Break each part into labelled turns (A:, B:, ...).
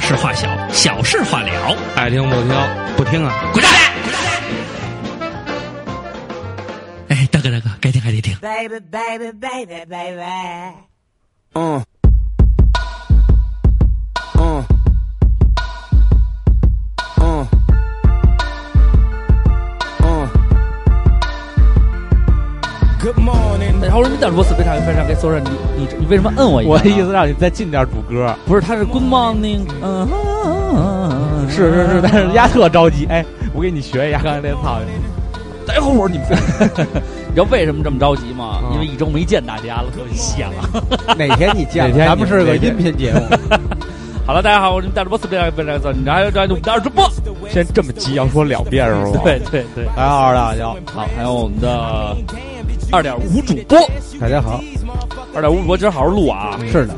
A: 事化小，小事化了。
B: 爱听不听，不听啊！
A: 滚蛋！哎，大哥大哥，该听还得听。
C: baby, baby, baby, baby.
D: 嗯，嗯，嗯，嗯。Good morning。
E: 然后人家罗斯非常非常给所有人，你你你为什么摁我一下？
B: 我的意思让你再进点主歌。
E: 不是，他是 Good morning，嗯、
B: 是是是，但是丫特着急。哎，我给你学一下刚才那操。待会儿你们
E: 你知道为什么这么着急吗？
B: 嗯
E: 因为一周没见大家了，特别想。
F: 哪天你见
B: 哪
F: 了？
B: 天
F: 咱们
B: 你
F: 是
B: 哪
F: 个
B: 天
F: 音频节目，
E: 好了，大家好，我是你们大主播斯贝拉贝拉，你还有这我们大主播，
B: 先这么急要说两遍是吧？
E: 对，对对，
F: 大家好，大家好，
E: 好，还有我们的二点五主播，
F: 大家好，
E: 二点五主播今儿好好录啊，
F: 是的，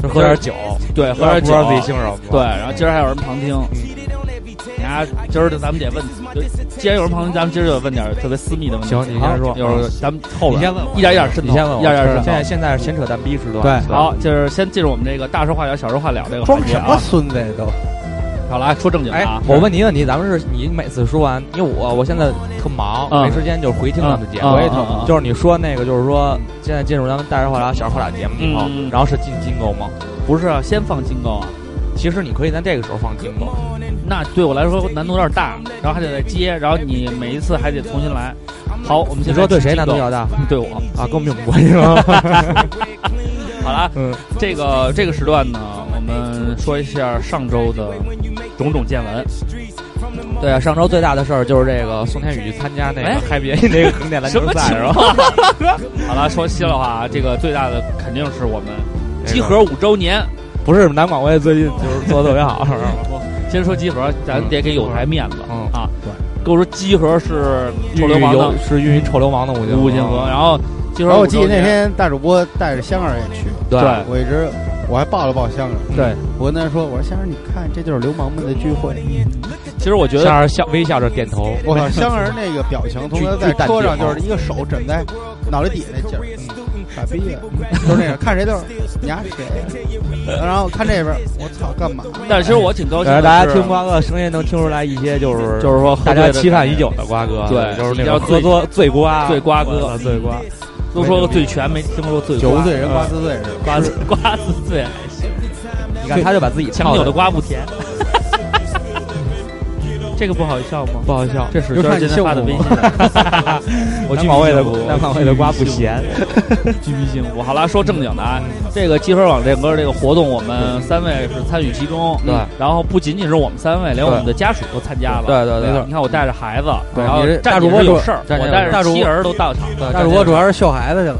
B: 就喝点酒，
E: 对，喝点
B: 不
E: 酒
B: 知，道自己姓什么。
E: 对，，然后今儿还有人旁听，你看今儿咱们得问，就既然有人旁听，咱们今儿就问点特别私密的问题。
B: 行你先
E: 好
B: 说
E: 一会儿咱们后边
B: 你先问我
E: 一点一点渗透，
B: 你先问我。
E: 一点一点渗
B: 现
E: 透
G: 哎
B: 在现在是闲扯淡逼时段。
F: 对
E: 好，就是先进入我们这个大事化小，小事化了这个环
F: 装
E: 节
F: 什么
E: 啊。
F: 孙子呀都？
E: 好了，说正经的
B: 哎
E: 啊，，
B: 我问你一个问题，咱们是你每次说完，因为我我现在特忙，
E: 嗯
B: 没时间就是回听咱们节
E: 嗯
B: 目。
E: 我也特忙
B: 就是你说那个，就是说现在进入咱们大事化小、小事化了节目以后
E: 嗯，
B: 然后是进金钩吗？
E: 不是啊先放金钩啊，
B: 其实你可以在这个时候放金钩，
E: 那对我来说难度有点大，然后还得再接，然后你每一次还得重新来。好，我们
B: 你
E: 先
B: 说对
E: 进
B: 谁
E: 金
B: 难度
E: 钩
B: 比较大？
E: 对我。
B: 啊，跟我们有什么关系吗？
E: 好了，
B: 嗯
E: 这个这个时段呢，我们说一下上周的种种见闻。
B: 对啊，上周最大的事儿就是这个宋天宇参加那
E: 哎
B: 个嗨别那个横店篮球赛，
E: 情
B: 然后
E: 况？好了，说心里话啊，这个最大的肯定是我们集合五周年。
B: 不是南广卫最近就是做的特别好，是吧
E: 先说集合，咱得给有台面子、
B: 嗯
E: 啊。跟我说集合是臭流
B: 寓意
E: 氓的
B: 有是寓意臭流氓的吴京
E: 吴建和，然后集合
F: 然后哦我
E: 五
F: 记
E: 周
F: 得那
E: 年，
F: 天大主播带着香儿也去，
B: 对
E: 对
F: 我一直我还抱了抱香儿，
E: 对，
F: 我跟他说，我说香儿，你看这就是流氓们的聚会。
E: 其实我觉得
B: 夏儿笑微笑着点头，
F: 我靠，香儿那个表情，从他在车上就是一个手枕在脑袋底下那劲儿，嗯傻逼的，就是那种看谁都是你丫谁呀，然后看这边，我操，干嘛？
E: 但是其实我挺高兴
B: 呃，
E: 的，
B: 大家听瓜哥的声音能听出来一些，就是
E: 就是说
B: 大家期盼已久的瓜哥，
E: 对
B: 就是那
E: 要
B: 种
E: 醉
B: 喝多醉瓜，
E: 醉瓜哥
B: 呃醉瓜，嗯
E: 都说过醉拳，没听说过醉
F: 酒
E: 瓜
F: 不醉人瓜自醉是吧？
E: 瓜子瓜子醉，
B: 你看他就把自己
E: 强
B: 唱
E: 扭的瓜不甜。 这个不好笑吗？
B: 不好笑，
E: 这是
F: 就
E: 就
F: 看
E: 是
F: 你
E: 今天
F: 幸
E: 发的
F: 福
E: 微信，
B: 我
E: 南
B: 南
E: 广
B: 广
E: 味的
B: 卫的
E: 瓜
B: 南广卫的瓜不咸，
E: 居民幸福。好了，说正经的啊，这个集合网这歌这个活动，我们三位是参与其中。
B: 对
E: 然后不仅仅是我们三位，连我们的家属都参加了。
B: 对对
E: 没
B: 对对
E: 错你看我带着孩子，
B: 对
E: 然后
B: 你是
E: 站
B: 大主播
E: 姐是有
B: 主
E: 事儿，
B: 站姐
E: 我
B: 有
E: 带
B: 事
E: 着
B: 儿
E: 妻儿都到场。
B: 对
F: 大主播主要是秀孩子去了，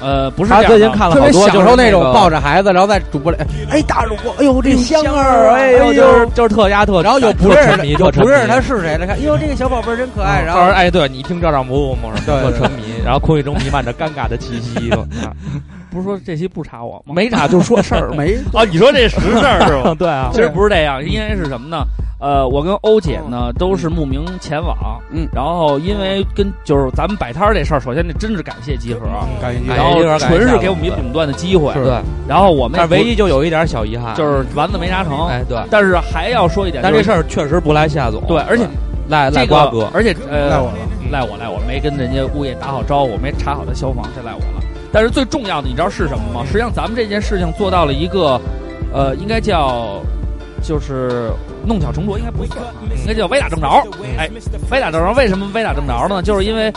E: 呃，不是这
B: 他
E: 样的
B: 最近看了
F: 特
B: 好
F: 别
B: 多，
F: 享受那种抱
B: 着。
F: 着孩子，然后在主播里，哎，大主播，哎呦这香儿，哎
B: 呦，啊
F: 呦
B: 就是就是特压特，
F: 然后有不认识的，有
B: 特沉迷
F: 不认识他是谁的，看，哟，这个小宝贝儿真可爱。
B: 他
F: 然
B: 说
F: 后
B: 哎，对你一听照上不误嘛，
F: 对
B: 特
F: 对
B: 沉迷，然后空气中弥漫着尴尬的气息，啊
E: 不是说这期不查我吗？
B: 没啥就说事儿， ？
F: 没
E: 啊，你说这实事儿是吧
B: 对啊
E: 其，实不是这样，应该是什么呢？呃，我跟欧姐呢都是慕名前往，
F: 嗯
E: 然后因为跟就是咱们摆摊儿这事儿，首先得真是感谢集合，
F: 感觉
B: 哎
E: 然后
B: 集合感谢
E: 纯
B: 下
E: 是
B: 了
E: 给我们一垄断的机会，
B: 对，
E: 然后我们
B: 但
E: 也
B: 是
E: 不
B: 唯一就有一点小遗憾，
E: 就是丸子没拿成，
B: 哎对，
E: 但是还要说一点，
B: 但
E: 就
B: 这
E: 是
B: 事儿确实不赖夏总，
E: 对，而且
B: 赖
E: 这
B: 赖
E: 个
B: 瓜哥，
E: 而且呃
F: 赖我了，
E: 赖我赖我没跟人家物业打好招呼，没查好他消防，这赖我了。但是最重要的，你知道是什么吗？实际上咱们这件事情做到了一个，呃，应该叫就是弄巧成拙，应该不算啊，应该叫歪打正着。哎，歪打正着，为什么歪打正着呢？就是因为。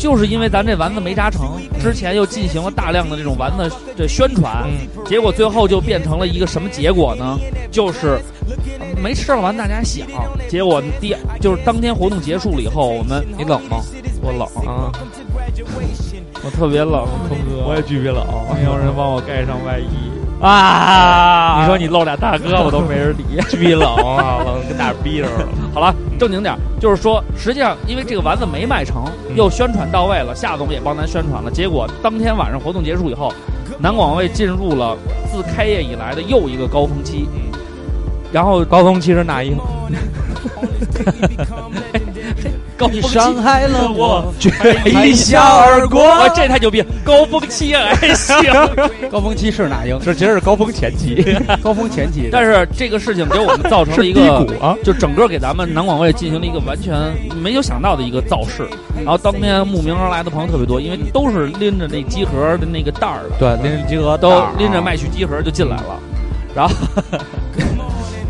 E: 就是因为咱这丸子没扎成，之前又进行了大量的这种丸子的宣传，
B: 嗯
E: 结果最后就变成了一个什么结果呢？就是呃没吃上完大家想，结果第就是当天活动结束了以后，我们
B: 你冷吗？
E: 我冷，
B: 啊，
E: 我特别冷，空哥，
B: 也巨别冷，
E: 没有人帮我盖上外衣啊！你说你露俩大胳膊都没 人理，
B: 巨冷 啊，冷跟大逼似的。
E: 好了，嗯正经点儿，就是说，实际上因为这个丸子没卖成，
B: 嗯
E: 又宣传到位了，夏总也帮咱宣传了，结果当天晚上活动结束以后，南广卫进入了自开业以来的又一个高峰期，
B: 嗯
E: 然后
B: 高峰期是那英，
E: 高峰期
G: 害了
E: 我，哎
G: 绝
E: 一笑而
G: 过
E: 哇，这太牛逼！高峰期还行，
B: 高峰期是哪英？
G: 这其实是高峰前 期，
B: 高峰前 期，
E: 但是这个事情给我们造成了
G: 是
E: 一
G: 低
E: 个
G: 谷啊。
E: 就整个给咱们南广卫进行了一个完全没有想到的一个造势。然后当天慕名而来的朋友特别多，因为都是拎着那鸡盒的那个袋儿的，
G: 对，拎着集合
E: 都拎着麦曲鸡盒就进来了。然后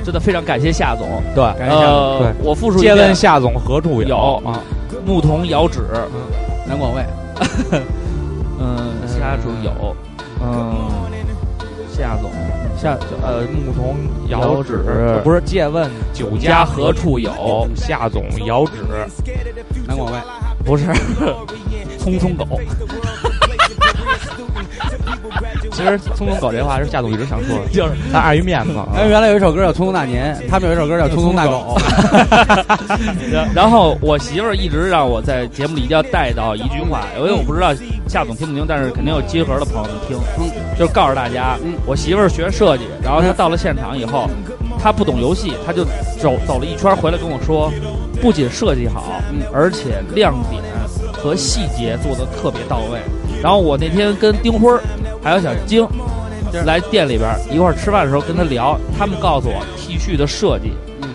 E: 真的非常感谢夏总，
G: 对，
E: 呃，我复述一
G: 借
E: 遍
G: 问夏总何处
E: 有
G: 啊？
E: 牧童遥指，
B: 南广卫，
E: 嗯，夏主有，嗯，夏总，夏
G: 呃，牧童
E: 遥
G: 遥
E: 指
G: 指不是借问酒
E: 家
G: 家
E: 何处有？
G: 夏总遥指，
B: 南广卫，
E: 不是， 匆匆狗，
G: 其实“匆匆搞”这话是夏总一直想说的， 就是但碍于面 子啊，
B: 哎，原来有一首歌叫《匆匆那年》，他们有一首歌叫《匆匆那狗》，
E: 然后我媳妇儿一直让我在节目里一定要带到一句话，因为我不知道夏总听不听，但是肯定有集合的朋友们听，就是告诉大家，我媳妇儿学设计，然后她到了现场以后，她不懂游戏，她就走走了一圈回来跟我说，不仅设计好，而且亮点和细节做的特别到位。然后我那天跟丁辉儿还有小晶。来店里边儿一块儿吃饭的时候跟他聊，他们告诉我 T 恤的设计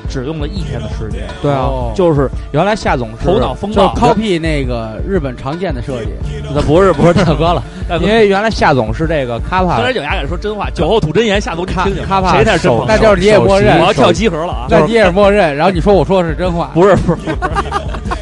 E: 只用了一天的时间，
G: 嗯对啊，
B: 哦
E: 就是
G: 原来夏总是
E: 头脑风
B: 就是
E: 暴，
B: copy 那个日本常见的设计，
E: 那不是不
G: 不
E: 是
G: 是大哥 了，
E: 大哥
G: 因为原来夏总是这个卡帕
E: 喝点酒牙敢说真话，酒后吐真言，下毒听
B: 咔
E: 听，
B: 咔吧
E: 谁才是真朋友？
B: 那就是你也默认
E: 我，要跳集合了啊！
B: 那你也是默认，然后你说我说的是真话，
E: 不是不是，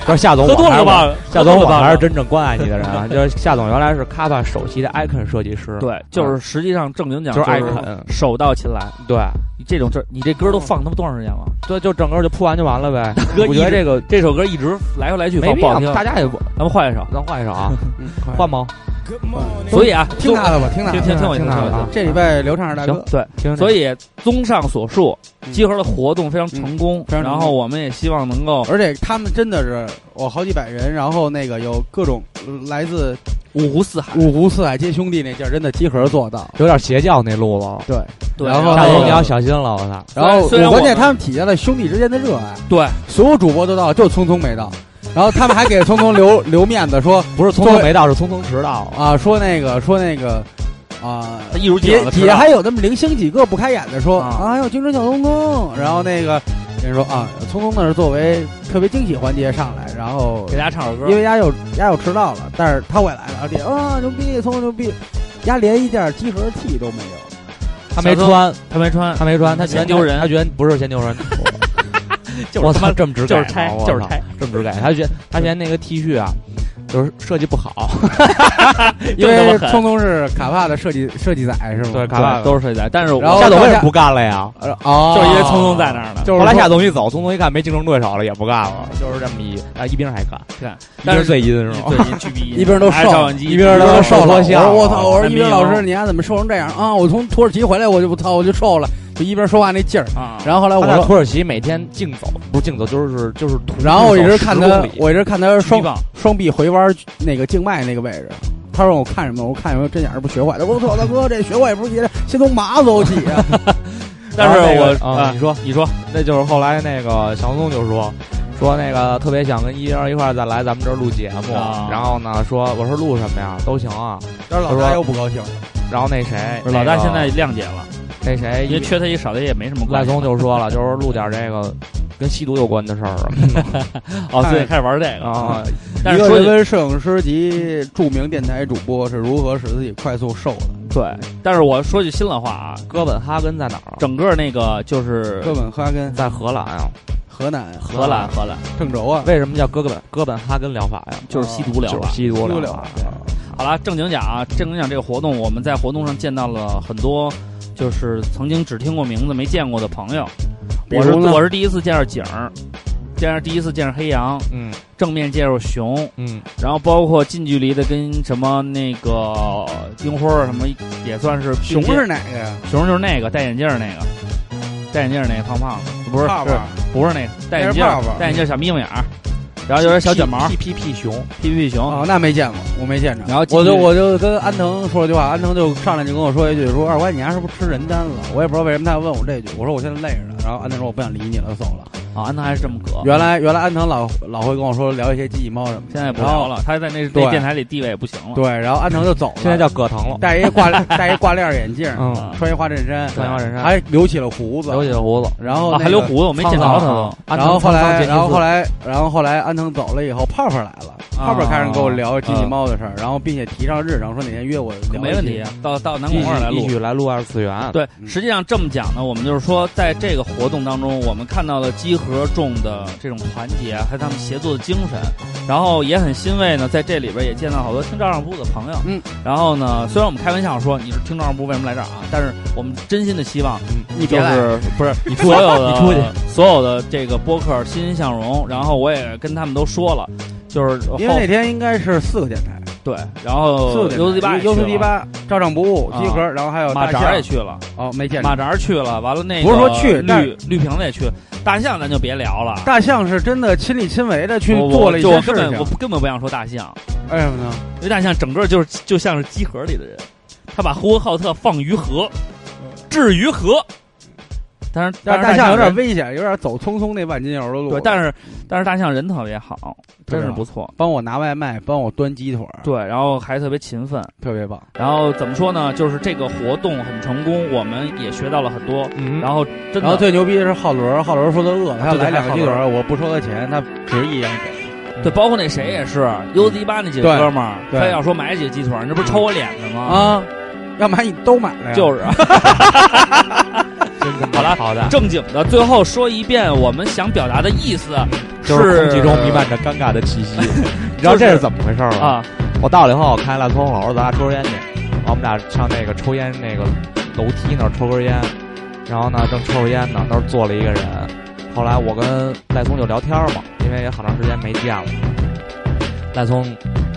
G: 不是夏总，
E: 喝多
G: 我还
E: 了
G: 是
E: 吧？
G: 夏总，
E: 喝
G: 我
E: 多了吧
G: 还是真正关爱你的人啊！就是夏总原来是卡帕首席的 icon 设计师，
E: 对，就是实际上正经讲
G: 就是
E: 爱
G: 爱啃嗯
E: 手到擒来。
G: 对
E: 你这种这你这歌都放他妈多长时间了？
G: 对，就整个就铺完就完了 呗。
E: 哥
G: 我觉
E: 一直
G: 得这个
E: 这首歌一直来回来去
G: 没
E: 放
G: 必
E: 不
G: 要
E: 好，听，
G: 大
E: 咱
G: 家也不
E: 们换一首。
G: 咱换一 首啊，
B: 嗯，
G: 换吗？
E: 所以啊，
B: 听他的吧，听他
E: 综听
B: 的。
E: 听听我一
G: 听
E: 听
G: 他
E: 我一
G: 的啊
E: 听。
B: 这礼拜刘畅是大哥
G: 行，
E: 对，
G: 听着
E: 所以综上所述，
B: 嗯
E: 集合的活动非常成功，
B: 非常成功
E: 然后我们也希望能够
B: 而且他们真的是我好几百人，然后那个有各种呃来自
E: 五湖四海。
B: 五湖四海皆兄弟那劲儿，真的集合做到。
G: 有点邪教那路哎了。
B: 对，
E: 对
B: 然后
G: 夏总
B: 那
G: 你
B: 个
G: 要小心了，我操！
B: 然后
E: 虽然
B: 关键
E: 我们
B: 他们体现了兄弟之间的热爱，
E: 对，
B: 所有主播都到了，就聪聪没到。然后他们还给聪聪留留面子，说
G: 不是匆
B: 作
G: 匆
B: 为
G: 没到，是匆匆迟到。
B: 啊，说那个说那个啊。
E: 他一如既
B: 底
E: 往的
B: 底下还有那么零星几个不开眼的说
E: 啊
B: 啊，要精神小聪聪，然后那个人说啊，聪聪那是作为特别惊喜环节上来，然后
E: 给大家唱首歌，
B: 因为丫又丫又迟到了，但是他会来了，而且啊牛逼，聪聪牛逼，丫连一件集合 T 都没有，
G: 他没穿，
E: 他没穿，
G: 他没穿，他
E: 嫌
G: 嫌
E: 丢人
G: 他觉得不是嫌丢 人。
E: 就
G: 我
E: 是他
G: 操，
E: 妈
G: 这么直
E: 就
G: 改
E: 是
G: 吗，
E: 拆
G: 我
E: 就是
G: 操
E: 拆，
G: 这么直改。他觉他嫌那个 T 恤啊，就是设计不好。
E: 这
B: 因
E: 么
B: 为
E: 狠
B: 聪聪是卡帕的设计设计仔是吗？
G: 对卡
E: 对
G: 帕
E: 都是睡在，但是我
B: 然后
G: 夏总为什
B: 大
G: 么
B: 家
G: 不干了呀？
B: 呃哦，
E: 就是因为聪聪在那儿呢。
B: 就是
G: 后来
B: 说
G: 夏总一走，聪聪一看没竞争对手了，也不干了，就是这么一啊，一兵还干，
E: 干
G: 一
E: 但
G: 兵
E: 是
G: 最阴是吗？
E: 对，巨逼，
B: 一边都
E: 拿着
B: 瘦
E: 照相机，
G: 一边
B: 都
G: 都
B: 瘦
G: 瘦
B: 了，我
G: 脱相
B: 说我操！我说
E: 还
B: 一
E: 没
B: 斌老师，
E: 有
B: 你丫怎么瘦成这样啊？我从土耳其回来，我就我操，我就瘦了，就一边说话那劲儿。
E: 啊，
B: 然后后来
G: 他在
B: 我
G: 土
B: 说，
G: 耳其每天竞走，不是竞走就是就是徒
B: 然后我一直看
G: 徒手
B: 他
G: 10公，里
B: 我一直看他
E: 巨
B: 双
E: 棒，
B: 双臂回弯那个静脉那个位置。他让我看什么？我看有没有针眼儿不学坏的。我说我操大哥，这学坏也不是也先从麻走起啊！
E: 但
G: 然后
E: 是
G: 那
E: 我
G: 个啊
E: 啊
G: 你说，
E: 你说
G: 那就是后来那个小松就说。说那个特别想跟一二一块儿再来咱们这儿录节目，
E: 啊
G: 然后呢说我说录什么呀都行啊，
B: 但是
G: 老大又
B: 不高兴，
G: 然后那谁
E: 不是老大
G: 那个
E: 现在谅解了，
G: 那谁
E: 因为缺他一少他也没什么
G: 赖
E: 关系。
G: 松就说了，就是录点这个跟吸毒有关的事儿
E: 哦，所以开始玩这个
G: 啊。
E: 但
B: 一
E: 是
B: 个
E: 说
B: 人
E: 起
B: 文摄影师及著名电台主播是如何使自己快速瘦的？
E: 对，但是我说句心里话啊，
G: 哥本哈根在哪儿啊？
E: 整个那个就是
B: 哥本哈根、
G: 在荷兰啊。
B: 河南、
E: 荷兰，荷兰
B: 郑州啊，
G: 为什么叫哥本哥本哈根疗法呀？
E: 就是吸毒啊疗
G: 就
E: 法
G: 是。吸毒
B: 不
G: 疗啊
B: 了
G: 法。。
E: 好了，正经讲啊，正经讲这个活动，我们在活动上见到了很多，就是曾经只听过名字没见过的朋友。
B: 比
E: 我是
B: 如呢
E: 我是第一次见着景儿，见着第一次见着黑羊，
G: 嗯
E: 正面见着熊，
G: 嗯，
E: 然后包括近距离的跟什么那个丁辉儿什么也算是
B: 熊
E: 并肩
B: 是哪个呀？
E: 熊就是那个戴眼镜儿那个，戴眼镜儿那个胖胖子，不是
B: 爸
E: 是
B: 爸，
E: 不是那个戴眼镜
B: 那
E: 儿
B: 是爸爸
E: 戴眼镜儿小眯眯眼儿，然后有点小卷毛
G: 屁屁屁熊，
E: 屁屁熊
B: 哦，，那没见过，我没见着。
E: 然后进去
B: 我就我就跟安藤说了句话，安藤就上来就跟我说一句，说二瓜你丫是不是吃人丹了？我也不知道为什么他要问我这句，我说我现在累着呢。然后安藤说我不想理你了，走了。
E: 啊，安藤还是这么葛。
H: 原来原来安藤老老会跟我说聊一些机器猫什么的，
E: 现在也不聊了，他在那那
H: 对
E: 电台里地位也不行了。
H: 对，然后安藤就走了，
G: 现在叫葛藤了。
H: 戴一 挂戴一挂链眼镜，
G: 嗯，
E: 啊，
H: 穿一花衬衫，
G: 三羊人山，
H: 还留起了胡子，
G: 留起了胡子，啊
H: 然后
E: 啊
H: 那
E: 还留
H: 个
E: 胡子，我没见着他都。
G: 安藤
H: 然后后
G: 苍苍
H: 来，
G: 杰尼斯
H: 然后后来，然后后来，安藤走了以后，泡泡来了，
E: 啊
H: 泡泡开始跟我聊机器猫的事儿，然后并且提上日程，说哪天约我聊。
E: 没问题，啊，到到南
G: 继
E: 广二来
G: 续
E: 录
G: 继。续来录二次元。，
E: 对，
H: 嗯
E: 实际上这么讲呢，我们就是说，在这个活动当中，我们看到了集合众的这种团结，还有他们协作的精神，然后也很欣慰呢，在这里边也见到好多听照相部的朋友。
H: 嗯，
E: 然后呢，虽然我们开玩笑说你是听照相部为什么来这儿啊，但是我们真心的希望
H: 你
E: 就
H: 别来，
E: 是不是
G: 你出
E: 所
G: 去，
E: 有的
G: 你出去，
E: 所有的这个播客欣欣向荣，然后我也跟他们都说了，就是后
H: 因为那天应该是四个电台，
E: 对，然后
H: 四个
E: U
H: 电
E: Z
H: 台
E: 八，
H: U C D，八，
G: 嗯
H: 照上不误，
E: 啊
H: 集合，然后还有
E: 马
H: 大
E: 扎
H: 象
E: 也去了。
H: 哦，没见着
E: 马扎去了，完了那个
H: 不是说去但
E: 绿
H: 是
E: 绿瓶子也去，大象咱就别聊了。
H: 大象是真的亲力亲为的去
E: 我我
H: 做了一
E: 就
H: 些
E: 我
H: 事
E: 根本
H: 情哎
E: 我，根本不想说大象，
H: 为什么呢？
E: 因为大象整个就是就像是鸡盒里的人，他把呼和浩特放于河，置于河。但是
H: 但是
E: 是
H: 大
E: 象
H: 象有点
E: 人
H: 危险，有点走匆匆那万金油的路。
E: 对，但是但是大象人特别好，
H: 对
E: 真
H: 啊
E: 是不错。
H: 帮我拿外卖，帮我端鸡腿儿，
E: 对，然后还特别勤奋，
H: 特别棒。
E: 然后怎么说呢？就是这个活动很成功，我们也学到了很多。
G: 嗯，
E: 然后真的，
H: 然后最牛逼的是浩伦，浩伦说他饿了，他要来两个鸡腿儿，我不收他钱，他执意让给。
E: 对，包括那谁也是
G: 嗯
E: U Z 八那几个
H: 对
E: 哥们儿，
H: 对
E: 非要说买几个鸡腿儿，那不是抽我脸子吗？
H: 啊，要买你都买了呀。
E: 就是 啊
G: 真他妈好
E: 好了
G: 的，
E: 正经的。最后说一遍，我们想表达的意思
G: 就是空气中弥漫着尴尬的气息。你知道这是怎么回事儿吗？
E: 啊，
G: 我到了以后，我看见烂葱了，我说咱俩抽根烟去。然后我们俩上那个抽烟那个楼梯那儿抽根烟，然后呢正抽着烟呢，那儿坐了一个人。后来我跟赖聪就聊天嘛，因为也好长时间没见了。赖聪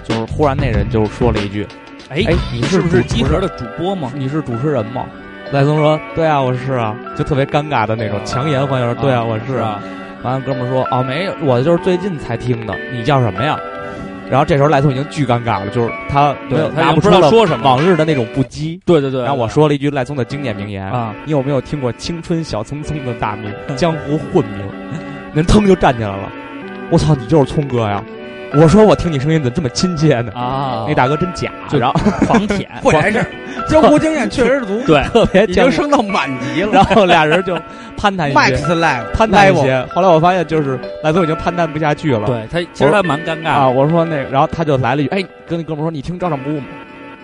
G: 就是忽然那人就说了一句
E: 哎：“
G: 哎，你
E: 是不
G: 主
E: 是集合
G: 的？
E: 的主播吗？
G: 你是主持人吗？”赖聪说：“对啊，我是啊。”就特别尴尬的那种，强颜欢笑说：“对啊，我是
E: 是。啊，
G: 完了，哥们儿说：“哦，没有，我就是最近才听的。你叫什么呀？”然后这时候赖聪已经巨尴尬了，就是他没有
E: 对，
G: 拿
E: 他也不
G: 出
E: 知道
G: 了
E: 说什么。
G: 往日的那种不羁。
E: 对对对，
G: 然后我说了一句赖聪的经典名言
E: 啊，：“
G: 你有没有听过青春小聪聪的大 名，江湖混名？”人腾就站起来了，我操，你就是聪哥呀！我说我听你声音怎么这么亲切呢？
E: 啊，
G: 那大哥真假，
E: 就
G: 然后
E: 狂舔，
H: 会来 事儿， 江湖经验确实足，
E: 对，
G: 特别
H: 已经
G: 僵硬
H: 升到满级了。
G: 然后俩人就攀谈一
H: Max
G: 些，
H: Live
G: 攀谈一些。后来我发现就是赖聪已经攀谈不下去了，
E: 对他其实他蛮尴
G: 啊，
E: 尬
G: 我说那个，然后他就来了一句，哎，跟那哥们儿说你听照常不误吗？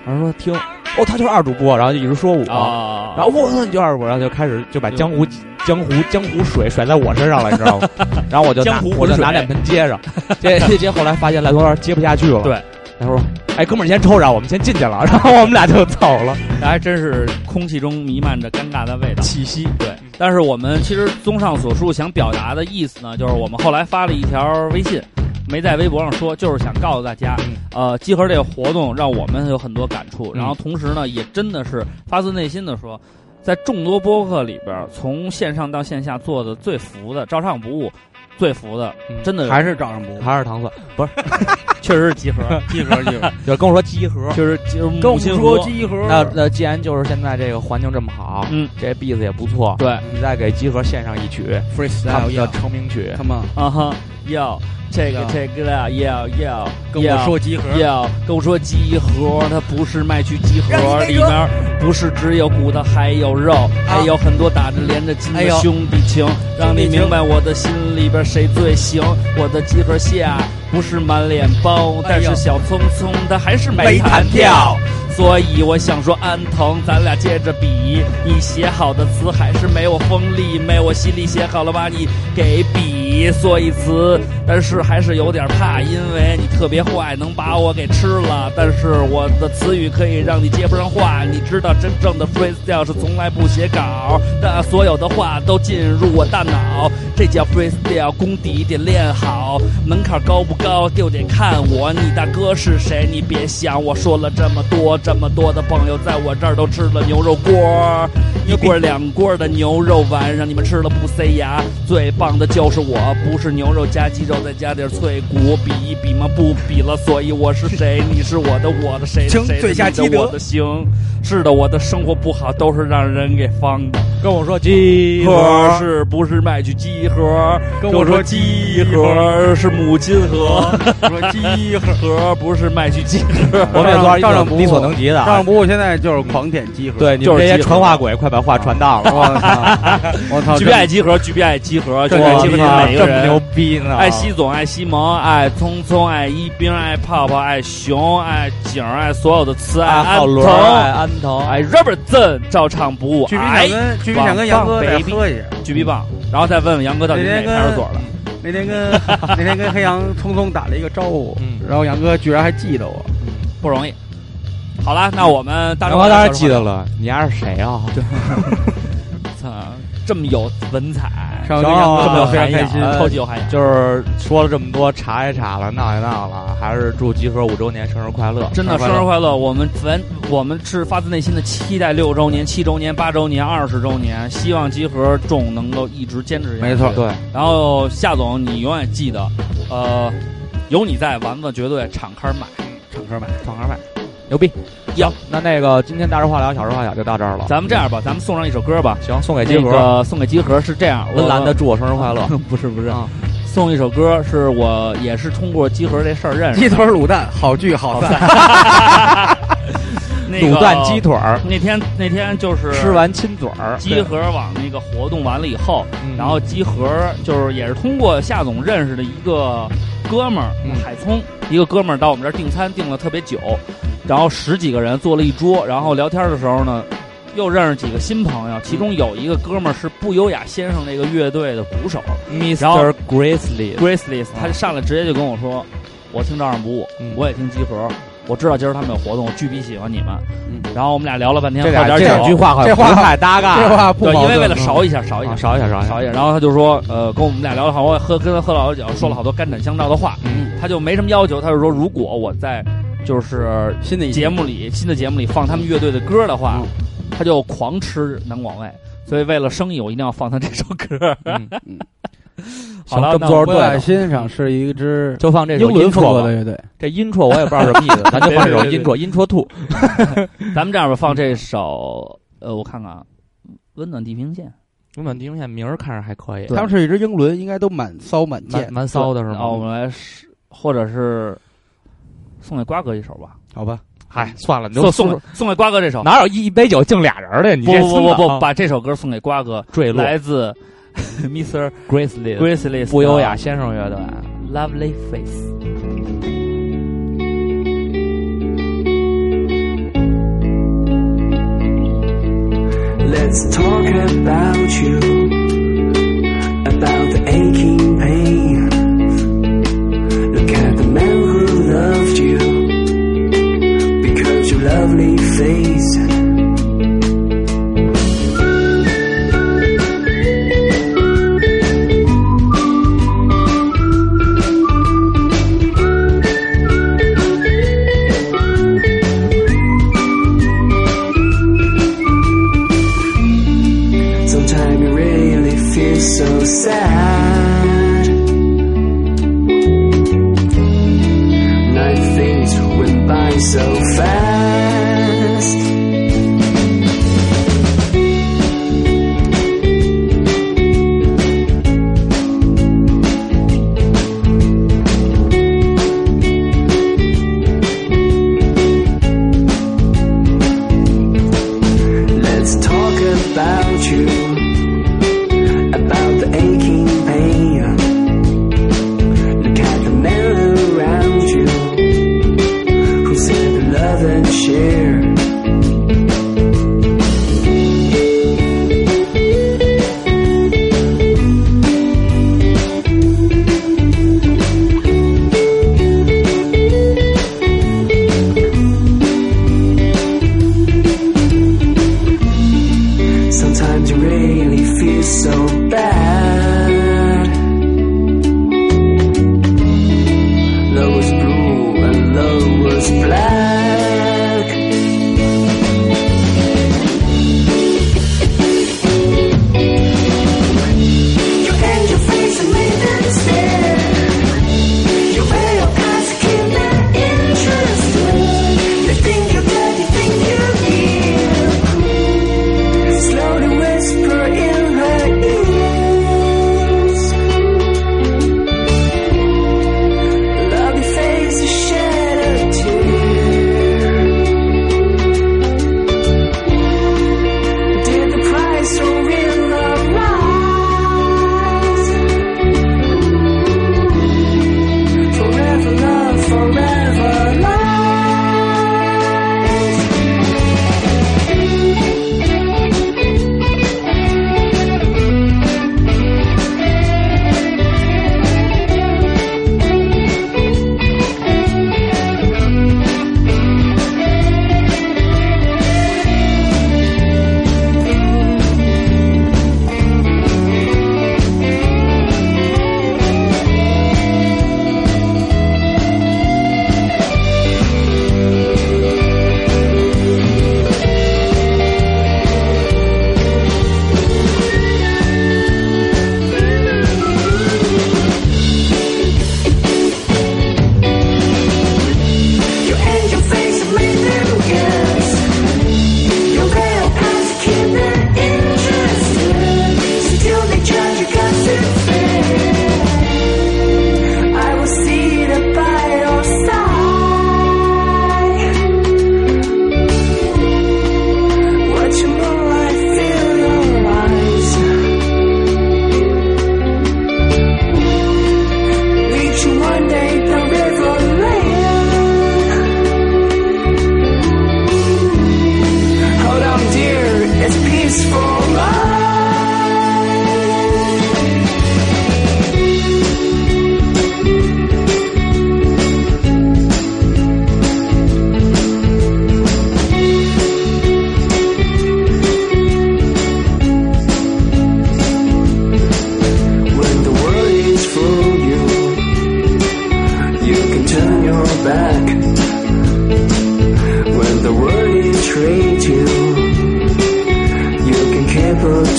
G: 然后说听，
E: 啊
G: 哦，他就是二主播，然后就一直说我，
E: 的啊
G: 然后我操你就二主播，然后就开始就把江湖江湖江湖水甩在我身上了，你知道吗？ 然后我就拿
E: 江湖浑
G: 我就拿
E: 水
G: 脸盆接 上，接接接，后来发现赖多有点接不下去了，
E: 对，
G: 他说。哎，哥们儿，你先抽着，我们先进去了， 然后我们俩就走了。
E: 还真是空气中弥漫着尴尬的味道。
G: 气息，
E: 对，但是我们其实综上所述，想表达的意思呢，就是我们后来发了一条微信，没在微博上说，就是想告诉大家，呃，集合这个活动让我们有很多感触，
G: 嗯
E: 然后同时呢，也真的是发自内心的说。在众多播客里边，从线上到线下做的最服的，照唱不误，最服的，
G: 嗯
E: 真的
H: 还是照上不误。
G: 还是糖蒜，
E: 确实是集合，集合， 集合，
G: 就是跟我说集合。
E: 就是就是
H: 跟
E: 母
H: 我
E: 亲
H: 说
E: 河
H: 集合，
G: 那那既然就是现在这个环境这么好，
E: 嗯，
G: 这 B 子也不错，
E: 对，
G: 你再给集合献上一曲，他
H: freestyle
G: 们的
H: 要
G: 成名曲，
H: come on，
E: 啊哈，要这个
H: 要
E: 这个呀，要要
H: 跟我
E: 要
H: 说集合，
E: 要跟我说集合，它不是卖去集合里面儿，不是只有骨头还有肉，还有很多打着连着筋
H: 哎
E: 的
H: 呦
E: 啊兄弟情，让你明白我的心里边谁最行。我的集合下不是满脸包，但是小聪聪他还是哎没弹跳。所以我想说，安藤，咱俩接着比。你写好的词还是没我锋利，没我犀利。写好了把你给比，所以词，但是还是有点怕，因为你特别坏，能把我给吃了。但是我的词语可以让你接不上话。你知道，真正的 freestyle 是从来不写稿，但所有的话都进入我大脑。这叫 freestyle，功底得练好，门槛高不高就得看我。你大哥是谁？你别想，我说了这么多，这么多的朋友在我这儿都吃了牛肉锅儿，一锅儿两锅儿的牛肉丸，让你们吃了不塞牙。最棒的就是我，不是牛肉加鸡肉，再加点脆骨，比一比嘛，不比了。所以我是谁？你是我的，我的谁的
H: 行
E: 谁的
H: 最佳
E: 你的
H: 基德
E: 我的行。是的，我的生活不好，都是让人给方的。
G: 跟我说集
E: 可是不是卖去集盒，
I: 跟
E: 跟
I: 我
E: 我
I: 说
E: 说鸡盒是母亲河， 说鸡盒不是麦序鸡盒。
G: 我 们也做
B: 照
G: 到一
B: 样不
G: 种
B: 误
G: 力所能及的
B: 照
G: 啊
B: 上。不误现在就是狂点集合，
G: 对，你
E: 就
G: 们
E: 是
G: 这些
E: 集合哦
G: 传话鬼，快把话传到了。
B: 我 操，我操，
E: 巨变爱集合，巨变爱集合，巨
G: 这
E: 变爱集
G: 么
E: 合是每一个
G: 这么牛
E: 人。
G: 逼啊呢？
E: 爱西总，爱西蒙，爱聪聪，爱一冰，爱泡泡，爱熊，爱景，爱所有的词，
G: 爱
E: 安
G: 浩伦，爱
E: 藤，
G: 安藤，
E: 爱 Robertson，照唱不误。
B: 巨斌
E: 哎
B: 想跟巨斌想跟杨哥再喝一下，
E: 巨逼棒，然后再问问杨哥到底
B: 那
E: 是
B: 天
E: 哪派出所的。
B: 那 天跟那天跟黑羊匆匆打了一个招呼
G: 嗯，
B: 然后杨哥居然还记得我，
E: 不容易。好了，那我们大
G: 大
E: 众
G: 哥当
E: 小
G: 然
E: 众
G: 记得了，你丫是谁啊？
E: 操，啊这么有文采，
B: 上次
G: 行
B: 杨
G: 啊
E: 这么有
B: 哥非
E: 涵
B: 常开
E: 养，
B: 心，
G: 呃
E: 超级有涵养。
G: 就是说了这么多，查也查了，闹也闹了，还是祝集合五周年生日快乐！
E: 真的生日快乐！我们咱我们是发自内心的期待六周年、七周年、八周年、二十周年，希望集合众能够一直坚持下去。
B: 没错，
G: 对，
E: 然后夏总，你永远记得，呃，有你在，丸子绝对敞开买。
B: 唱歌吧，
G: 放开麦，牛逼！行，那那个今天大事化了，小事化小就到这儿了。
E: 咱们这样吧，咱们送上一首歌吧。
G: 行，送给集
E: 那
G: 合
E: 个送给集合是这样，
G: 温岚
E: 我
G: 的祝我生日快乐。
E: 不是不是，送一首歌是我也是通过集合这事儿认识
B: 鸡
E: 的。
B: 腿卤蛋，好聚好散，
E: 那个
G: 卤蛋鸡腿儿，
E: 那天那天就是
G: 吃完亲嘴儿，
E: 集合网那个活动完了以后，
G: 嗯
E: 然后集合就是也是通过夏总认识的一个哥们儿、
G: 嗯
E: 海聪，一个哥们儿到我们这儿订餐订了特别久，然后十几个人坐了一桌，然后聊天的时候呢，又认识几个新朋友，其中有一个哥们儿是不优雅先生这个乐队的鼓手然后
G: Mr. Grizzly，
E: Graceless，他就上来直接就跟我说，我听照上不误，
G: 嗯
E: 我也听集合。我知道今儿他们有活动，我巨逼喜欢你们。
B: 嗯
E: 然后我们俩聊了半天，
G: 这
E: 喝
G: 俩
E: 点
G: 哎这两
E: 酒
G: 句话好像
B: 这话
G: 不太搭嘎，
B: 这话不
E: 对，
B: 矛
E: 因为
B: 盾
E: 为了勺一下，勺一下，
G: 啊少一下，少一
E: 少一
G: 下。
E: 点。然后他就说，呃，跟我们俩聊了好，我喝跟他喝了好多酒，说了好多肝胆相照的话。
G: 嗯，
E: 他就没什么要求，他就说，如果我在就是
B: 新的一
E: 节目里新的节目里放他们乐队的歌的话，
G: 嗯
E: 他就狂吃南广味。所以为了生意，我一定要放他这首歌。
G: 嗯
B: 嗯
E: 好了，
G: 行这么
E: 那
G: 多
E: 我
G: 是对
B: 我在
G: 的，
B: 欣赏是一支
G: 就放这
B: 英
G: 首
B: 伦
G: intro
B: 风格
G: 吧
B: 的乐队，
G: 这 intro 我也不知道什么意思，咱就放 这首
E: 对对
G: intro intro two。
E: 咱们这样吧，放这首，呃，我看看啊，《温暖地平线》
G: 温暖地平线名儿看着还可以，
B: 他们是一支英伦，应该都满骚满
G: 蛮
B: 贱，
G: 蛮骚的是
E: 然哦后我
G: 吗？
E: 们来是，或者是送给瓜哥一首吧，
B: 好吧？
G: 嗨，哎算了，你
E: 送
G: 就
E: 送送给瓜哥这首。
G: 哪有一一杯酒敬俩人的？你
E: 不
G: 这
E: 不不
G: 孙子
E: 不
G: 啊
E: 不，把这首歌送给瓜哥，
G: 坠落
E: 来自 Mr.
G: Grizzly
E: Graceless
G: 不优雅先生乐队。
E: Lovely Face。
J: Let's talk about you, about the aching pain. Look at the man who loved you, because your lovely face. Sometimes you really feel so sad. Night things went by so fast. Let's talk about you, about the aching pain. Look at the man around you, who said to love and share. Sometimes you really feel so bad. Love was blue and love was black.
K: You and your face and made them stare. Your way of asking their interest. They think you're dead, you think you're near. Slowly whisper in her ear.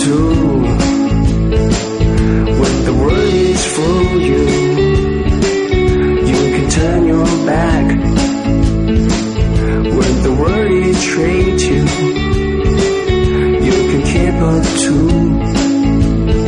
L: do when the world is for you. You can turn your back when the world is treat you. You can keep it too.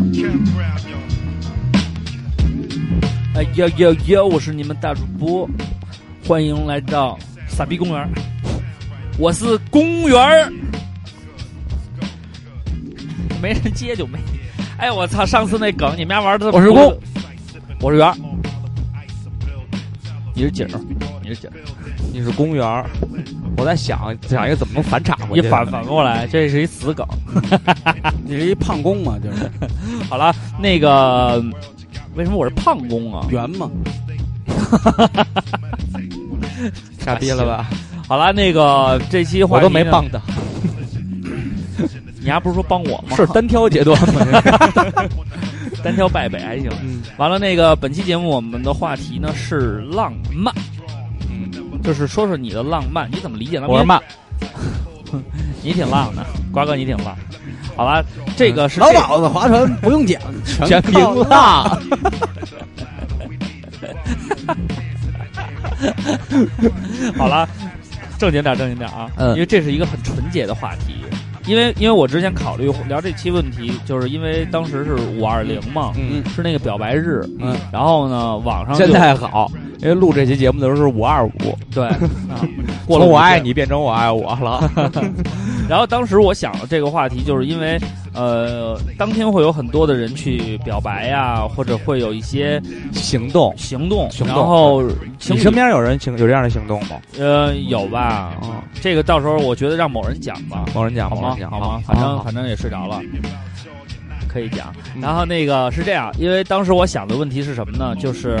M: Brown,
E: 哎呦呦呦！我是你们大主播，欢迎来到傻逼公园儿。我是公园儿，没人接就没。哎，我操！上次那梗你们家玩的，
H: 我是公，
E: 我是圆儿，你是景儿，你是景儿，
G: 你是公园儿，我在想想一个怎么能反插回
E: 你
G: 去。
E: 反反过来，这是一死梗。
B: 你是一胖公 嘛，就是
E: 好了，那个为什么我是胖公啊？
B: 圆嘛，
G: 傻逼了吧？
E: 好了，那个这期话
G: 我
E: 题
G: 都没
E: 呢
G: 帮，他，
E: 你还不是说帮我吗？
G: 是单挑阶 段吗？
E: 单挑败北还行。
G: 嗯
E: 完了，那个本期节目我们的话题呢是浪漫，
G: 嗯
E: 就是说说你的浪漫，你怎么理解浪漫？
H: 我是
E: 慢，你挺浪的，瓜哥你挺浪。好了，这
G: 嗯
E: 个是
B: 老
E: 这
B: 鸨子划船不用桨，
G: 全
B: 靠
G: 凭浪。
E: 好了，正经点儿，正经点儿啊，
G: 嗯
E: 因为这是一个很纯洁的话题。因为因为我之前考虑聊这期问题，就是因为当时是五二零嘛，
B: 嗯
E: 是那个表白日，
B: 嗯，
E: 然后呢，网上 就
G: 真太好，因为录这期节目的时候是五二五，
E: 对，啊过
G: 从我
E: 了五
G: 爱
E: 天
G: 你变成我爱我了。
E: 然后当时我想了这个话题，就是因为呃，当天会有很多的人去表白呀、或者会有一些
G: 行动，
E: 行动，
G: 行动
E: 然后情
G: 你
E: 侣
G: 身边有人行有这样的行动吗？
E: 呃有吧？
G: 啊，
E: 这个到时候我觉得让某人讲吧，
G: 某人讲，
E: 好
G: 某
E: 吗
G: 人？讲，
E: 好吗？
G: 好
E: 反
G: 好
E: 正
G: 好
E: 反正也睡着了，可以讲。
G: 嗯
E: 然后那个是这样，因为当时我想的问题是什么呢？就是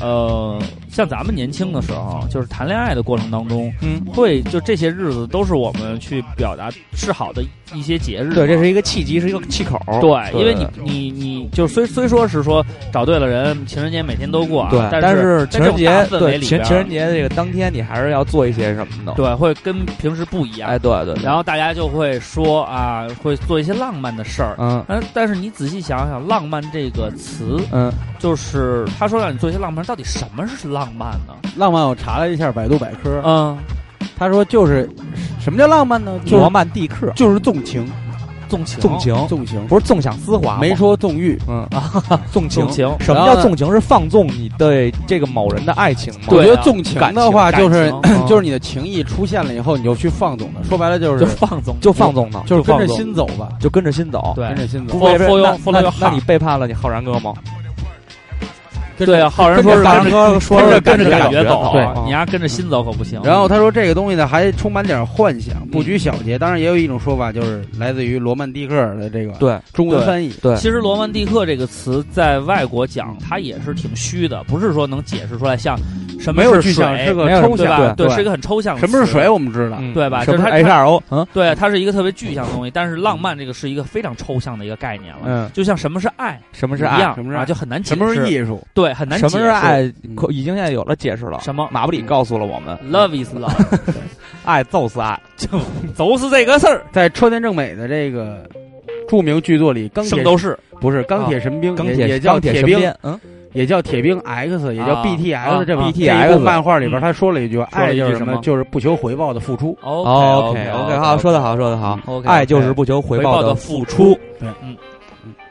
E: 呃，像咱们年轻的时候，就是谈恋爱的过程当中，
G: 嗯，
E: 会就这些日子都是我们去表达示好的一些节日嘛。
G: 对，这是一个契机，是一个气口。
E: 对，因为你你你就虽虽说是说找对了人，情人节每天都过啊，
G: 对，
E: 但
G: 但
E: 是
G: 是情人
E: 在
G: 节
E: 这种大氛围
G: 对
E: 里
G: 情
E: 边儿
G: 情人节的这个当天，你还是要做一些什么的。，
E: 对会跟平时不一样，
G: 哎，对对。对
E: 然后大家就会说啊，会做一些浪漫的事儿。
G: 嗯
E: 但但是你仔细想想，“浪漫”这个词，
G: 嗯，
E: 就是他说让你做一些浪漫，到底什么是浪漫呢？
B: 浪漫，我查了一下百度百科，
E: 嗯，
B: 他说就是什么叫浪漫呢？就
G: 罗
B: 是
G: 曼蒂克，
B: 就是纵情，
E: 纵情，
G: 纵，情
B: 纵情，
G: 不是纵享丝滑吗，
B: 没说纵欲。
G: 嗯啊，纵情
E: 纵。情，
G: 什么
B: 然后
G: 叫
B: 呢
G: 纵情？是放纵你对这个某人的爱情吗？
B: 我
E: 对
B: 觉
E: 啊
B: 得纵情的话，
E: 感情
B: 就是
E: 感情
B: 就是你的情嗯意出现了以后，你就去放纵它。说白了就
E: 就是放纵，
G: 就放纵呢，
B: 就是跟
G: 放
B: 着
G: 纵
B: 心走吧，
G: 就跟着心走。
E: 对
B: 跟着心走
E: 不。
G: 背
E: 不
G: 那
E: 不
G: 那
E: 不
G: 那你背叛了你浩然哥吗？
B: 跟着
E: 对啊，浩然
B: 跟
E: 说
B: 着
E: 是
B: 大
E: 跟着
B: 哥说
E: 跟
B: 是
E: 着跟着
G: 感
E: 感
G: 觉
E: 觉
G: 走
E: 走，啊
G: 对
E: 你丫跟着心走可不行。
B: 然后他说这个东西呢，还充满点幻想，不拘小节。当然，也有一种说法，就是来自于罗曼蒂克尔的这个
G: 对
B: 中文翻译。
G: 对，
E: 其实“罗曼蒂克”这个词在外国讲，它也是挺虚的，不是说能解释出来像什么
B: 没有
E: 是
B: 具象，
E: 水
B: 是个
G: 没有
B: 抽
E: 对
B: 象。
E: 吧？
B: 对
E: 是一个很抽象的词。
B: 什么是水？我们知道，
G: 嗯
E: 对吧
G: 什
E: 啊就
G: 么
E: 是
G: 是
B: 哎
G: H
E: 他他
G: R O？嗯
E: 对，它是一个特别具象的东西，但是浪漫这个是一个非常抽象的一个概念了。
G: 嗯，
E: 就像什么是爱
G: 什么
E: 一
G: 是爱？
E: 样，
B: 什么是
E: 啊
B: 爱
E: 就很难解
B: 什
E: 释。
B: 么是艺术？
E: 对，很难
G: 什
E: 解
G: 么
E: 释
G: 是？爱
B: 嗯？
G: 可已经现在有了解释了。
E: 什么
G: 马布里告诉了我们，
E: ？Love is love，
G: 爱就是爱。
E: 都是这个事儿。
B: 在车田正美的这个著名剧作里，钢铁
E: 圣斗士啊
B: 不是钢铁神兵，
G: 钢
B: 也
G: 铁
B: 也叫
G: 钢铁
B: 铁
G: 神
B: 兵
G: 鞭，，嗯，
B: 也叫铁兵 X，也叫
E: 啊啊
B: BTX。这么
E: 啊
B: 这一部漫画里边，
E: 嗯
B: 他说了一句：“
E: 说了
B: 爱
E: 一句
B: 就是
E: 什么
B: 就是不求回报的付出。哦
E: OK
G: 哦 OK，好，说得好，说得好。
E: OK，
G: 爱就是不求回
E: 回
G: 报
E: 的
B: 哦
G: 的
E: 付出。
B: 对
E: 嗯，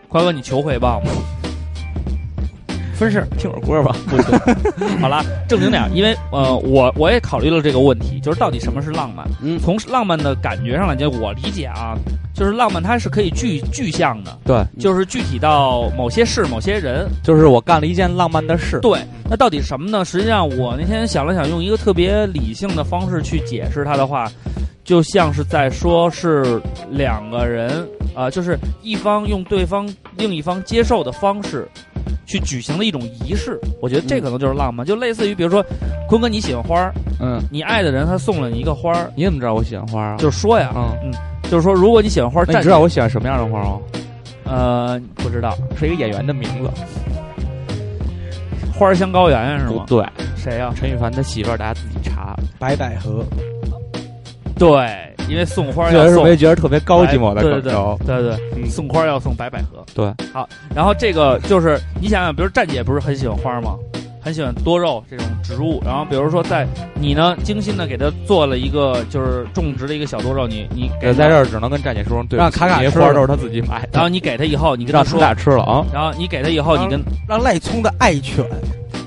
E: 宽哥，你求回报吗？
B: 分是
G: 听会儿歌吧， 不行。
E: 好了，正经点儿，因为呃，我我也考虑了这个问题，就是到底什么是浪漫。
B: 嗯
E: 从浪漫的感觉上来讲，我理解啊，就是浪漫它是可以具具象的，
G: 对，
E: 就是具体到某些事、某些人。
G: 就是我干了一件浪漫的事。
E: 对，那到底什么呢？实际上，我那天想了想，用一个特别理性的方式去解释它的话，就像是在说是两个人啊、呃就是一方用对方另一方接受的方式去举行的一种仪式。我觉得这可能就是浪漫，就类似于比如说，坤哥你喜欢花儿，
G: 嗯，
E: 你爱的人他送了你一个花儿，
G: 你怎么知道我喜欢花啊？
E: 就是说呀，
G: 嗯，
E: 就是说如果你喜欢花儿，
G: 那
E: 站
G: 你知道我喜欢什么样的花吗？
E: 呃不知道
G: 是一个演员的名字。
E: 花儿香高原呀是
G: 不
E: 吗？
G: 对，
E: 谁呀、
G: 陈羽凡他媳妇儿，大家自己查。
B: 白百合，
E: 对，因为送花儿
G: 虽
E: 要
G: 然是
E: 送
G: 没觉得特别高级嘛，我在
E: 对
G: 广
E: 对
G: 州。嗯
E: 对对对，送花要送白百合。
G: 对，
E: 好，然后这个就是你想想，比如站姐不是很喜欢花吗？很喜欢多肉这种植物，然后比如说在你呢精心的给她做了一个就是种植了一个小多肉，你你给
G: 呃
E: 她
G: 在这，儿只能跟站姐说声对不
B: 让
G: 起，
B: 卡卡
G: 这些
B: 吃
G: 花
B: 了
G: 都是他自己买
E: 然后
G: 的，
E: 你给她以后，你跟她
G: 让他
E: 说，
G: 俩吃了啊。
E: 然后你给她以后，你跟
B: 让赖聪的爱犬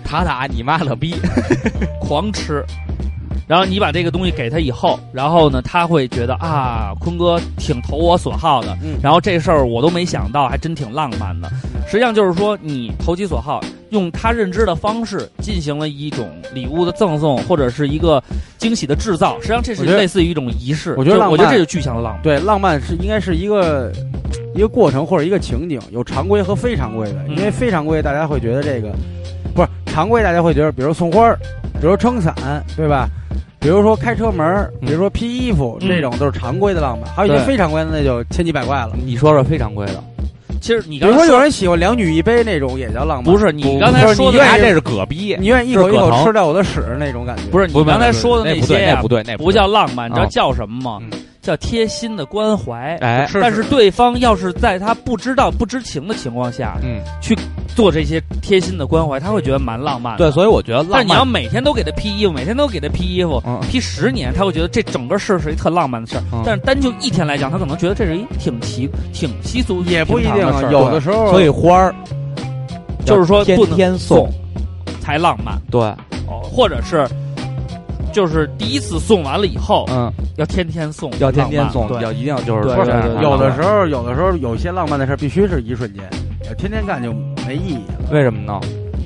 G: 塔塔，你妈了逼！
E: 狂吃，然后你把这个东西给他以后，然后呢，他会觉得啊，坤哥挺投我所好的，
B: 嗯
E: 然后这事儿我都没想到，还真挺浪漫的。实际上就是说，你投其所好，用他认知的方式进行了一种礼物的赠送，或者是一个惊喜的制造。实际上这是
B: 我觉得
E: 类似于一种仪式。
B: 我觉得
E: 就
B: 浪漫
E: 我觉得这是具象的浪漫。
B: 对，浪漫是应该是一个一个过程或者一个情景，有常规和非常规的。因为
E: 嗯
B: 非常规，大家会觉得这个不是常规，大家会觉得，比如送花儿，比如撑伞，对吧？比如说开车门儿，比如说披衣服，
E: 嗯
B: 这种都是常规的浪漫。还有一些
E: 对
B: 非常规的，那就千奇百怪了。
G: 你说说非常贵的，
E: 其实你
B: 比
E: 刚
B: 如
E: 才
B: 说有
E: 说
B: 人喜欢两女一杯那种，也叫浪漫。
E: 不，是你刚
B: 不
E: 才
B: 是
E: 说
B: 你
E: 的
B: 愿
E: 那
B: 意
G: 这是葛逼，
B: 你愿意一口一
G: 这可
B: 口
G: 疼
B: 吃掉我的屎那种感觉。
E: 不是你刚才说的
G: 那不
E: 些
G: 对，
E: 呀
G: 那不对，那
E: 不哦
G: 对
E: 叫浪漫，你知道
G: 啊
E: 叫什么吗？
G: 嗯
E: 叫贴心的关怀。
G: 哎，
E: 但是对方要是在他不知道、不知情的情况下
G: 嗯，
E: 做这些贴心的关怀，他会觉得蛮浪漫的。
G: 对，所以我觉得
E: 但
G: 浪
E: 是你要
G: 漫，
E: 每天都给他披衣服，每天都给他披衣服，
G: 嗯
E: 披十年，他会觉得这整个事儿是一特浪漫的事儿。
G: 嗯
E: 但是单就一天来讲，他可能觉得这是一挺奇、挺稀俗、
B: 也不一
E: 平
B: 定
E: 常的
B: 啊
E: 事，儿
B: 有的时候
G: 所以花儿
E: 就是说
G: 天
E: 不能
G: 天送，
E: 才浪漫，
G: 对，
E: 哦，或者是就是第一次送完了以后，
G: 嗯，
E: 要天天送，
G: 要天天
E: 浪漫
G: 送，
E: 对
G: 要一定要就是
E: 对
G: 说
E: 对
G: 这样
E: 对
B: 有的
G: 浪
B: 时候，有的时候有一些浪漫的事儿必须是一瞬间，天天干就没意义了。
G: 漫为什么呢？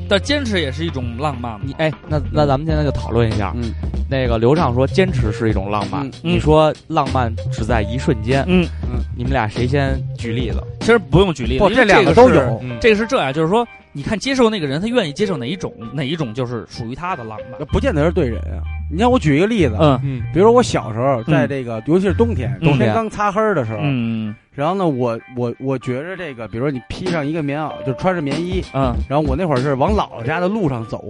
E: 但坚持也是一种浪漫嘛。
G: 你哎，那那咱们现在就讨论一下，
B: 嗯，
G: 那个刘畅说坚持是一种浪漫
B: 嗯，
E: 嗯
G: 你说浪漫只在一瞬间，
E: 嗯
B: 嗯，
G: 你们俩谁先举例子？
E: 其实不用举例子，
B: 不，
E: 因为
B: 两
E: 个
B: 都
E: 是
B: 有，
G: 嗯，
E: 这个是这样，就是说，你看接受那个人，他愿意接受哪一种，哪一种就是属于他的浪漫。
B: 不见得是对人啊。你看，我举一个例子，
E: 嗯
G: 嗯
B: 比如说我小时候在这个，尤其是冬天，
E: 嗯
B: 冬天刚擦黑儿的时候，
E: 嗯
B: 然后呢，我我我觉着这个，比如说你披上一个棉袄，就穿着棉衣，
E: 嗯，
B: 然后我那会儿是往姥姥家的路上走，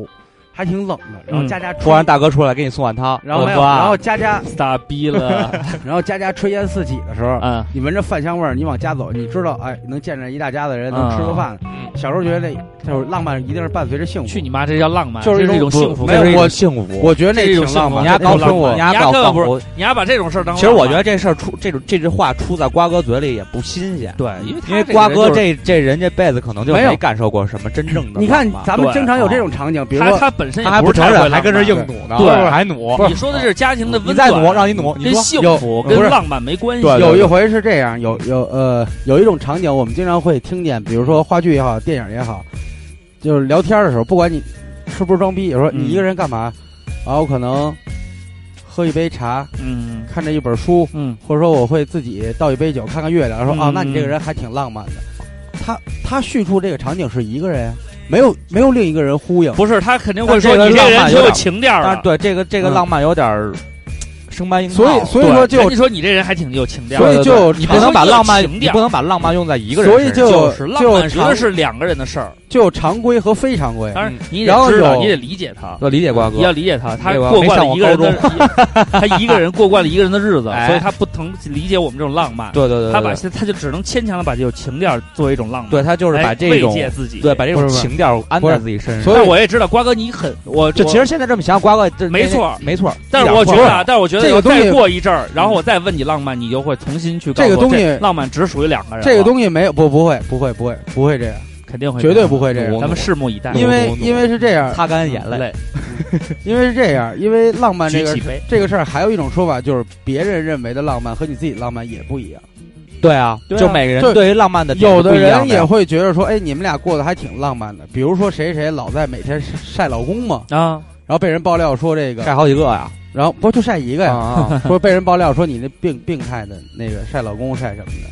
B: 还挺冷的，然后
E: 嗯
B: 家家吹
G: 突然，大哥出来给你送碗汤，
B: 然后
G: 我
B: 没有，
G: 说啊
B: 然后家家，
E: 傻逼了，
B: 然后家家炊烟四起的时候，
E: 嗯，
B: 你闻着饭香味儿，你往家走，你知道，哎，能见着一大家子人，能吃个饭。
G: 嗯
B: 小时候觉得那就是浪漫，一定是伴随着幸福。
E: 去你妈，这叫浪漫，
B: 就是
E: 这是
B: 一
E: 一
B: 种
E: 种幸福
G: 不
E: 感。
B: 没有
G: 这是一种
B: 我
G: 幸福，
B: 我觉得
E: 这
B: 那
E: 是一种
B: 挺浪
E: 幸福
B: 漫，
G: 你丫
B: 这挺
G: 高
B: 浪
G: 生我，
B: 漫
G: 你丫高
E: 你丫
G: 生
E: 根本不
G: 我。
E: 你要把这种事儿当，
G: 其实我觉得，这事儿出这种这句话出在瓜哥嘴里也不新鲜，
E: 对，因为他
G: 因为
E: 这个
G: 瓜
E: 人
G: 哥
E: 就是
G: 这这人这辈子可能就
B: 没有
G: 没感受过什么真正的浪漫。
B: 你看，咱们
E: 对
B: 经常有这种场景，比如
E: 他
B: 说，
E: 他本身
G: 他
E: 也
G: 还
E: 不
G: 承认，
E: 认，
G: 还跟这硬。努呢，
E: 对
G: 还努，
E: 你说的这是家庭的温
G: 你
E: 暖，
G: 再努，让你努，你
E: 跟
G: 说
E: 幸福
B: 有不
E: 跟
B: 是
E: 浪漫没关系。
G: 对
B: 有一回是这样，有有呃，有一种场景我们经常会听见，比如说话剧也好，电影也好，就是聊天的时候，不管你是不是装逼，有时候
E: 嗯
B: 你一个人干嘛，然后可能喝一杯茶，
E: 嗯
B: 看着一本书，
E: 嗯，
B: 或者说我会自己倒一杯酒，看看月亮，说
E: 嗯
B: 啊，那你这个人还挺浪漫的。他他叙述这个场景是一个人啊，没有没有另一个人呼应。
E: 不是，他肯定会说
G: 但这个
E: 你这
G: 浪
E: 人
G: 漫
E: 挺
G: 有
E: 有
G: 点
E: 情调啊
G: 但
E: 的
G: 是。对这个这个
B: 嗯
G: 浪漫有点儿生搬硬套，
B: 所以所以说就
E: 人家说你这人还挺有情调的，
B: 所以
G: 对对
B: 就有
G: 对你
B: 常
G: 不能把浪漫，
E: 有情
G: 你
E: 调
G: 不能把浪漫用在一个人
B: 所以
G: 身上，
B: 就
E: 就是浪漫，觉
B: 就
E: 得
B: 常
E: 是两个人的事儿。
B: 就有常规和非常规。
E: 当然
G: 嗯，
E: 你
B: 然
E: 得
B: 后
E: 知道，
B: 有
E: 你得理解他，
G: 我理解瓜哥
E: 你要理解他，他
G: 没
E: 过惯了一个人
G: 没
E: 的， 他一个人过惯了一个人的日子，
G: 哎
E: 所以他不能理解我们这种浪漫。
G: 对对对，
E: 他把
G: 对
E: 他就只能牵强的把这种情调作为一种浪漫，
G: 对他就是
E: 来
G: 把这种
E: 哎慰藉自己。
G: 对把这
B: 不
G: 种
B: 是不是
G: 情调安
B: 不
G: 在
B: 是
G: 自己身上。
B: 所
E: 但
B: 以
E: 是我也知道瓜哥你很我
G: 就其实现在这么想，瓜哥这
E: 没错
G: 没错，
E: 但是我觉
G: 一点
E: 得，
G: 错
E: 啊，但是我觉得
B: 这个东西
E: 再过一阵儿，然后我再问你浪漫，你就会重新去告诉我
B: 这个东西
E: 浪漫只属于两个人了，
B: 这个东西没有不不会不会不会不会这样，
E: 肯定会，
B: 绝对不会这样。
E: 咱们拭目以待。嗯
B: 因为因为是这样，
G: 擦干眼泪，
E: 累，
B: 因为是这样，因为浪漫这
E: 举
B: 个
E: 起杯，
B: 这个事儿，还有一种说法就是别人认为的浪漫和你自己浪漫也不一样。
G: 对啊，
B: 对啊
G: 就每个
B: 就
G: 人对于浪漫的点
B: 有
G: 是不
B: 的
G: 一样
B: 人
G: 的呀
B: 也会觉得说，哎，你们俩过得还挺浪漫的。比如说谁谁老在每天晒老公嘛，
E: 啊，
B: 然后被人爆料说这个，
G: 晒好几个 呀，
B: 然后不就晒一 个呀？
G: 啊，
B: 说被人爆料说你那病病态的那个晒老公晒什么的，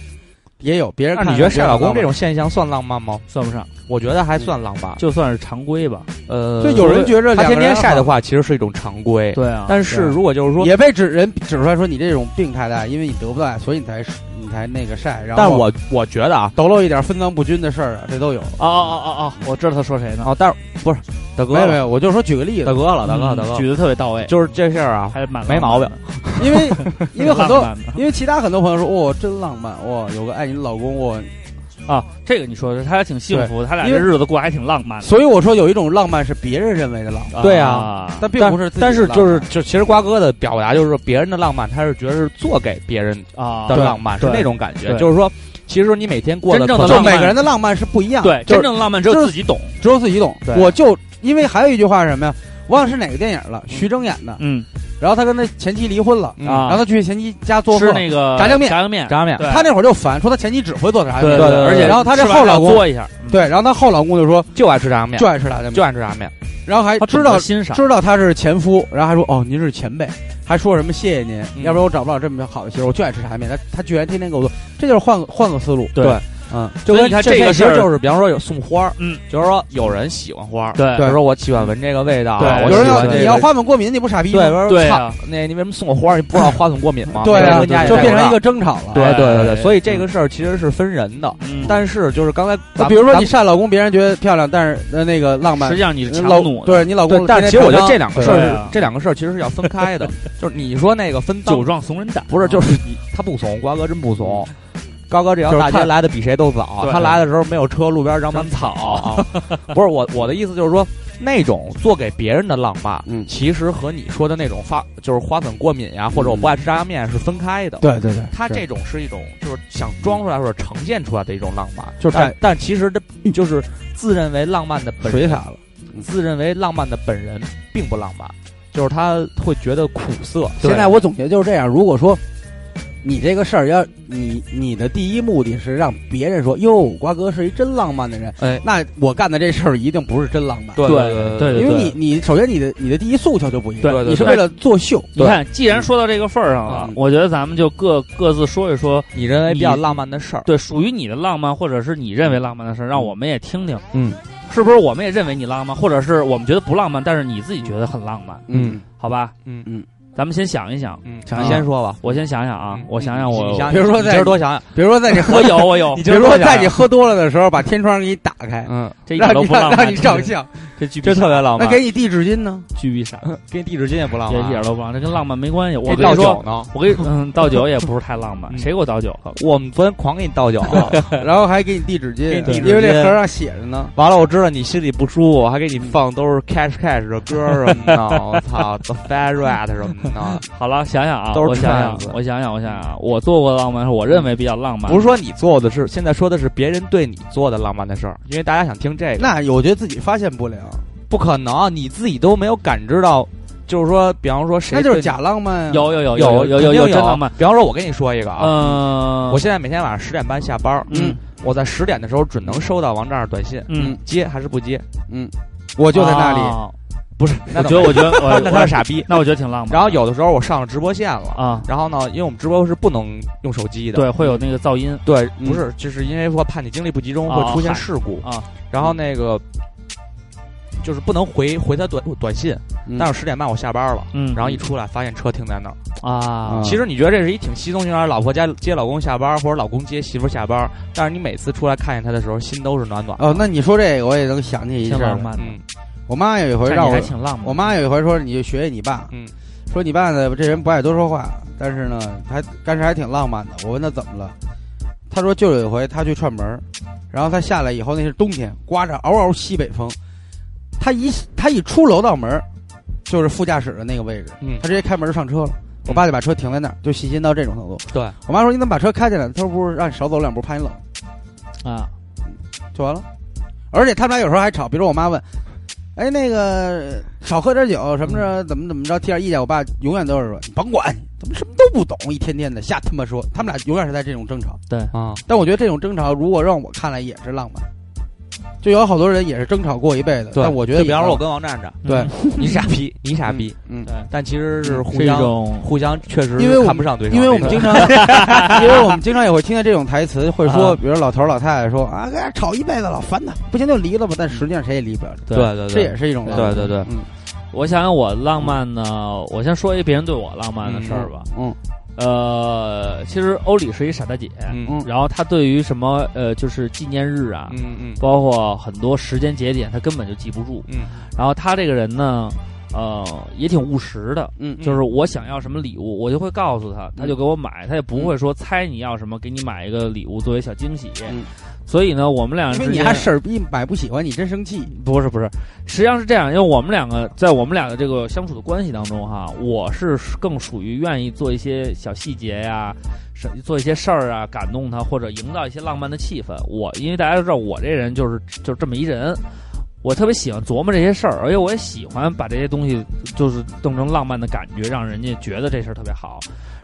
B: 也有别人
G: 那
B: 看
G: 你觉
B: 着
G: 得晒老公这
B: 比较浪
G: 种现象算浪漫吗？
E: 算不上，
G: 我觉得还算浪漫，
E: 就算是常规吧。
G: 呃，
B: 漫，就有人觉着
G: 他
B: 两
G: 天
B: 个人
G: 天晒的
B: 好，
G: 话，其实是一种常规。
E: 对啊，
G: 但是如果就是说，
B: 也被指人指出来说你这种病态的爱，因为你得不到爱，所以你才你才那个晒。然后
G: 但我我觉得啊，
B: 抖露一点分赃不均的事儿啊，这都有。
E: 哦哦哦哦，我知道他说谁呢，
G: 哦，但是不是大哥
B: 没有没
G: 了，
B: 有，我就说举个例
G: 大
B: 子，
G: 哥了，大哥，大
E: 嗯
G: 哥，
E: 举的特别到位，
G: 就是这事儿啊，
E: 还蛮
G: 没毛病，
B: 因为因为很多
E: 浪漫的
B: 因为其他很多朋友说，哇、真浪漫，哇、有个爱你的老公，哦哇、
E: 啊。这个你说的，他俩挺幸福，他俩这
B: 因为
E: 日子过得还挺浪漫的。
B: 所以我说有一种浪漫是别人认为的浪漫，
G: 对
E: 啊
G: 啊，
B: 但并
G: 但
B: 不是自己的
G: 但是
B: 浪漫
G: 就是就其实瓜哥的表达就是别人的浪漫，他是觉得是做给别人
E: 啊，
G: 的浪漫，是
E: 对
G: 那种感觉，
E: 对
G: 就是说，其实你每天过得
E: 真正的
G: 可
E: 浪
B: 就
G: 能
E: 漫
B: 每个人的浪漫是不一样，，
E: 对，
B: 就是
E: 真正的浪漫只有自己懂。
B: 只有自己懂
E: 对。
B: 我就因为还有一句话是什么呀？忘了是哪个电影了，徐峥演的。
E: 嗯
B: 然后他跟他前妻离婚了，
G: 嗯
E: 啊
B: 然后他去前妻家做
E: 吃
B: 客，
E: 那个
B: 炸酱面
E: 炸酱面，
G: 炸面，
E: 对
B: 他那会儿就烦，说他前妻只会做炸酱
E: 对
B: 面，
G: 对对
E: 而且
B: 然后他这
E: 吃完
B: 后
E: 了
B: 老公
E: 嘬一下，嗯
B: 对，然后他后老公就说
G: 就爱吃炸酱面
B: 就，爱吃炸
G: 就
B: 酱面，
G: 爱吃炸酱面，
B: 然后还
E: 他
B: 知
E: 懂
B: 道
E: 得欣赏，
B: 知道他是前夫，然后还说哦您是前辈，还说什么谢谢您，
G: 嗯
B: 要不然我找不到这么好的媳妇儿，我就爱吃炸酱面。他他居然天天给我做，这就是换个换个思路，
E: 对
B: 嗯，
G: 就
E: 所
G: 跟
E: 以你看
G: 这
E: 这个
G: 其实
E: 事儿
G: 就是，比方说有送花儿，
E: 嗯，
G: 就是说有人喜欢花儿，
E: 对
G: 比如说我喜欢闻这个味道，啊
E: 对
G: 我
B: 有人
G: 喜
B: 要
G: 欢这
B: 你
G: 个
B: 要花粉过敏，你不傻逼
G: 对，比
B: 吗？
G: 如说
E: 对
G: 操
E: 啊，
G: 那你为什么送我花儿？你不知道花粉过敏 吗？
B: 对
G: 每
B: 啊，
G: 个人家也
B: 就变
G: 带
B: 成一
G: 不
B: 个争吵了。
G: 到。对对对对，嗯
E: 对
G: 所以这个事儿其实是分人的，
E: 嗯
G: 但是就是刚才咱们，
B: 那比如说
G: 咱
B: 你晒老公，别人觉得漂亮，但是呃那个浪漫呃
E: 实际，上你是强
B: 老
E: 弩的，
B: 对你老
G: 们对，
B: 公，
G: 但是其实我觉得这两个事儿
E: 对啊
G: 是这两个事儿其实是要分开 的，就是你说那个分
E: 酒壮怂人胆，
G: 不是，就是你他不怂，瓜哥真不怂。瓜哥这条大
B: 就是
G: 街
B: 看
G: 来的比谁都早，
E: 对
G: 他来的时候没有车，路边长满草。 不是我我的意思就是说，那种做给别人的浪漫，
B: 嗯
G: 其实和你说的那种发就是花粉过敏呀，或者我不爱吃炸酱面是分开的。，
B: 对对对，
G: 他这种是一种就是想装出来或者呈现出来的一种浪漫，
B: 就是
G: 但但其实这就是自认为浪漫的本
B: 水
G: 人
B: 洒了。
G: 自认为浪漫的本人并不浪漫，嗯就是他会觉得苦涩。
B: 现在我总结就是这样：如果说你这个事儿要你你的第一目的是让别人说哟，瓜哥是一真浪漫的人，
G: 哎，
B: 那我干的这事儿一定不是真浪漫，
G: 对
E: 对
G: 对
E: 对对
B: 因为你你首先你的你的第一诉求就不一
G: 对对
B: 样，
G: 对
B: 你是
G: 对
B: 为了作秀，
E: 你看，既然说到这个份儿上了
B: 嗯，
E: 我觉得咱们就各各自说一说，
G: 你认为比较浪漫的事儿，
E: 对属于你的浪漫，或者是你认为浪漫的事儿，让我们也听听，
G: 嗯，
E: 是不是我们也认为你浪漫，或者是我们觉得不浪漫，但是你自己觉得很浪漫，
G: 嗯，
E: 好吧？
G: 嗯
B: 嗯，
E: 咱们先想一想，
G: 嗯，
E: 想
G: 你
E: 一想
G: 先说吧。
E: 我先想想啊
G: 嗯，
E: 我想想
G: 你
E: 我，
G: 想，
B: 比如说
G: 你
B: 在
G: 今儿多想想，
B: 比如说在 你
E: 我
B: 喝，
E: 有我有
G: 你，
B: 比
G: 今儿
B: 如
G: 多
B: 说
G: 想想
B: 在你喝多了的时候，把天窗给你打开，
G: 嗯，
E: 这一点
B: 让
E: 都
B: 你
E: 不浪
B: 让
E: 漫，
B: 让你照相，
E: 这巨
G: 这特别浪
B: 那
G: 漫。
B: 给你递纸巾呢？
E: 巨逼傻，
G: 给地址金也不浪
E: 也一点都不浪漫，这跟浪漫没关系。我
G: 我
E: 跟你
G: 啊倒
E: 说
G: 酒，呢，
E: 我跟你嗯，倒酒也不是太浪漫，
G: 嗯
E: 谁给我倒酒？
G: 我们昨天狂给你倒酒，
B: 然后还给你递纸
G: 给
B: 巾
G: 你递，纸巾
B: 因为这盒上写着呢。
G: 完了我知道你心里不舒服，我还给你放都是 Cash Cash 的歌什么的，我操，The Fat Rat 什么的。
E: 好了，想想啊，
G: 都是
E: 我想想
G: 串子，
E: 我想想，我想想啊，我做过浪漫的事，我认为比较浪漫，
G: 不是说你做的是，现在说的是别人对你做的浪漫的事儿，因为大家想听这个。
B: 那我觉得自己发现不了，
G: 不可能，你自己都没有感知到，就是说，比方说谁
B: 那就是
G: 对你
B: 假浪漫啊。
E: 有有有
G: 有
E: 有
G: 肯定
E: 有
G: 有
E: 真浪漫。。
G: 比方说，我跟你说一个啊，
E: 嗯，
G: 我现在每天晚上十点半下班，
E: 嗯，
G: 我在十点的时候准能收到王这儿短信，
E: 嗯，
G: 接还是不接？
B: 我就在那里，
E: 啊
G: 不是，
E: 我
G: 那
E: 觉得我 觉得我
G: 那他是傻逼。
E: 那我觉得挺浪漫。
G: 然后有的时候我上了直播线了，
E: 啊，
G: 然后呢，因为我们直播是不能用手机的，
E: 对，会有那个噪音
G: 对，
B: 嗯
G: 不是，就是因为说怕你精力不集中
E: 啊
G: 会出现
E: 嗨
G: 事故
E: 啊，
G: 然后那个就是不能回回他短短信，
B: 嗯
G: 但是十点半我下班了。
E: 嗯，
G: 然后一出来，发现车停在那儿。
E: 啊
B: 嗯
G: 其实你觉得这是一挺稀松平常，老婆家接老公下班，或者老公接媳妇下班，但是你每次出来看见他的时候，心都是暖暖的。
B: 哦，那你说这个我也能想起一事
E: 挺
B: 儿
E: 浪
B: 来。
E: 漫的，
G: 嗯，
B: 我妈有一回
E: 看
B: 让
E: 你还
B: 我，
E: 挺浪漫。
B: 我妈有一回说你就学学你爸，
G: 嗯，
B: 说你爸呢这人不爱多说话，但是呢还但是还挺浪漫的。我问他怎么了，他说就有一回他去串门儿，然后他下来以后那是冬天，刮着嗷嗷西北风，他一他一出楼道门儿，就是副驾驶的那个位置，
G: 嗯
B: 他直接开门就上车了。我爸就把车停在那儿，就细心到这种程度。
G: 对，
B: 我妈说：“你怎么把车开进来？”他说：“不是让你少走两步，怕你冷，
E: 啊，
B: 就完了。”而且他们俩有时候还吵，比如我妈问，哎，那个少喝点酒什么着，怎么怎么着，提点意见。我爸永远都是说，你甭管，怎么什么都不懂，一天天的瞎他妈说。他们俩永远是在这种争吵。
G: 啊，
B: 但我觉得这种争吵，如果让我看来也是浪漫。就有好多人也是争吵过一辈子，
G: 对，
B: 但我觉得
G: 就
B: 也
G: 比方说我跟王站站，嗯
B: 对，
G: 你傻 逼，你傻逼，
B: 嗯嗯
E: 对
G: 但其实是互
E: 是一
G: 相
E: 种
G: 互相确实
B: 因为我们
G: 看不上对方，
B: 因为我们经常， 因为我们经常也会听见这种台词，会说，
G: 啊
B: 比如老头儿老太太说啊，跟人吵一辈子了，烦他，不行就离了吧。但实际上谁也离不了，
G: 对对对，
B: 这也是一种浪漫
G: 对对对，
B: 嗯
E: 我想想我浪漫呢，我先说一别人对我浪漫的事儿吧。
B: 嗯
E: 呃，其实欧里是一傻大姐，
B: 嗯
E: 然后她对于什么呃，就是纪念日啊，
G: 嗯嗯
E: 包括很多时间节点，她根本就记不住。
G: 嗯，
E: 然后她这个人呢，呃，也挺务实的，
B: 嗯，嗯
E: 就是我想要什么礼物，我就会告诉他，他就给我买，他也不会说猜你要什么，给你买一个礼物作为小惊喜。
B: 嗯
E: 所以呢，我们俩
B: 因为
E: 之
B: 你
E: 间
B: 还事儿逼买不喜欢，你真生气。
E: 不是不是，实际上是这样，因为我们两个在我们俩的这个相处的关系当中哈，我是更属于愿意做一些小细节呀、是做一些事儿啊，感动他或者营造一些浪漫的气氛。我因为大家都知道我这人就是就这么一人。我特别喜欢琢磨这些事儿，而且我也喜欢把这些东西就是弄成浪漫的感觉，让人家觉得这事儿特别好。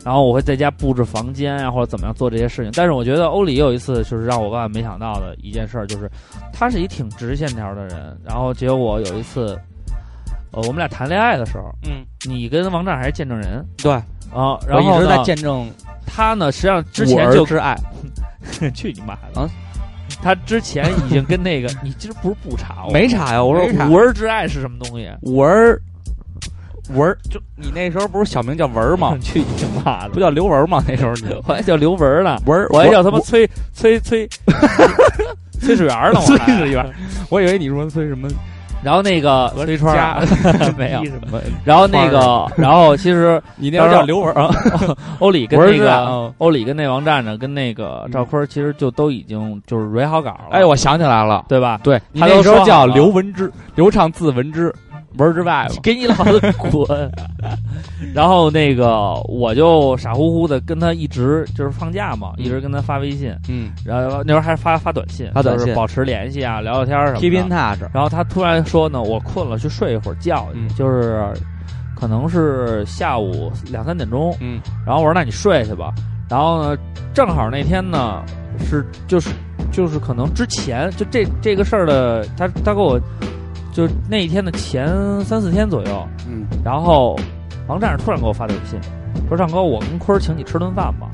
E: 然后我会在家布置房间啊，或者怎么样做这些事情。但是我觉得欧里也有一次就是让我万万没想到的一件事儿，就是他是一挺直线条的人。然后结果有一次，呃，我们俩谈恋爱的时候，
G: 嗯，
E: 你跟王战还是见证人
G: 对，
E: 啊，
G: 我
E: 然
G: 一
E: 后
G: 直
E: 呢
G: 在见证
E: 他呢，实际上之
G: 我
E: 前
G: 儿
E: 就
G: 之爱，
E: 去你妈的
G: 啊！
E: 他之前已经跟那个 你今儿不是不查我
G: 哦没查啊呀，我说
B: 没查
E: 五儿之爱是什么东西？？
G: 文儿文儿，就你那时候不是小名叫文儿 吗
E: 去你妈
G: 不
E: 的！
G: 叫刘文儿吗？那时候你
E: 我还叫刘文儿呢，
G: 文儿，
E: 我还叫他妈
G: 们
E: 崔崔崔 崔水源呢，我
G: 崔
E: 还
G: 水源，我以为你说崔什么
E: 然后那个
G: 崔川儿啊，
E: 没有，
G: 什么，
E: 然后那个，然后其实
G: 你那时候叫刘文儿啊，
E: 欧里跟
G: 文儿
E: 那
G: 之爱
E: 个
G: 啊。嗯
E: 欧里跟那王站着跟那个赵坤儿，其实就都已经就是蕊好稿了，
G: 哎，我想起来了，
E: 对 吧？
G: 对，你
E: 他都
G: 那时候
E: 说好
G: 叫
E: 了
G: 刘文之，刘畅字文之，文儿之外嘛。
E: 给你老子滚！ 然后那个我就傻乎乎的跟他一直就是放假嘛，一直跟他发微信，
G: 嗯，
E: 然后那时候还发发短信，
G: 发短
E: 就是
G: 信
E: 保持联系啊，聊聊天儿什么的。
G: 批评踏实，
E: 然后他突然说呢，我困了，去睡一会儿觉去，
G: 嗯
E: 就是可能是下午两三点钟。
G: 嗯，
E: 然后我说那你睡去吧。然后呢，正好那天呢是就是就是可能之前就这这个事儿的，他他给我就那一天的前三四天左右，
B: 嗯，
E: 然后王站长突然给我发短信，说尚哥，我跟坤儿请你吃顿饭吧。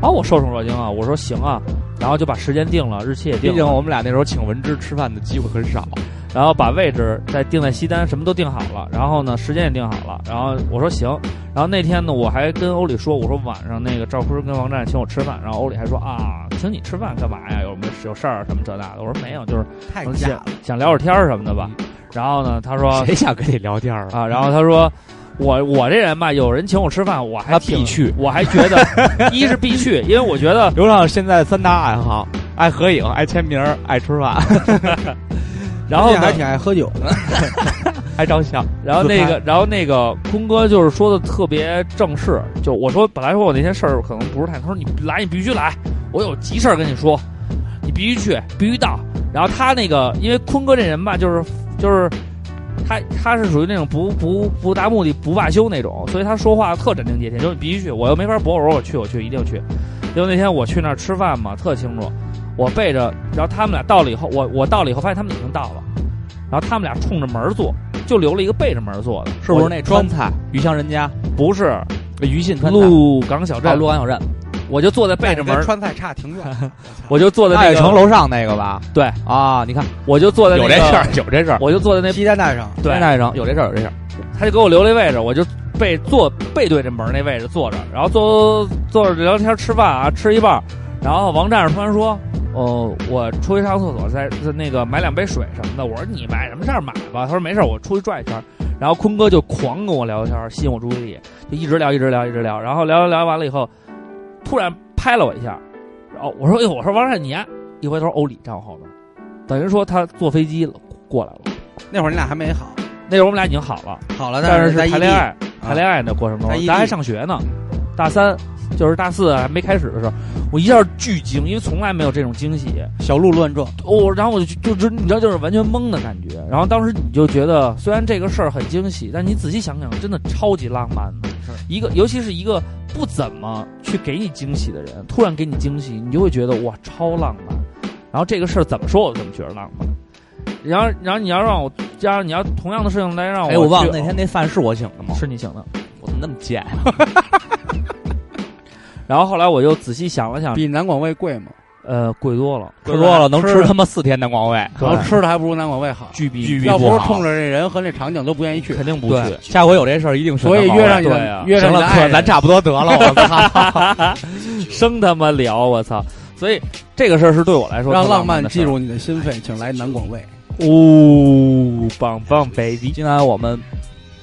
E: 啊，我受宠若惊啊！我说行啊，然后就把时间定了，日期也
G: 毕
E: 定
G: 竟
E: 了，
G: 我们俩那时候请文之吃饭的机会很少。
E: 然后把位置再定在西单，什么都定好了，然后呢时间也定好了，然后我说行，然后那天呢我还跟欧里说，我说晚上那个赵坤跟王战请我吃饭，然后欧里还说啊请你吃饭干嘛呀？有没有有事儿什么这那的？我说没有，就是
B: 太假
E: 想
B: 了。
E: 想聊会儿天儿什么的吧。然后呢他说
G: 谁想跟你聊天啊？
E: 啊，然后他说。我我这人吧，有人请我吃饭，我还
G: 他
E: 挺
G: 必去
E: 我还觉得一是必去，因为我觉得
G: 刘畅现在三大爱好：爱合影、爱签名、爱吃饭、
E: 然后
B: 而且还
E: 呢
B: 挺爱喝酒的，
G: 爱照相。
E: 然后那个，然后那个坤哥就是说的特别正式，就我说本来说我那天事儿可能不是太，他说你来你必须来，我有急事儿跟你说，你必须去，必须到。然后他那个，因为坤哥这人吧，就是就是他他是属于那种不不不达目的不罢休那种，所以他说话特斩钉截铁，就是你必须去，我又没法驳，我说我去我去一定去。结果那天我去那儿吃饭嘛，特清楚，我背着，然后他们俩到了以后，我我到了以后发现他们已经到了，然后他们俩冲着门儿坐，就留了一个背着门儿坐的，
G: 是不是
E: 我
G: 那川菜鱼香人家、
E: 不是
G: 呃鱼信川菜？
E: 鹿港小
G: 啊
E: 站，
G: 鹿港小镇，
E: 我就坐在背着
B: 跟
E: 门儿，
B: 川菜差挺远。
E: 我就坐在
G: 大
E: 那
G: 悦
E: 个
G: 城，楼上那个吧？
E: 对
G: 啊，你看
E: 我就坐在那
G: 有
E: 个
G: 这事儿，，有这事儿。
E: 我就坐在那，
B: 西单大学生，
E: 对，
G: 大悦城有这事儿，有这事儿。
E: 他就给我留了一位置，我就背坐背对着门那位置坐着，然后坐坐着聊天吃饭啊，吃一半儿，然后王站长突然说：“哦，我出去上厕所，再再那个买两杯水什么的。”我说：“你买什么事儿买吧。”他说：“没事儿，我出去转一圈儿。”然后坤哥就狂跟我聊天，吸引我注意力，就一直聊，一直聊，一直聊。然后聊聊聊完了以后，突然拍了我一下，然后我说：“哎呦，我说王站长你、啊。”一回头，欧里站我后边儿，等于说他坐飞机了过来了。
B: 那会儿你俩还没好，
E: 那时候我们俩已 经好了。
B: 好了，
E: 但
B: 是
E: 是
B: 在
G: 啊
E: 谈恋
B: 爱，
E: 爱，谈恋爱的过程中
B: 在异，地
E: 咱还上学呢，大三就是大四还没开始的时候，我一下巨惊，因为从来没有这种惊喜。
B: 小鹿乱撞，
E: 我、然后我就就就你知道，就是完全懵的感觉。然后当时你就觉得，虽然这个事儿很惊喜，但你仔细想想，真的超级浪漫的。一个，尤其是一个不怎么去给你惊喜的人，突然给你惊喜，你就会觉得哇，超浪漫。然后这个事儿怎么说，我都怎么觉得浪漫。然后，然后你要让我，加上你要同样的事情来让我去，
G: 哎，我忘了那天那饭是我请的吗？
E: 是你请的。
G: 我怎么那么贱？啊
E: 然后后来我又仔细想了想，
B: 比南广味贵吗？
E: 呃，贵多了，
G: 吃多了能
B: 吃
G: 吃
B: 的
G: 他妈四天南广味，
B: 可能吃的还不如南广味好。
E: 巨逼
G: 巨逼
B: 要
G: 不
B: 是
G: 好
B: 冲着这人和那场景都不愿意去，
E: 肯定不
G: 对
E: 去。
G: 下回有这事儿一定是
B: 所以
G: 南广味
B: 约上你
E: 对啊
B: 的约
G: 行
B: 上
G: 了
B: 你的，爱
G: 可
B: 人
G: 咱差不多得 了。我操！
E: 生他妈聊，我操！所以这个事儿是对我来说
B: 让
E: 特
B: 浪
E: 漫
B: 漫
E: 的事
B: 进
E: 儿。
B: 入你的心肺，请来南广味。
E: 哦，棒棒 baby，
G: 今晚我们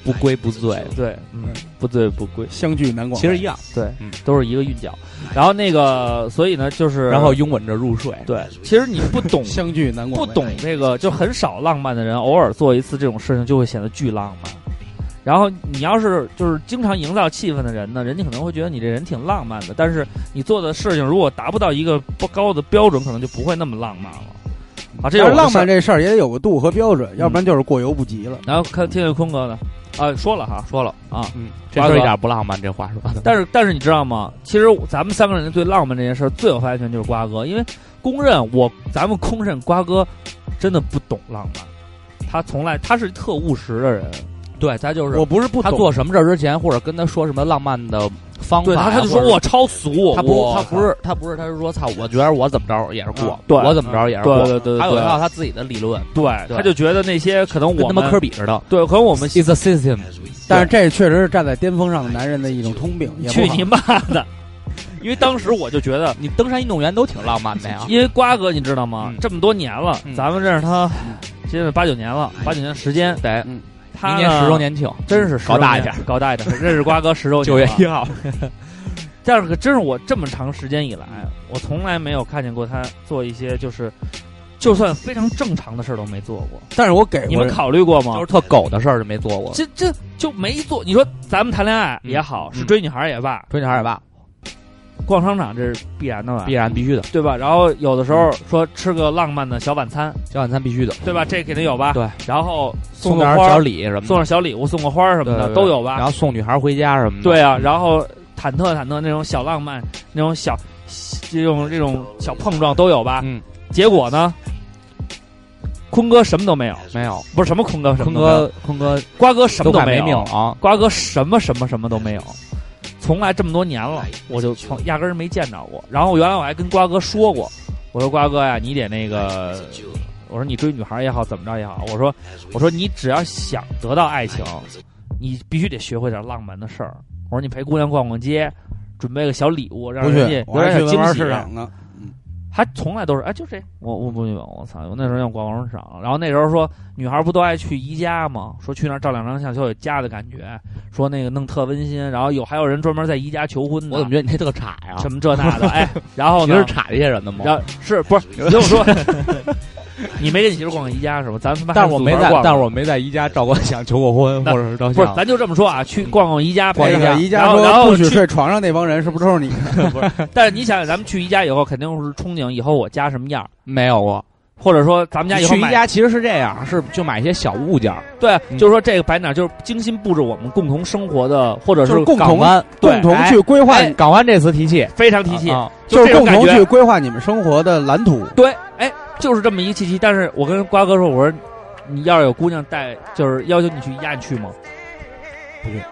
G: 不归不醉，
E: 对，嗯，不醉不归，
B: 相聚南广
G: 其
B: 味，
G: 实一样。
E: 对，都是一个韵脚。然后那个，所以呢，就是
G: 然后拥吻着入睡。
E: 对，其实你不懂
B: 相聚南广
E: 不
B: 味
E: 懂这个，就很少浪漫的人，偶尔做一次这种事情，就会显得巨浪漫。然后你要是就是经常营造气氛的人呢，人家可能会觉得你这人挺浪漫的，但是你做的事情如果达不到一个不高的标准，可能就不会那么浪漫了。啊，这是
B: 但是
E: 我的
B: 浪
E: 事儿嗯
B: 漫这事儿也得有个度和标准，要不然就是过犹不及了。
E: 然后看听听坤哥的，啊，说了哈，说了啊，
B: 嗯，
G: 这事儿一点不浪漫，这话说的。
E: 但是但是你知道吗？其实咱们三个人对浪漫这件事儿最有发言权就是瓜哥，因为公认我咱们公认瓜哥真的不懂浪漫，他从来他是特务实的人，
G: 对他就是
B: 我不是不
G: 他
B: 懂，
G: 做什么事儿之前，或者跟他说什么浪漫的方法
E: 对
G: 呀，
E: 他他就
G: 或
E: 说
G: 者
E: 我超俗，
G: 他不
E: 我
G: 他不是他不是，他是说操，我觉得我怎么着也是过
E: 嗯，对
G: 我怎么着也是
E: 对
G: 过。
E: 对对对
G: 他有一套
E: 对
G: 他自己的理论，
E: 对，他就觉得那些可能
G: 跟
E: 我
G: 他妈科
E: 们
G: 比似的。
E: 对，可能我们
G: It's a system，
B: 但是这确实是站在巅峰上的男人的一种通病。也不
E: 去
B: 好
E: 你妈的，因为当时我就觉得。
G: 你登山运动员都挺浪漫的 呀。
E: 因为瓜哥你知道吗？
G: 啊嗯
E: 这么多年了，
G: 嗯
E: 咱们认识他，现在八九年了，八九年时间，
G: 对，
E: 他
G: 明
E: 呢
G: 年十周，年庆，
E: 真是十周
G: 搞大一
E: 年
G: 点，
E: 搞大一点。认识瓜哥十周年
G: 九月
E: 了，
G: 一号。
E: 啊 但是可真是我这么长时间以来，我从来没有看见过他做一些就是，就算非常正常的事儿都没做过。
B: 但是我给
E: 你
B: 过
E: 们考虑过吗
G: 就是？特狗的事哎儿就没做过。
E: 这这就没做。你说咱们谈恋爱也好，
G: 嗯
E: 是追女孩也罢，
G: 追女孩也罢，
E: 逛商场这是必然的吧
G: 必？然必须的，
E: 对吧？然后有的时候说吃个浪漫的小晚餐，
G: 小晚餐必须的，
E: 对吧？这肯定有吧？
G: 对。
E: 然后
G: 送
E: 个
G: 点儿
E: 花
G: 小
E: 儿，
G: 礼什么的，
E: 送点小礼物，送个花儿什么
G: 对
E: 的
G: 对对
E: 都有吧？
G: 然后送女孩回家什么的。
E: 对啊，然后忐忑忐忑那种小浪漫，那种小这种这种小碰撞都有吧？
G: 嗯，
E: 结果呢，坤哥什么都没有，
G: 没有，
E: 不是什么坤哥什么
G: 坤
E: 都没有，
G: 哥坤哥
E: 瓜哥什么
G: 都
E: 都
G: 快
E: 没
G: 没命
E: 有
G: 了，啊！
E: 瓜哥什么什么什么都没有。从来这么多年了，我就从压根儿没见着过。然后原来我还跟瓜哥说过，我说瓜哥呀，你得那个，我说你追女孩也好，怎么着也好，我说我说你只要想得到爱情，你必须得学会点浪漫的事儿。我说你陪姑娘逛逛街，准备个小礼物，让
B: 不
E: 人家
B: 去，
E: 有
B: 我还
E: 点
B: 去文
E: 小惊喜啊哎
B: 玩市。场呢。
E: 他从来都是哎，就这，我我不明白，我操！我那时候要逛逛市场，然后那时候说女孩不都爱去宜家吗？说去那儿照两张相就有家的感觉，说那个弄特温馨，然后有还有人专门在宜家求婚的，
G: 我怎么觉得你这特差呀？
E: 什么这那 的，哎，然后
G: 你
E: 呢
G: 是，差这些人的吗？
E: 然后是 不是？你听我说，你没跟你媳妇逛宜家是吧？咱他妈还
G: 但是我
E: 组
G: 没
E: 团
G: 在，
E: 逛
G: 但是我没在宜家照过相、求过婚，
E: 那
G: 或者是照
E: 不是，
G: 相。
E: 咱就这么说啊，去逛逛宜家，
B: 那
E: 陪
B: 个
E: 宜
B: 宜家
E: 然
B: 说
E: 后
B: 不
E: 去
B: 许睡床上那帮人，是不是都是你？
E: 但是你想想，咱们去宜家以后，肯定是憧憬以后我家什么样儿，
G: 没有过。
E: 或者说咱们家以后
G: 去宜
E: 买
G: 家其实是这样，是就买一些小物件儿，
E: 对，
G: 嗯
E: 就是说这个摆哪儿就是精心布置我们共同生活的，或者
B: 就是共
G: 港
B: 同
G: 湾
E: 对
B: 共同去规划，
G: 哎，港湾这词提气，
E: 非常提气，
G: 啊
B: 就
E: 这
B: 是
E: 种
B: 共
E: 感
B: 同
E: 觉
B: 去规划你们生活的蓝图。
E: 对，哎，就是这么一个契机。但是我跟瓜哥说，我说你要是有姑娘带，就是要求你去压，你去吗？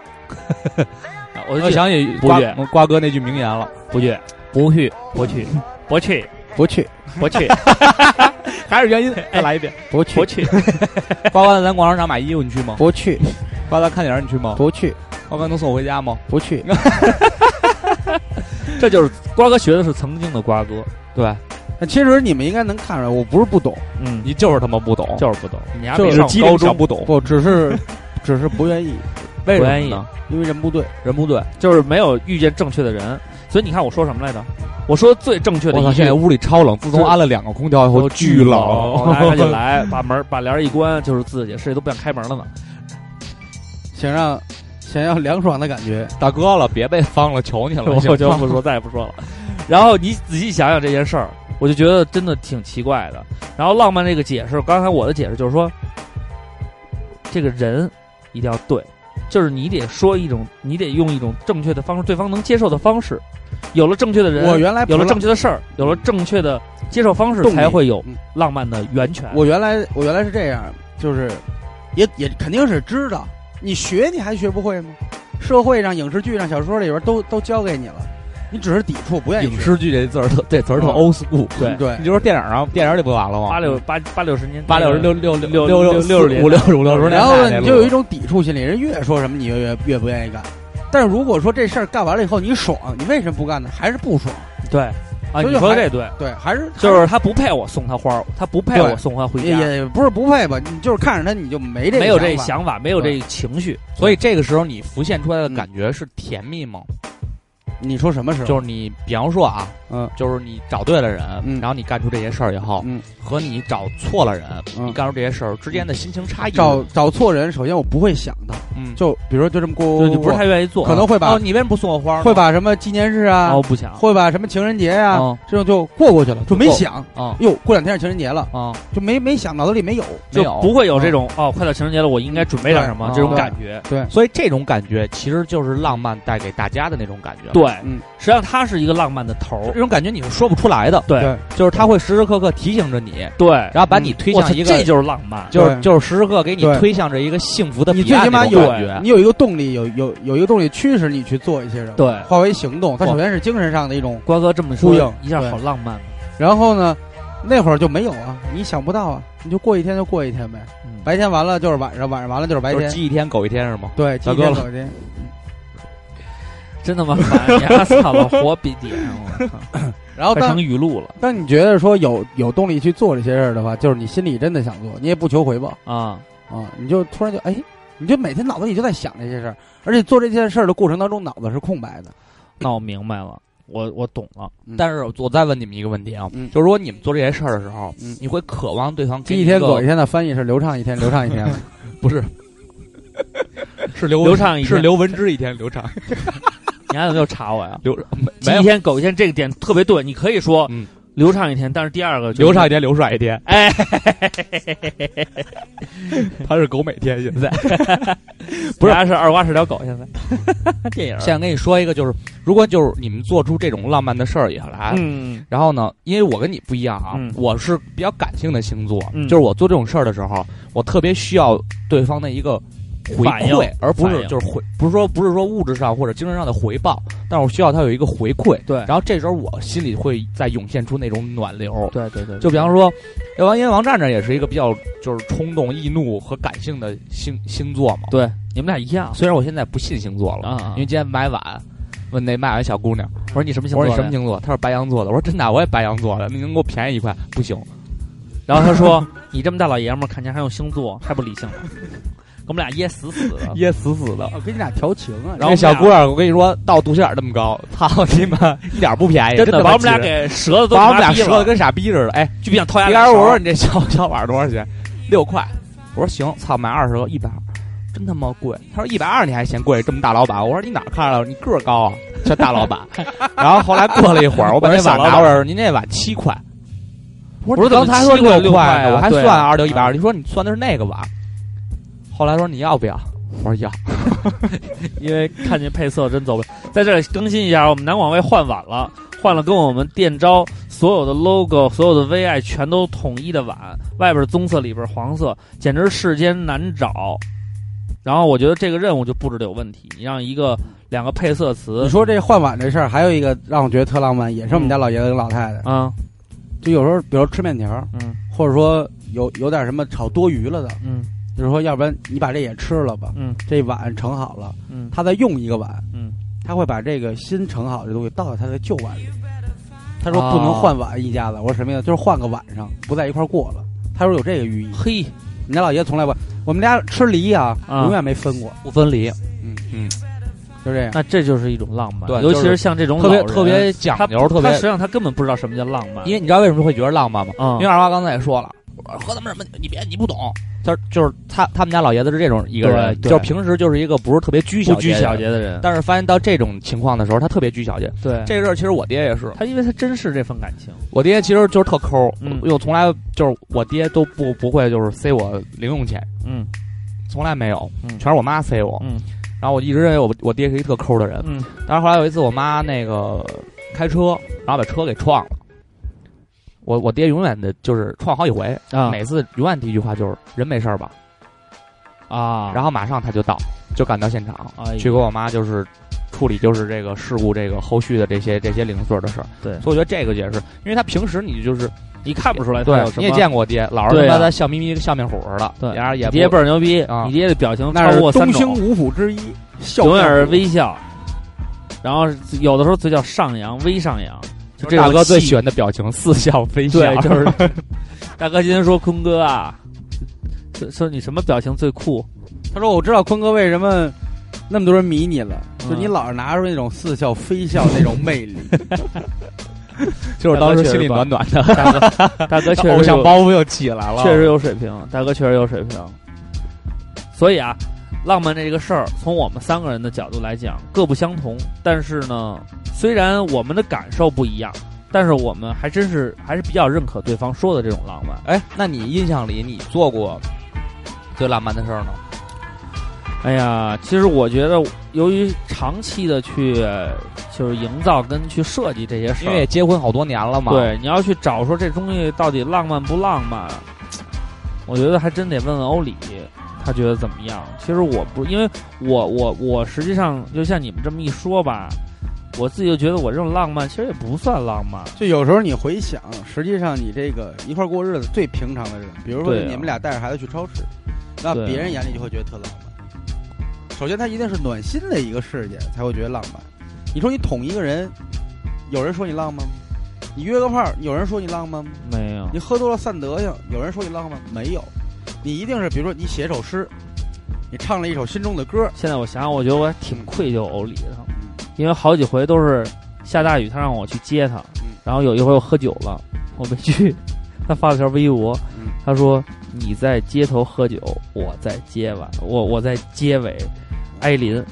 G: 啊我就想起
E: 不
G: 瓜
E: 去
G: 瓜哥那句名言了，
E: 不去，
G: 不去，
E: 不去，不去，
B: 不去，
E: 不去，
G: 还是原因，
E: 哎
G: 再来一遍。
B: 不
E: 不
B: 去，
E: 去。
G: 瓜哥在咱广场买衣服，你去吗？
B: 不去，
G: 瓜哥看电影，你去吗？
B: 不去，
G: 瓜哥能送我回家吗？
B: 不去。
E: 这就是瓜哥学的是曾经的瓜哥，
G: 对
B: 其实你们应该能看出来，我不是不懂，
E: 嗯，
G: 你就是他妈不懂，
E: 就是不懂，你还
B: 就
E: 没
B: 是
E: 上
G: 机
E: 高
G: 灵
E: 中
G: 不懂，
B: 不 只是，只是不愿意，
G: 为
E: 不
G: 什么
E: 愿意
G: 呢？
B: 因为人不对。
G: 人不对。
E: 就是没有遇见正确的人。所以你看我说什么来着？我说最正确的
G: 我操，
E: 一句
G: 现
E: 哦
G: 在屋里超冷，自从安了两个空调以后，巨 冷。
E: 来赶紧来， 把门把帘儿一关，就是自己谁都不想开门了呢。
B: 想让想要凉爽的感觉。
G: 大哥了，别被方了，求你了，
E: 我就
G: 行吗
E: 不说，再也不说了。然后你仔细想想这件事儿，我就觉得真的挺奇怪的。然后浪漫这个解释，刚才我的解释就是说，这个人一定要对，就是你得说一种，你得用一种正确的方式，对方能接受的方式。有了正确的人，
B: 我原来不
E: 有了
B: 浪
E: 正确的事儿，有了正确的接受方式，
B: 动力
E: 才会有
B: 嗯
E: 浪漫的源泉。
B: 我原来我原来是这样，就是也也肯定是知道，你学你还学不会吗？社会上、影视剧上、小说里边都都教给你了，你只是抵触，不愿意
G: 影
B: 学
G: 视剧这字儿特这词儿特 old school，
E: 对
B: 对
G: 你就说电影上电影里不完了吗？
E: 八六八八六十年，
G: 八六六六
E: 六
G: 六
E: 六
G: 六
E: 六
G: 五六五六十年代
B: 然后
G: 那
B: 呢，你就有
G: 路
B: 一种抵触心理，人越说什么你越越越不愿意干。但是如果说这事儿干完了以后你爽，你为什么不干呢？还是不爽？
E: 对啊，
B: 所以
E: 你
B: 就
E: 说
B: 还
E: 这对，
B: 对，还是
E: 就是他不配我送他花儿，他不配
B: 对
E: 我送他回
B: 也
E: 家。
B: 也不是不配吧，你就是看着他你就没这个
E: 没有这
B: 法
E: 想法，没有这情绪，
G: 所以这个时候你浮现出来的感觉是甜蜜吗？
B: 你说什么时候？
G: 就是你，比方说啊，
B: 嗯，
G: 就是你找对了人，
B: 嗯
G: 然后你干出这些事儿以后，
B: 嗯，
G: 和你找错了人，
B: 嗯
G: 你干出这些事儿之间的心情差异，
B: 找找错人，首先我不会想他，
G: 嗯，
B: 就比如说就这么过，
E: 就你不是太愿意做，啊
B: 可能会把、
G: 哦，你为什么不送我花呢？
B: 会把什么纪念日啊，
E: 哦不想，
B: 会把什么情人节呀、啊
G: 嗯
B: 这种就过过去了，就没想。
G: 啊
B: 哟，过两天是情人节了，
G: 啊，
B: 就没没想，脑子里没有。
G: 没
E: 就
G: 有
E: 不会有这种哦，快到情人节了，我应该准备点什么
G: 对
E: 这种
G: 对
E: 感觉。
G: 所以这种感觉其实就是浪漫带给大家的那种感觉。
E: 对，，
B: 嗯
E: 实际上它是一个浪漫的头儿
G: 这，种感觉你是说不出来的，
E: 对
B: 对
G: 就是他会时时刻刻提醒着你，
E: 对，
G: 然后把你推
E: 我操
G: 向一个
E: 这，就是浪漫，
G: 就是
B: 对
G: 就是时时刻刻给你
B: 对
G: 推向着一个幸福的
B: 你
G: 彼
B: 最
G: 岸
B: 起码
G: 那
B: 有
G: 种感觉。
B: 你有一个动力，有有有一个动力驱使你去做一些什么，
E: 对
B: 化为行动。它首先是精神上的一种，
E: 瓜哥这么
B: 呼
E: 说
B: 应
E: 一下
B: 对
E: 好浪漫，
B: 然后呢，那会儿就没有啊，你想不到啊，你就过一天就过一天呗，
E: 嗯
B: 白天完了就是晚上，晚上完了就是白
G: 就是
B: 天，
G: 鸡一天狗一天是吗？
B: 对，
G: 大
B: 几
G: 哥
B: 天
G: 了
B: 走天。
E: 真他妈烦，你丫操了活逼点，我操，
B: 然后
E: 快
B: 当
E: 成语录了
B: 当你觉得说有有动力去做这些事儿的话，就是你心里真的想做，你也不求回报
E: 啊！
B: 啊，你就突然就哎，你就每天脑子里就在想这些事儿，而且做这件事儿的过程当中，脑子是空白的。
E: 那我明白了，我我懂了，
G: 但是我再问你们一个问题啊，
B: 嗯
G: 就是如果你们做这些事儿的时候，
B: 嗯
G: 你会渴望对方给
B: 鸡
G: 你
B: 一天
G: 个
B: 狗一天的翻译是流畅一天，流畅一天嘛。
G: 不是， 是刘
E: 流畅一
G: 是
E: 天
G: 刘文芝一天流畅，
E: 你还有没有查我呀？
G: 刘没
E: 一
G: 有
E: 天狗一天这个点特别对，你可以说
G: 嗯
E: 流畅一天，但是第二个就是
G: 流畅一天，刘帅一天，
E: 哎，
G: 他是狗每天现在。
E: 不是，还是二瓜是条狗，现在 电影儿
G: 现在跟你说一个，就是如果就是你们做出这种浪漫的事儿以后来，
E: 嗯
G: 然后呢，因为我跟你不一样啊，
E: 嗯
G: 我是比较感性的星座，
E: 嗯
G: 就是我做这种事儿的时候，我特别需要对方的一个回
E: 反应
G: 馈，而不
E: 反
G: 是
E: 应
G: 就是回，不是说不是说物质上或者精神上的回报，但是我需要他有一个回馈。
E: 对
G: 然后这时候我心里会再涌现出那种暖流。
E: 对对对，
G: 就比方说，哎王因为王站站也是一个比较就是冲动、易怒和感性的星星座嘛。
E: 对，你们俩一样，
G: 虽然我现在不信星座了，
E: 啊啊
G: 因为今天买碗，问那卖碗小姑娘，
E: 我说你什么星
G: 我
E: 座
G: 说
E: 的
G: 你
E: 呀？
G: 什么星座？她说白羊座的。我说真的，我也白羊座的，你能给我便宜一块？不行，
E: 然后他说：“你这么大老爷们儿，看见还用星座，太不理 性了。”我们俩 噎死死的。
G: 噎死死的。
B: 我跟你俩调情啊，
G: 然后小姑娘，我跟你说，到肚脐眼儿那么高，操你妈，一点儿不便宜，
E: 真
G: 真
E: 的把
G: 把
E: 我们俩给折的都
G: 把我们
E: 麻
G: 俩
E: 痹
G: 折的
E: 了
G: 跟傻逼似的。哎，
E: 就不想 掏牙
G: 别
E: 根
G: 人
E: 勺。
G: 我说你这小小碗多少钱？六块。我说行，操，买二十个，一百二，真他妈贵。他说一百二你还嫌贵，这么大老板。我说你哪儿看了？你个儿高啊，这大老板。 然后后来过了一会儿，我把那碗拿过来说，您这碗七块。我
E: 不
G: 说
E: 是
G: 你刚才说
E: 怎么七块
G: 六
E: 六块啊
G: 呢，我还
E: 对啊
G: 算二六一百二。你说你算的是那个碗。后来说你要不要？我说要。
E: 因为看见配色真走不了。在这里更新一下，我们南广卫换碗了，换了跟我们店招所有的 logo、所有的 VI 全都统一的碗，外边棕色，里边黄色，简直世间难找。然后我觉得这个任务就布置的有问题，你让一个两个配色
B: 你
E: 词
B: 说这换碗这事儿，还有一个让我觉得特浪漫，也是我们家老爷子跟老太太，
E: 啊，
B: 就有时候比如吃面条，
E: 嗯
B: 或者说有有点什么炒多余了的，
E: 嗯
B: 就是说要不然你把这也吃了吧，
E: 嗯
B: 这碗盛好了，
E: 嗯
B: 他再用一个碗，
E: 嗯，
B: 他会把这个新盛好的东西倒到他的旧碗里。他说
E: 啊
B: 不能换碗一家子，我说什么呀？就是换个晚上，不在一块儿过了。他说有这个寓意。
E: 嘿，
B: 我们家老爷子从来不，我们家吃梨啊，
E: 啊
B: 永远没分过，嗯
G: 不分离，
B: 就这样。
E: 那这就是一种浪漫，
G: 对
E: 尤其
G: 就是是
E: 像这种
G: 特别
E: 老人
G: 特别讲
E: 他
G: 究，特别
E: 他实际上他根本不知道什么叫浪漫，
G: 因为你知道为什么会觉得浪漫吗？
E: 嗯
G: 因为二娃刚才也说了，我说喝他妈什么？你别你不懂，他就是他他们家老爷子是这种一个人，
E: 对对
G: 就是平时就是一个不是特别拘
E: 不
G: 小
E: 拘
G: 节的
E: 小
G: 人
E: 节的嗯人，
G: 但是发现到这种情况的时候，他特别拘小节。
E: 对
G: 这阵儿其实我爹也是，
E: 他因为他珍视这份感情，
G: 我爹其实就是特抠，
E: 嗯
G: 又从来就是我爹都不不会就是塞我零用钱，
E: 嗯
G: 从来没有，
E: 嗯
G: 全是我妈塞我。
E: 嗯
G: 然后我一直认为我我爹是一特抠的人，
E: 嗯，
G: 但是后来有一次我妈那个开车，然后把车给撞了。我我爹永远的就是撞好几回，
E: 啊
G: 每次永远第一句话就是人没事儿吧，
E: 啊，
G: 然后马上他就到，就赶到现场，
E: 哎呦
G: 去给我妈就是处理就是这个事故这个后续的这些这些零碎的事儿。
E: 对
G: 所以我觉得这个也是，因为他平时你就是
E: 你看不出来哎他
G: 对
E: 有什么，
G: 你也见过我爹，老是
E: 对
G: 他
E: 啊
G: 妈的笑眯眯跟笑面虎似的，
E: 对
G: 然后也
E: 你
G: 不
E: 爹倍儿牛逼
G: 啊，
E: 你爹的表情
H: 那
E: 超
H: 是
E: 过三
H: 东兴
E: 种，
H: 五虎之一，笑
E: 永远
H: 面
E: 是
H: 虎
E: 微笑，然后有的时候嘴角上扬，微上扬，就
G: 就是
E: 这
G: 大
E: 种
G: 哥最
E: 气
G: 喜欢的表情，似笑非笑，
E: 对， 就是大哥今天说坤哥啊，说说你什么表情最酷？
B: 他说：“我知道坤哥为什么那么多人迷你了，
E: 嗯
B: 就你老是拿出那种似笑非笑那种魅力。
G: 就是当时心里暖暖的，
E: 大哥确实
G: 偶像
E: 有
G: 包袱又起来了，
E: 确实有水平，大哥确实有水平。所以啊，浪漫这个事儿，从我们三个人的角度来讲，各不相同。但是呢，虽然我们的感受不一样，但是我们还真是还是比较认可对方说的这种浪漫。
G: 哎，那你印象里你做过最浪漫的事儿呢？
E: 哎呀，其实我觉得，由于长期的去呃就是营造跟去设计这些事
G: 因
E: 儿，
G: 为也结婚好多年了嘛，，
E: 对，你要去找说这东西到底浪漫不浪漫，我觉得还真得问问欧里，他觉得怎么样。其实我不，因为我我我实际上就像你们这么一说吧，我自己就觉得我这种浪漫其实也不算浪漫。
B: 就有时候你回想，实际上你这个一块儿过日子最平常的人，比如说
E: 对啊
B: 你们俩带着孩子去超市，那
E: 对啊
B: 别人眼里就会觉得特浪漫。首先，他一定是暖心的一个事件才会觉得浪漫。你说你捅一个人，有人说你浪漫吗？你约个炮儿，有人说你浪漫吗？
E: 没有
B: 你喝多了散德性，有人说你浪漫吗没有？你一定是比如说你写首诗，你唱了一首心中的歌，
E: 现在我想想，我觉得我还挺
B: 嗯
E: 愧疚欧里的，因为好几回都是下大雨，他让我去接他，
B: 嗯
E: 然后有一回我喝酒了，我没去，他发了条微博
B: 嗯，
E: 他说你在街头喝酒，我在街尾，我我在街尾
B: 嗯
E: 挨淋，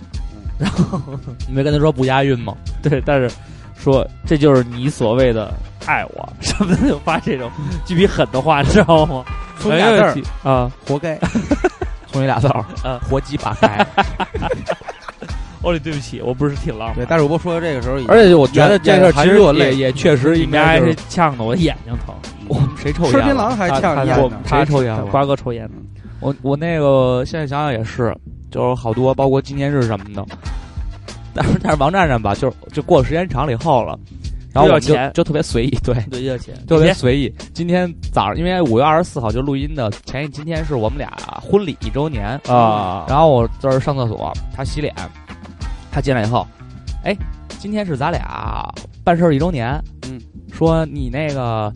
G: 你没跟他说不押韵吗？
E: 对，但是说这就是你所谓的爱我什么的，就发这种巨逼狠的话，你知道 吗？
B: 从嗯俩字儿
E: 没问题啊，
B: 活该。
G: 从你俩字儿，
E: 嗯
G: 活鸡巴 开。
E: 欧里，对不起，我不是挺浪漫，
B: 对，大主播说到这个时候已经，
G: 而且我觉
B: 觉
G: 得
B: 得
G: 这
B: 这
G: 事
B: 事
G: 儿
B: 儿
G: 其实
B: 其实
G: 也也确实
E: 你
G: 应
E: 们
G: 该
E: 还
G: 是
E: 是，呛的我眼睛疼，
G: 我们谁抽
B: 吃
G: 烟
B: 槟
G: 了？
B: 榔还
E: 他他
B: 呛烟
E: 我
B: 呢。
G: 谁抽烟了？
E: 哎瓜哥抽烟呢，
G: 我我那个现在想想也是，就是好多包括纪念日什么的， 但是但是王站站吧，就是就过时间长了以后了，然后我们
E: 都
G: 就
E: 要钱
G: 就特别随意， 对，
E: 对，要钱，
G: 特别
E: 别
G: 随意。今天早上，因为五月二十四号就录音的前一，今天是我们俩婚礼一周年
E: 啊
G: 然后我这儿上厕所，他洗脸，他进来以后，哎，今天是咱俩办事儿一周年，
B: 嗯，
G: 说你那个。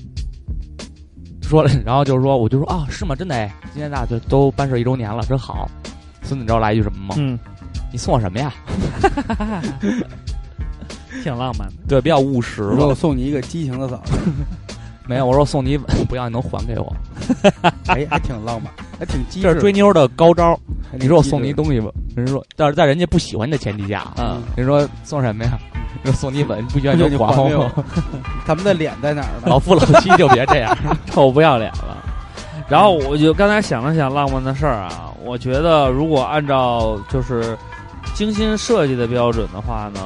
G: 说了，然后就是说，我就说啊，是吗？真的哎，今天大家就都办事儿一周年了，真好。孙子，你知道来一句什么吗？
E: 嗯，
G: 你送我什么呀？
E: 挺浪漫的。
G: 对，比较务实
B: 我说
G: 吧
B: 我。送你一个激情的嫂子，
G: 没有，我说送你一碗， 不要你能还给我。
B: 哎，还挺浪漫，还挺机
G: 这
B: 智。
G: 是追妞的高招。
B: 还挺机智的，
G: 你说我送你一东西吧，人说，但是在人家不喜欢你的前提下，
E: 嗯，
G: 人说送什么呀？ 人说送你吻，不喜
B: 那
G: 欢
B: 就
G: 就
B: 你还
G: 还
B: 给
G: 我。
B: 我。咱们的脸在哪儿 呢？
G: 老夫老妻就别这样。
E: 臭不要脸了。然后我就刚才想了想浪漫的事儿啊，我觉得如果按照就是精心设计的标准的话呢，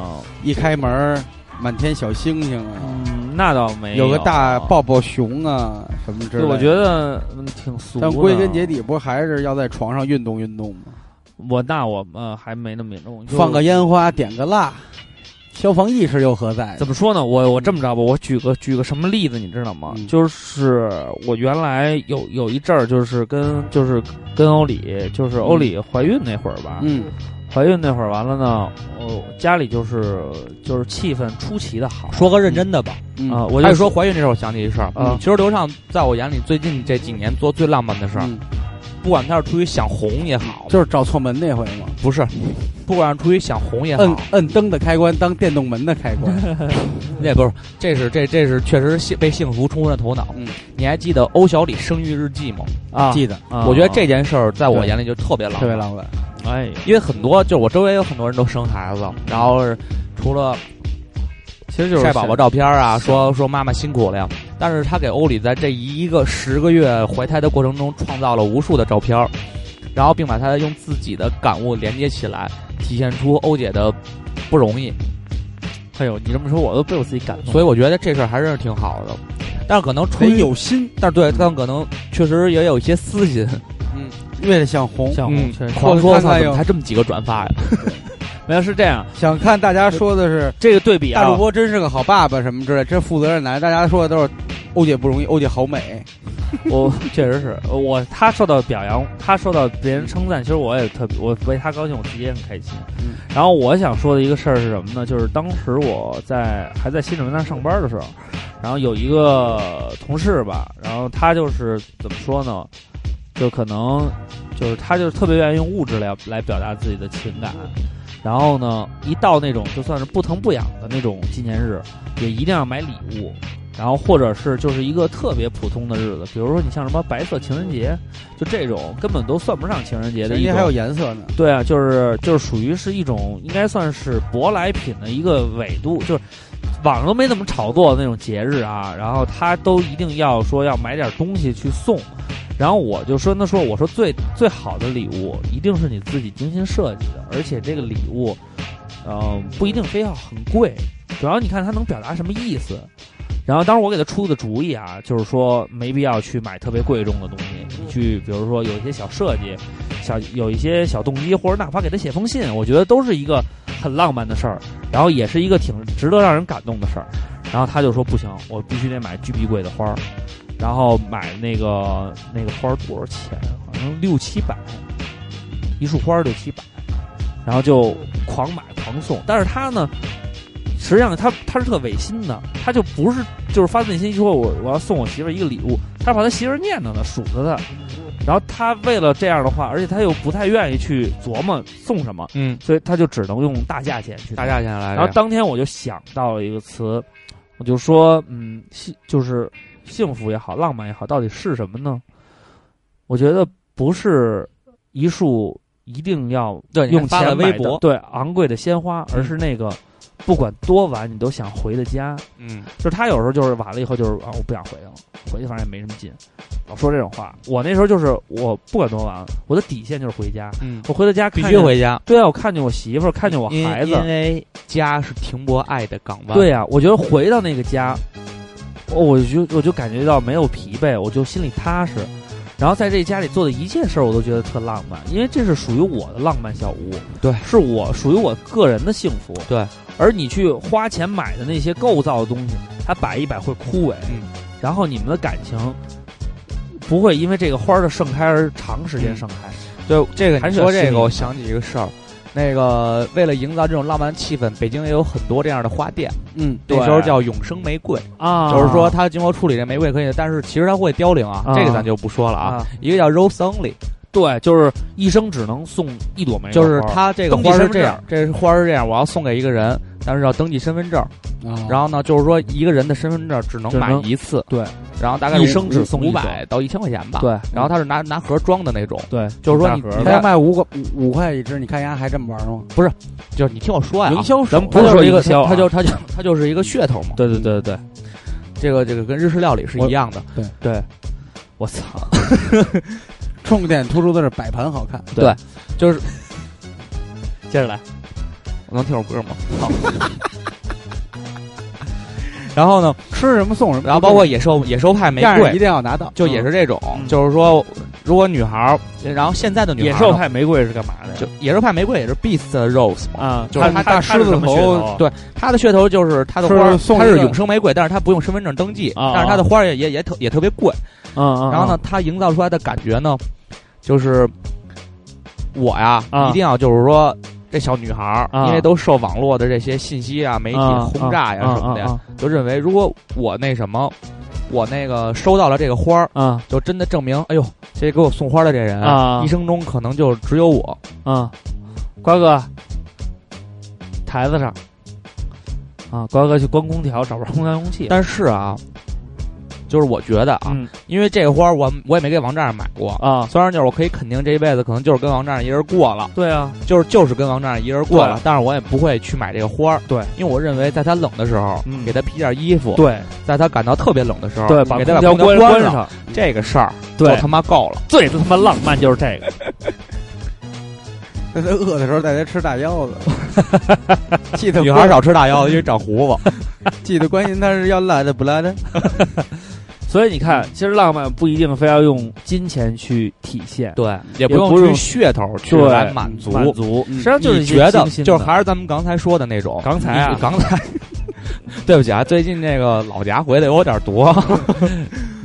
B: 一开门儿，满天小星星啊，
E: 嗯，那倒没
B: 有个大
E: 爆，
B: 抱抱熊啊，什么之类
E: 对，
B: 的。
E: 我觉，得嗯挺俗的。
B: 但归根结，底，不还是要在床上运动运动吗？
E: 我那我们还没那么严重，就
B: 放个烟花，点个蜡，消防意识又何在？
E: 怎么说呢？我我这么着吧，我举个举个什么例子，你知道吗？
B: 嗯
E: 就是我原来有有一阵儿，就是跟就是跟欧里，就是欧里怀孕那会儿吧，
B: 嗯，
E: 怀孕那会儿完了呢，我家里就是就是气氛出奇的好
G: 说个认真的吧。
B: 嗯
E: 啊，我
G: 我就
E: 就
G: 哎说怀孕这事儿，我想起一事儿。
E: 嗯
G: 其实刘畅在我眼里最近这几年做最浪漫的事儿，
B: 嗯
G: 不管他是出于想红也好，
B: 就是找错门那回嘛。
G: 不是，嗯不管是出于想红也好，
B: 摁摁灯的开关当电动门的开关，
G: 那不是，这是这这是确实幸被幸福冲昏了头脑。
B: 嗯，
G: 你还记得欧小里生育日记吗？
E: 啊，
B: 记得
E: 啊
G: 我觉得这件事儿在我
B: 对
G: 眼里就特别浪漫，
B: 特别浪漫。
E: 哎，
G: 因为很多就是我周围有很多人都生孩子，然后是除了
E: 其实就是
G: 晒宝宝照片啊，说说妈妈辛苦了呀。但是他给欧里在这一个十个月怀胎的过程中创造了无数的照片儿，然后并把他用自己的感悟连接起来，体现出欧姐的不容易。
E: 哎呦，你这么说我都被我自己感动。
G: 所以我觉得这事儿还是挺好的，但是可能出
B: 得
G: 于
B: 有心，
G: 但是对，但可能确实也有一些私心。
B: 为了想红，
E: 像我
G: 嗯
E: 确实，
B: 或
G: 狂
B: 者
G: 说
B: 看看
G: 操怎
B: 有
G: 么才这么几个转发呀？
E: 没有是这样，
B: 想看大家说的是
E: 这个对比啊，
B: 大主播真是个好爸爸什么之类，这负责任男，大家说的都是欧姐不容易，欧姐好美，
E: 我确实是我他受到表扬，他受到别人称赞，其实我也特别，我为他高兴，我自己也很开心。
B: 嗯
E: 然后我想说的一个事儿是什么呢？就是当时我在还在新人那儿上班的时候，然后有一个同事吧，然后他就是怎么说呢？就可能就是他就是特别愿意用物质来来表达自己的情感，然后呢，一到那种就算是不疼不痒的那种纪念日，也一定要买礼物，然后或者是就是一个特别普通的日子，比如说你像什么白色情人节，就这种根本都算不上情人节的
B: 人
E: 一
B: 家
E: 种。
B: 还有颜色呢。
E: 对啊，就是就是属于是一种应该算是舶来品的一个纬度，就是网上都没怎么炒作的那种节日啊，然后他都一定要说要买点东西去送，然后我就说那说我说最最好的礼物一定是你自己精心设计的，而且这个礼物，呃，不一定非要很贵，主要你看它能表达什么意思。然后当时我给他出的主意啊，就是说没必要去买特别贵重的东西，你去比如说有一些小设计，小有一些小动机，或者哪怕给他写封信，我觉得都是一个很浪漫的事儿，然后也是一个挺值得让人感动的事儿。然后他就说不行，我必须得买巨碧贵的花儿，然后买那个那个花儿多少钱？好像六七百，一束花儿六七百，然后就狂买狂送。但是他呢，实际上他他是特违心的，他就不是就是发自内心说我我要送我媳妇儿一个礼物，他把他媳妇儿念叨呢，数着他。然后他为了这样的话，而且他又不太愿意去琢磨送什么，
G: 嗯，
E: 所以他就只能用大价钱去
G: 大价钱来着。
E: 然后当天我就想到了一个词，我就说，嗯，幸就是幸福也好，浪漫也好，到底是什么呢？我觉得不是一束一定要
G: 对你还
E: 用
G: 发
E: 钱
G: 了微
E: 买的
G: 博，
E: 对昂贵的鲜花，而是那个不管多晚你都想回的家。
G: 嗯，
E: 就是他有时候就是晚了以后就是啊，我不想回去了，回去反正也没什么劲，老说这种话。我那时候就是我不管多晚，我的底线就是回家。
G: 嗯
E: 我回到家
G: 必
E: 看
G: 须
E: 见。
G: 回家。
E: 对啊，我看见我媳妇儿，看见我
G: 因
E: 孩子，
G: 因为家是停泊爱的港湾。
E: 对，呀、我觉得回到那个家，我我就我就感觉到没有疲惫，我就心里踏实。然后在这家里做的一切事儿，我都觉得特浪漫，因为这是属于我的浪漫小屋，
G: 对
E: 是我属于我个人的幸福，
G: 对。
E: 而你去花钱买的那些构造的东西，它摆一摆会枯萎，
G: 嗯。
E: 然后你们的感情不会因为这个花儿的盛开而长时间盛开，
G: 对这个
E: 还
G: 你
E: 是有
G: 说这
E: 吸
G: 个，
E: 引
G: 我
E: 力
G: 想起一个事儿。那个，为了营造这种浪漫气氛，北京也有很多这样的花店，
B: 嗯，
G: 那
E: 对
G: 时候叫永生玫瑰，
E: 啊
G: 就是说它经过处理，这玫瑰可以，但是其实它会凋零啊，
E: 啊
G: 这个咱就不说了啊。
E: 啊，
G: 一个叫 Rose Only，
E: 对，就是一生只能送一朵玫瑰
G: 就
E: 花
G: 是
E: 儿，
G: 它这个
E: 登记
G: 花是
E: 身份
G: 这样，这是花是这样，我要送给一个人，但是要登记身份证。然后呢，就是说一个人的身份证只能
E: 啊只
G: 买
E: 能
G: 一次，
E: 对，
G: 然后大概
E: 一生只送一
G: 五
E: 种
G: 百到一千块钱吧。
E: 对
G: 然后它是拿拿盒装的那种，
E: 对，
G: 就是说
E: 大
G: 你
E: 盒儿
G: 你
B: 他要
G: 在
B: 卖五个五五块一只，你看人家还这么玩吗？
G: 就是你听我说呀啊，
B: 营销手
E: 咱们不
G: 它
E: 是
G: 就是一个
E: 营销啊
G: 它就它就它就是一个噱头嘛。
E: 对对对对
G: 这个这个跟日式料理是一样的。
E: 对对，我操！
B: 重点突出的是摆盘好看，
E: 对
G: 对，就是
E: 接着来，
G: 我能听首 歌吗？ 好。然后呢，
B: 吃什么送什么，
G: 然后包括野兽野兽派玫
B: 样儿一
G: 瑰，
B: 定要拿到。
G: 就也是这种，
E: 嗯
G: 就是说，如果女孩儿，然后现在的女
E: 野
G: 孩儿呢
E: 兽派玫瑰是干嘛的呀？
G: 就野兽派玫瑰也是 Beast 的 Rose 嘛，
E: 啊，
G: 就是
E: 它
G: 它
E: 它
G: 大
E: 它是
G: 狮子
E: 什么噱头啊
G: 头，，对它的噱头就是它的
B: 是
G: 花儿，
B: 送
G: 它
B: 一
G: 是
B: 个
G: 永生玫瑰，但是它不用身份证登记，
E: 啊
G: 但是它的花儿也也也特也特别贵。
E: 嗯嗯。
G: 然后呢，它营造出来的感觉呢，就是我呀，
E: 啊
G: 一定要就是说。这小女孩儿，
E: 啊
G: 因为都受网络的这些信息啊、媒体
E: 啊
G: 的轰炸呀
E: 啊
G: 什么的呀，
E: 啊
G: 就认为如果我那什么，我那个收到了这个花儿，
E: 啊
G: 就真的证明，哎呦，这给我送花的这人
E: 啊嗯
G: 一生中可能就只有我。
E: 啊！啊瓜哥，台子上。啊，瓜哥去关空调，找不着空调容器。
G: 但是啊，就是我觉得啊，
E: 嗯
G: 因为这个花儿我我也没给王站买过。
E: 啊，
G: 虽然就是我可以肯定这一辈子可能就是跟王站一人过了，
E: 对啊，
G: 就是就是跟王站一人过了
E: 对，
G: 但是我也不会去买这个花儿。
E: 对，
G: 因为我认为在他冷的时候，
E: 嗯
G: 给他披件衣服，
E: 对
G: 在他感到特别冷的时候，
E: 对，把
G: 啊给他把
E: 调
G: 空
E: 关
G: 调
E: 关
G: 上，
E: 上，
G: 这个事儿就
E: 对，
G: 他妈够了。
E: 最他妈浪漫就是这个。
B: 那他呃饿的时候带他吃大腰 子，记得
G: 女孩儿少吃大腰子，因为长胡 子。
B: 记得关心他是要辣的不辣的。
E: 所以你看，其实浪漫不一定非要用金钱去体现，
G: 对，也不
E: 不
G: 用
E: 用
G: 用噱头去
E: 对
G: 来满足。
E: 满足，
B: 嗯
E: 实际上就是
G: 你
E: 一些
G: 觉得
E: 精心
G: 就是
E: 的
G: 还是咱们刚才说的那种，
E: 刚才啊
G: 你刚才， 对不起啊，最近这个老家回的有点多，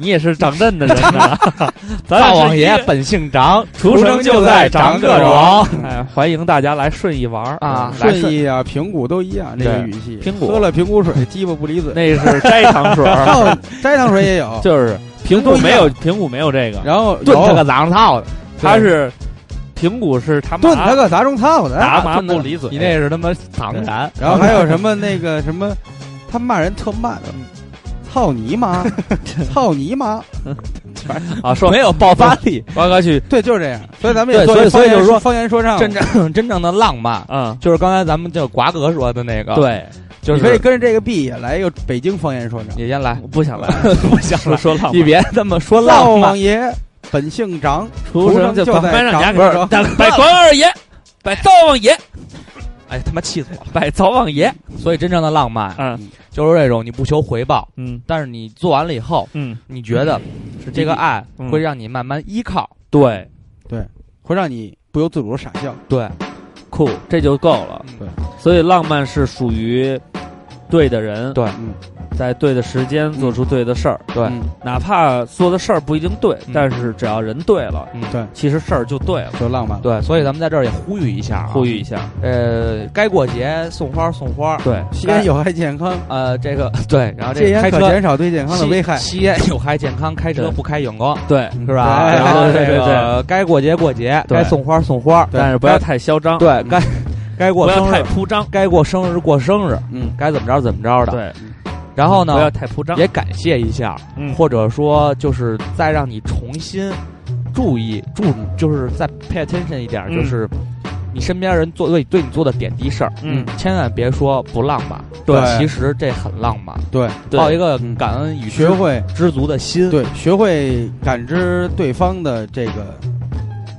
E: 你也是 上阵的人呐， 咱俩
G: 灶
E: 是
G: 王爷
E: 一个
G: 本姓张，
E: 厨
G: 生就在长各种。
E: 哎，欢迎大家来顺义玩儿
G: 啊
E: 来
B: 顺义啊，平谷都一样，这个语气。
E: 平谷
B: 喝了平谷水，鸡巴不离嘴。
E: 那是斋糖水儿，
B: 然后斋糖水也 有，
E: 就是平谷没有平谷没有这个，
B: 然后
G: 炖他个
B: 有
G: 狼套的，
E: 它是平谷是他
B: 炖他
E: 妈
B: 个杂种操的。
E: 打麻
B: 炖他
E: 不
B: 个
E: 离嘴，
G: 你那是他妈唐然，
B: 然后还有什么 那个什么，他骂人特慢
G: 嗯
B: 的，操你妈， 操你妈，
E: 啊说
G: 没有爆发力，
E: 瓜哥去
B: 对，就是这样。所以咱们
G: 对
B: 也做一
G: 所以所以
B: 方言
G: 就是说
B: 方言说唱，
G: 真正真正的浪漫。
E: 嗯
G: 就是刚才咱们就瓜哥说的那个，，
E: 对，
G: 就
B: 你可以
G: 是
B: 跟着这个 B 也来一个北京方言说唱。
G: 也先来，
E: 我不 想来，
G: 不想
E: 说说浪
G: 你
E: 漫，
G: 别这么说
B: 灶
G: 浪
B: 王
G: 漫，
B: 爷本姓张，
E: 厨
B: 生
E: 就
B: 就
E: 把
B: 在
E: 班上
B: 长
E: 牙给
B: 不是
E: 他摆关二爷，摆灶王爷，
G: 哎，他妈气死我了。
E: 摆灶王爷，
G: 所以真正的浪漫
E: 嗯
G: 就是这种你不求回报，
E: 嗯
G: 但是你做完了以后，
E: 嗯，
G: 你觉得
E: 是
G: 这个爱
E: 嗯
G: 会让你慢慢依靠，
E: 对
B: 会让你不由自主的傻笑。
G: 对，
E: 酷，这就够了。
B: 对
E: 所以浪漫是属于对的人，
G: 对
B: 嗯
E: 在对的时间做出对的事儿，
G: 对
B: 嗯
E: 哪怕做的事儿不一定对，
G: 嗯
E: 但是只要人对了，
G: 嗯
B: 对
E: 其实事儿就对了。
B: 就浪漫了。
G: 对，所以咱们在这儿也呼吁一下、啊，
E: 呼吁一下，
G: 呃，该过节送花儿送花儿，
E: 对，
B: 吸烟有害健康，
G: 呃，这个 对，然后这
B: 戒
G: 个
B: 烟
G: 开
B: 可
G: 车
B: 减少对健康的
G: 吸
B: 危害。
G: 吸烟有害健康，开车
E: 对
G: 不开远光，
E: 对，
G: 是吧？
B: 对
G: 然后
E: 对对
G: 这
E: 对
G: 个该过节过节，
E: 对
G: 该送花儿送花儿，
E: 但是不要太嚣张，，
G: 对
B: 嗯
G: 该该
E: 不
G: 过
E: 要
G: 生
E: 太
G: 日，
E: 铺张，
G: 该过生日过生日，
B: 嗯，
G: 该怎么着怎么着的。
E: 对，
G: 然后呢
E: 不，要太铺张，
G: 也感谢一下，
E: 嗯
G: 或者说就是再让你重新注意注，就是再 pay attention 一点儿，
E: 嗯
G: 就是你身边人做对对你做的点滴事儿，
E: 嗯，
G: 千万别说不浪漫，
B: 对
G: 其实这很浪漫，
B: 对，
E: 对
G: 抱一个
B: 嗯
G: 感恩与
B: 学会
G: 知足的心，
B: 对学会感知对方的这个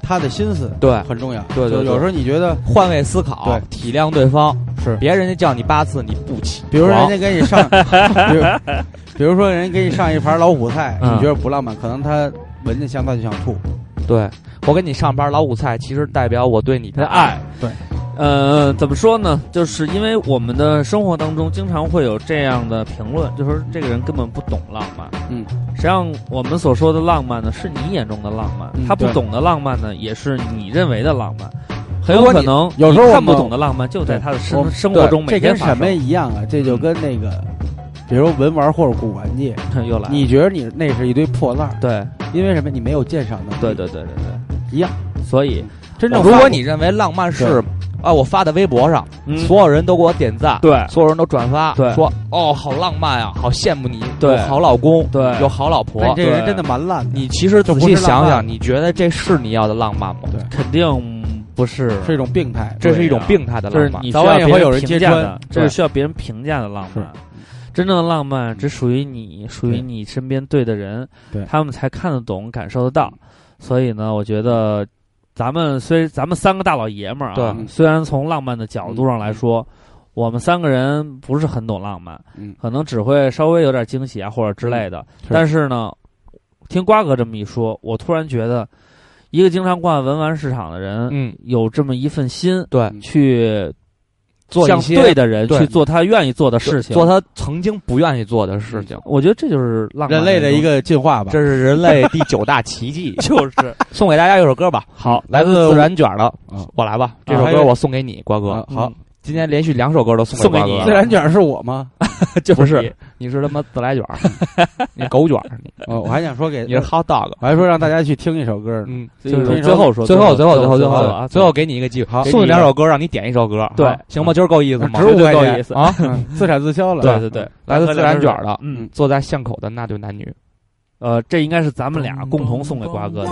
B: 他的心思
G: 对，
B: 很重要。
G: 对对
B: 就
G: 对
B: 有时候你觉得，
G: 换位思考，
B: 对
G: 体谅对方，
B: 是
G: 别人家叫你八次你不起，
B: 比如说人
G: 黄
B: 家给你 上，比如比如说人家给你上一盘老虎菜，你
E: 嗯
B: 觉得不浪漫，可能他闻着香他就想吐。
G: 对我给你上盘老五菜，其实代表我对你
E: 他
G: 的
E: 的爱。
B: 对，
E: 呃，怎么说呢？就是因为我们的生活当中经常会有这样的评论，就说这个人根本不懂浪漫。
B: 嗯，
E: 实际上我们所说的浪漫呢，是你眼中的浪漫，
B: 嗯
E: 他不
B: 对
E: 懂的浪漫呢，也是你认为的浪漫。很有
B: 如果
E: 可
B: 你
E: 能
B: 有时候
E: 你
B: 我
E: 看不
B: 们
E: 懂的浪漫就在
B: 对
E: 他的
B: 我
E: 生
B: 们
E: 生活中每
B: 这
E: 天
B: 跟
E: 发
B: 什么
E: 生。嗯
B: 一样啊？这就跟那个，比如文玩或者古玩界，
E: 又来了，
B: 你觉得你那是一堆破烂儿，
E: 对
B: 因为什么？你没有鉴赏能力。
E: 对对对对对，
B: 一样。
E: 所以
B: 真
G: 如果
B: 正发
G: 你认为浪漫是啊，我发在微博上，
E: 嗯
G: 所有人都给我点赞，
E: 对
G: 所有人都转发，
E: 对
G: 说哦，好浪漫啊，好羡慕你，
E: 对
G: 有好老公，
E: 对
G: 有好老婆
B: 那。这人
E: 对
B: 真的蛮烂的。
G: 你其实仔
B: 不
G: 细
B: 是
G: 想
B: 浪
G: 想，
B: 漫
G: 你觉得这是你要的浪漫吗？
B: 对
E: 肯定不是，
B: 是一种病态，
G: 这是一种
E: 对啊
G: 病态的
E: 就是
G: 浪漫
E: 你。
B: 早
E: 需
B: 晚
E: 要
B: 也
E: 别
B: 会有
E: 人
B: 人
E: 评
B: 揭
E: 价
B: 穿
E: 的，这是需要别人评价的浪漫。真正的浪漫只属于你，属于你身边对的人，
B: 对
E: 他们才看得懂、感受得到。所以呢，我觉得咱们虽咱们三个大老爷们儿啊
B: 嗯
G: 对，
E: 虽然从浪漫的角度上来说，我们三个人不是很懂浪漫，
B: 嗯
E: 可能只会稍微有点惊喜啊或者之类的。但是呢，听瓜哥这么一说，我突然觉得，一个经常逛文玩市场的人，
G: 嗯，
E: 有这么一份心
G: 对，
E: 去
G: 做
E: 向
G: 一些
E: 对的人
G: 对
E: 去做他愿意做的事情，
G: 做他曾经不愿意做的事情，
E: 我觉得这就是浪漫。
B: 人类的一个进化吧。
G: 这是人类第九大奇迹
E: 就是
G: 送给大家一首歌吧，
E: 好，
G: 来自自然卷的
B: 嗯，
G: 我来吧。这
E: 啊
G: 首
B: 还
G: 歌
B: 有
G: 我送给你，瓜哥
B: 啊。好，
G: 嗯
E: 嗯
G: 今天连续两首歌都送
E: 送给
G: 瓜
E: 你
G: 哥了，
B: 自然卷是我吗？
G: 不
E: 就是是
G: 你是他妈自来卷儿，你狗卷儿，你
B: 哦，我还想说给，
G: 你是 hot dog，
B: 我还说让大家去听一首歌呢。
G: 嗯，
E: 就是最后说，
G: 最后最后最后最
E: 最
G: 后
E: 了啊，
G: 最后给你一个机会，
E: 给你
G: 送你
E: 一个
G: 两首歌，让你点一首歌，
E: 对
G: 好行吧？今儿够意思吗？
B: 只有五
E: 最
B: 块
E: 够
B: 钱
E: 意思。
G: 啊，
B: 自产自销了。
E: 嗯对对对，
G: 来自自然卷的，
E: 嗯，
G: 坐在巷口的那对男女，
E: 呃，这应该是咱们俩共同送给瓜哥的，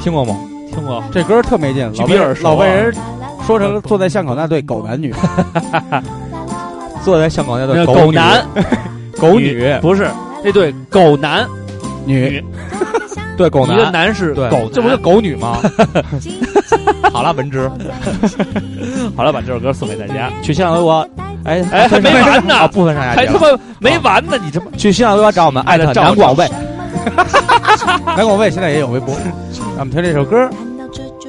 G: 听过吗？
E: 听过
B: 这歌特没劲，
E: 举
B: 老
E: 比
B: 被
E: 耳熟
B: 老被
E: 啊
B: 人说成了坐在巷口那对狗男女。
G: 坐在巷口那
E: 那
G: 对
E: 个
G: 狗
E: 狗男
G: 狗女，
E: 不是那对
G: 嗯
E: 狗男，
B: 女，
G: 对狗
E: 一个
G: 男，
E: 男是
G: 对
E: 狗，
G: 这不是狗女吗？好了，文之，
E: 好了，把这首歌送给大家。
G: 去新浪微博，哎
E: 哎还没完呢
G: 啊不分上下
E: 还
G: 级
E: 他
G: 了。
E: 妈没完呢，你这么
G: 去新浪微博找我们艾特南广卫，
B: 南广卫现在也有微博。咱们听这首歌，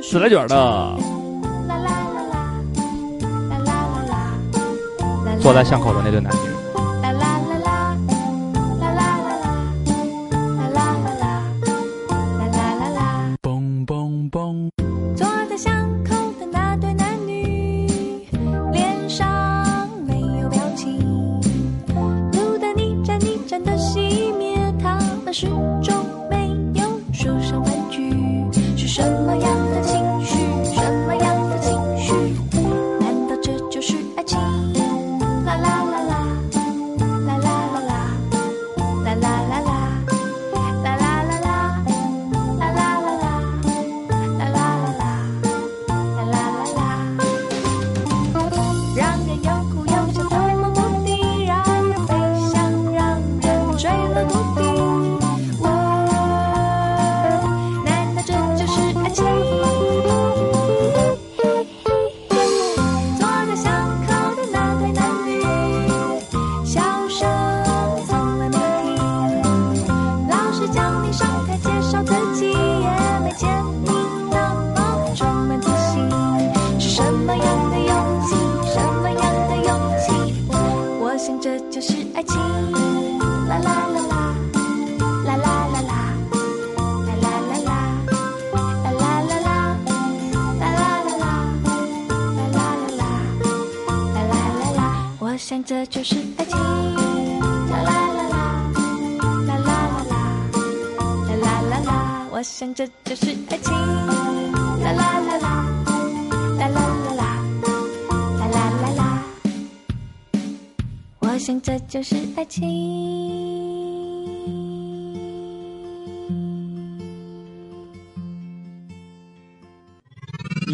E: 死来卷儿的，
G: 坐在巷口的那对男女，
L: 蹦蹦蹦，
N: 坐在巷口的那对男女，脸上没有表情。路灯一盏一盏的熄灭，他们始终没有说上半句。是什么样的情绪？什么样的情绪？难道这就是爱情？啦啦啦啦，啦啦啦啦，啦啦啦啦，啦啦啦啦，啦啦啦啦。啦啦啦啦，啦啦啦啦，让人又哭又笑的目的，让人悲伤，让人坠落谷底。我，难道这就是爱情？坐在巷口的那对男女，笑声从来没停。老师叫你上台介绍自己，也没见你那么充满自信。是什么样的勇气？什么样的勇气？我想这就是爱情。啦啦啦啦，啦啦啦啦，啦啦啦啦，啦啦啦啦，啦啦啦啦，啦啦啦啦，啦啦啦啦。我想这就是爱情。啦啦啦啦。啦啦啦啦，啦啦啦啦，我想这就是爱情。啦啦啦啦，啦啦啦啦，啦啦啦啦，我想这就是爱情。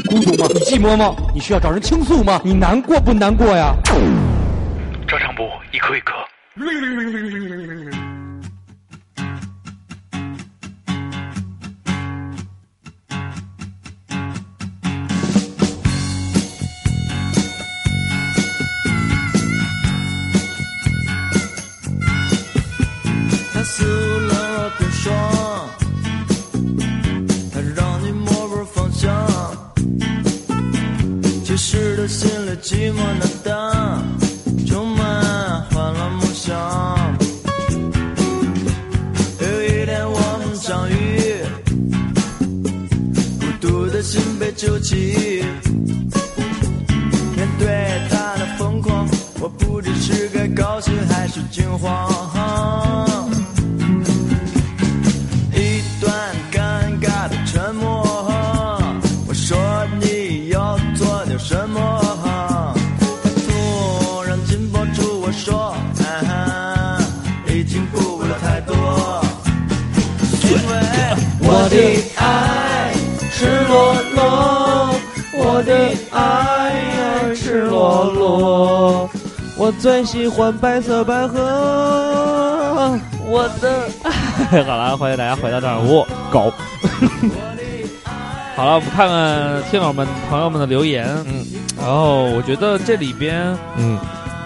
B: 你孤独吗？你寂寞吗？你需要找人倾诉吗？你难过不难过呀？
M: 照常补，一颗一颗。
F: 他撕了冰霜，他让你摸不着方向。其实他心里寂寞难当，充满欢乐梦想。有一天我们相遇，孤独的心被揪起。面对他的疯狂，我不知是该高兴还是惊慌。一段尴尬的沉默，我说你要做点什么？他突然紧抱住我说，啊哈，已经顾不了太多，因为我的爱赤裸裸。我的爱儿赤裸裸，我最喜欢白色百合。我的
E: 好了，欢迎大家回到这儿屋狗。 好了，我们看看听友们、朋友们的留言。嗯，然后我觉得这里边，
G: 嗯，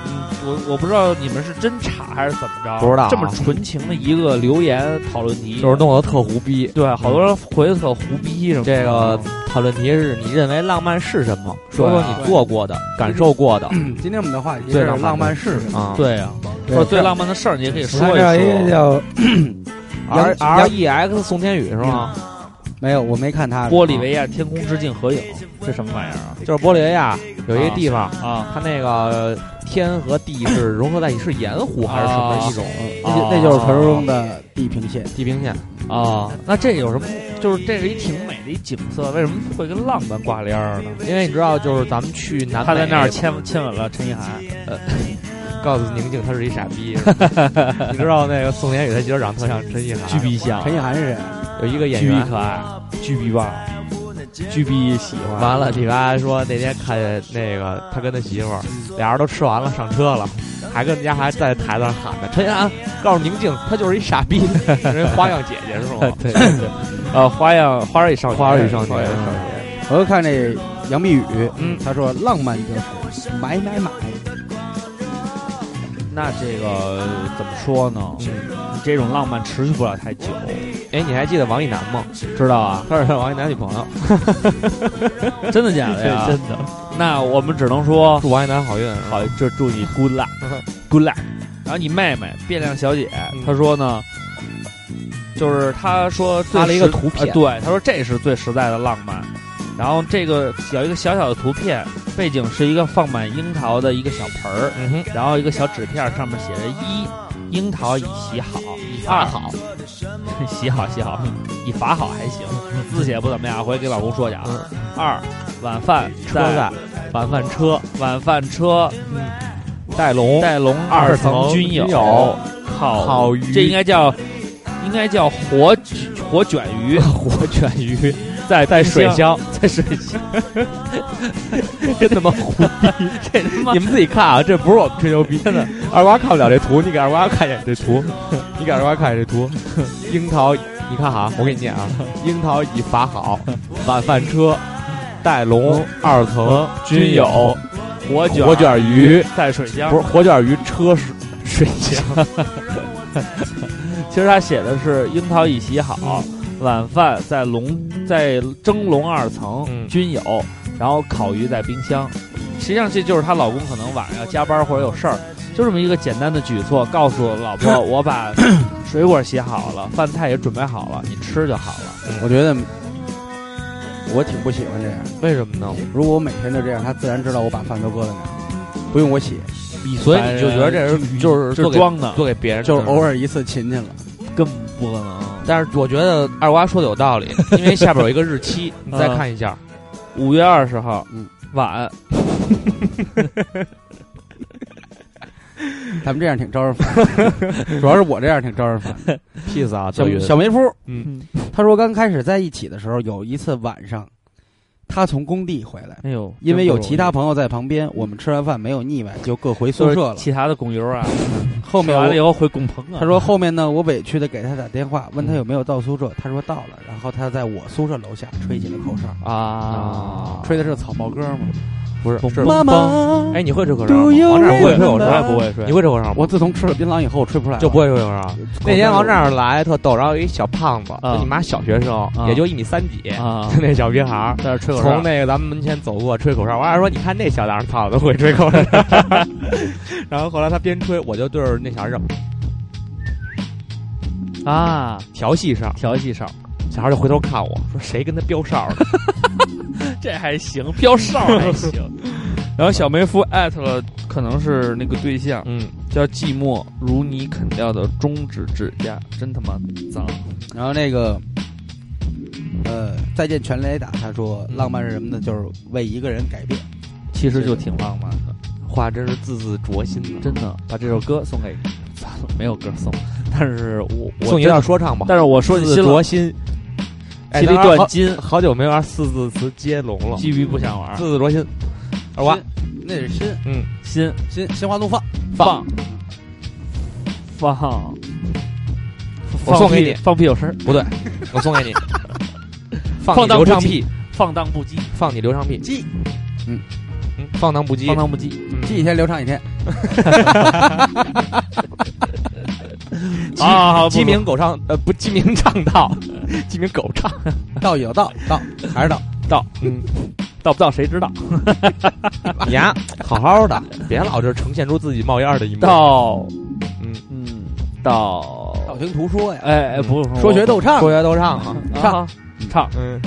E: 嗯，我我不知道你们是真查还是怎么着，
G: 不知道啊
E: 这么纯情的一个留言讨论题，
G: 就是弄得特胡逼。
E: 对，好多人回的特胡逼什么的。
G: 这个讨论题是你认为浪漫是什么？说
E: 对
G: 说
E: 啊
G: 你做过的、感受过的
B: 今天我们的话题
G: 最
B: 是
G: 浪漫的
B: 浪漫是什么？
G: 啊。
E: 对啊，或者最浪漫的事儿，你也可以说
B: 我看
E: 一
B: 这儿有一
E: 说
B: 个。叫
G: R
B: 杨
G: R E X 宋天宇是吗？
B: 没有，我没看他的
E: 玻利维亚天空之镜合影，这什么玩意儿啊？
G: 就是玻利维亚有一个地方，
E: 啊，
G: 它那个天和地是融合在一起，是盐湖还是什么一种
B: 那就那就是传说中的地平线。
G: 地平线？
E: 啊，那这有什么？就是这是一挺美的一景色，为什么会跟浪漫挂帘儿呢？
G: 因为你知道，就是咱们去南
E: 他在那儿
G: 美
E: 亲亲吻了陈意涵，
G: 告诉宁静他是一傻逼。 是吧你知道那个宋妍宇他媳妇长得特像陈意涵，
E: 巨逼像，
B: 陈意涵是谁？
G: 有一个演
E: 巨逼
G: 员。
E: 可爱，巨逼棒，巨逼喜欢。
G: 完了，你妈说那天看见那个他跟他媳妇儿，俩人都吃完了上车了，还跟人家还在台子上喊呢。陈意涵告诉宁静，他就是一傻 逼，人花样姐姐是吗？
E: 对对 对，呃，花样花儿与少年，
G: 花儿与少年
E: 花儿与少
B: 我又看这杨碧宇，
E: 嗯
B: 他说浪漫就是买买买，
E: 那这个怎么说呢？
G: 嗯
E: 你这种浪漫持续不了太久，
G: 哎，你还记得王一楠吗？
E: 知道啊？
G: 他是王一楠女朋友，
E: 真的假的呀？
G: 真
E: 的。那我们只能说
G: 祝王一楠好运。啊
E: 好，这祝你 good luck，good luck。然后你妹妹变亮小姐，她说呢，就是她说最
G: 发了一个
E: 实
G: 图片
E: 呃对，她说这是最实在的浪漫。然后这个有一个小小的图片，背景是一个放满樱桃的一个小盆儿，
G: 嗯哼，
E: 然后一个小纸片儿上面写着一樱桃已洗好，二好 洗好洗好，已法好还行，字写不怎么样，回去给老公说去啊。二晚饭
G: 车在晚饭车
E: 晚饭车
G: 带龙
E: 嗯带龙
G: 二
E: 层
G: 层
E: 均
G: 均
E: 有
G: 有
E: 烤
G: 烤鱼
E: 这应该叫应该叫活卷活卷 鱼，活卷鱼在在
G: 水
E: 箱， 在水 箱，
G: 真他妈胡逼！
E: 这他妈
G: 你们自己看啊，这不是我们吹牛逼的。二瓜看不了这图，你给二瓜看一眼这图， 你给二瓜看一眼这图。 樱桃，你看哈，我给你念 啊。樱桃已法好，晚饭车，带龙二层均有
E: 活卷
G: 火卷鱼，
E: 在水箱
G: 不是火卷鱼车水水箱。
E: 其实他写的是樱桃已洗好，晚饭在笼在蒸笼二层、
G: 嗯
E: 均有，然后烤鱼在冰箱。实际上这就是她老公可能晚上要加班或者有事儿，就这么一个简单的举措，告诉老 婆我把水果洗好了，饭菜也准备好了，你吃就好了。
B: 我觉得我挺不喜欢这样。
G: 为什么呢？
B: 如果我每天都这样，他自然知道我把饭都搁在哪儿，不用我洗，
G: 所以你就觉得这是就是
E: 哎这
G: 做
E: 是
G: 给
E: 装的，
G: 做给别人，
E: 嗯
B: 就是偶。尔一次勤勤了。
E: 更不可能。
G: 但是我觉得二瓜说的有道 理，因为下边有一个 日期，你再看一下。
E: 五月二十号
B: 嗯
E: 晚，
B: 咱们这样挺招人烦， 主要是我这样挺招人烦。
G: peace 啊，
B: 小
G: 德云
B: 小梅夫，
G: 嗯，
B: 他说刚开始在一起的时候，有一次晚上，他从工地回来，
E: 哎呦，
B: 因为有
E: 真不容易
B: 其他朋友在旁边，我们吃完饭没有腻歪，就各回
E: 就
B: 宿
E: 是
B: 舍了。
E: 其他的拱油啊，
B: 后面
E: 吃完了以
B: 我
E: 后回拱棚啊。
B: 他说后面呢，我委屈的给他打电话，问他有没有到宿舍，他说到了，然后他在我宿舍楼下吹起了口哨，
G: 啊，
B: 吹的是草帽歌吗？
G: 不是是
B: 妈妈，
G: 哎，你会吹口哨
B: Do
G: 吗？
B: you
G: 王战会吹口
E: 我
B: remember？
E: 也
G: 哨，
E: 不会吹
G: 你，会吹口哨吗？
B: 我自从吃了槟榔以后，我吹不出来了，
G: 就不会吹口哨。那天王战来特逗，然后有一小胖子，
E: 啊
G: 就你妈小学生，也就一米三几，
E: 啊，
G: 那小屁孩儿。
E: 在这吹口哨
G: 从。那个咱们门前走过，吹口哨。王二说：“你看那小孩儿操都会吹口哨。” 然后后来他边吹，我就对着那小孩儿这么
E: 啊，
G: 调戏哨，
E: 调戏哨，
G: 小孩儿就回头看我说：“谁跟他飙哨呢
E: 这还行，飙哨还行。 然后小梅夫艾特了，可能是那个对象？”
G: 嗯，
E: 叫寂寞，如你啃掉的中指指甲，真他妈脏。
B: 然后那个，呃，再见全雷打，他说
G: 嗯
B: 浪漫是什么呢？就是为一个人改变。
E: 其实就挺浪漫的，
G: 话真是字字灼心呐。
E: 真的。把这首歌送给，算了，没有歌送，但是我我
G: 送一
E: 真
G: 段说唱吧。
E: 但是我说你
G: 字字
E: 心了
G: 灼，心，
E: 骑驴
G: 断
E: 断金，
G: 好久没玩四字词接龙了，
E: 鸡皮不想玩，
G: 字字灼心。二娃
B: 心，那是心
E: 心
B: 心心花怒放。
E: 放放，
G: 我送给你
E: 放屁放屁有声儿，
G: 不对，我送给 你。放
E: 放
G: 你
E: 荡
G: 流
E: 不
G: 畅
E: 羁
G: 屁，
E: 放荡不羁，
G: 放你流畅屁。
B: 鸡，嗯
G: 嗯，放荡不羁
E: 放。荡不羁。
G: 嗯
B: 记一天流畅一天，
E: 啊，好
G: 鸡鸣狗唱，呃，不， 鸡鸣唱道，鸡鸣狗唱。
B: 道有道，道还是道。
G: 嗯，
E: 到不到谁知道？
G: 你哎 呀，好好的，别老是呈现出自己冒烟儿的一面。
E: 到，
G: 嗯
E: 嗯，到，
B: 道听途说呀，
E: 哎哎，不是
B: 说学逗唱
G: 说学逗唱啊，
E: 上唱
G: 嗯，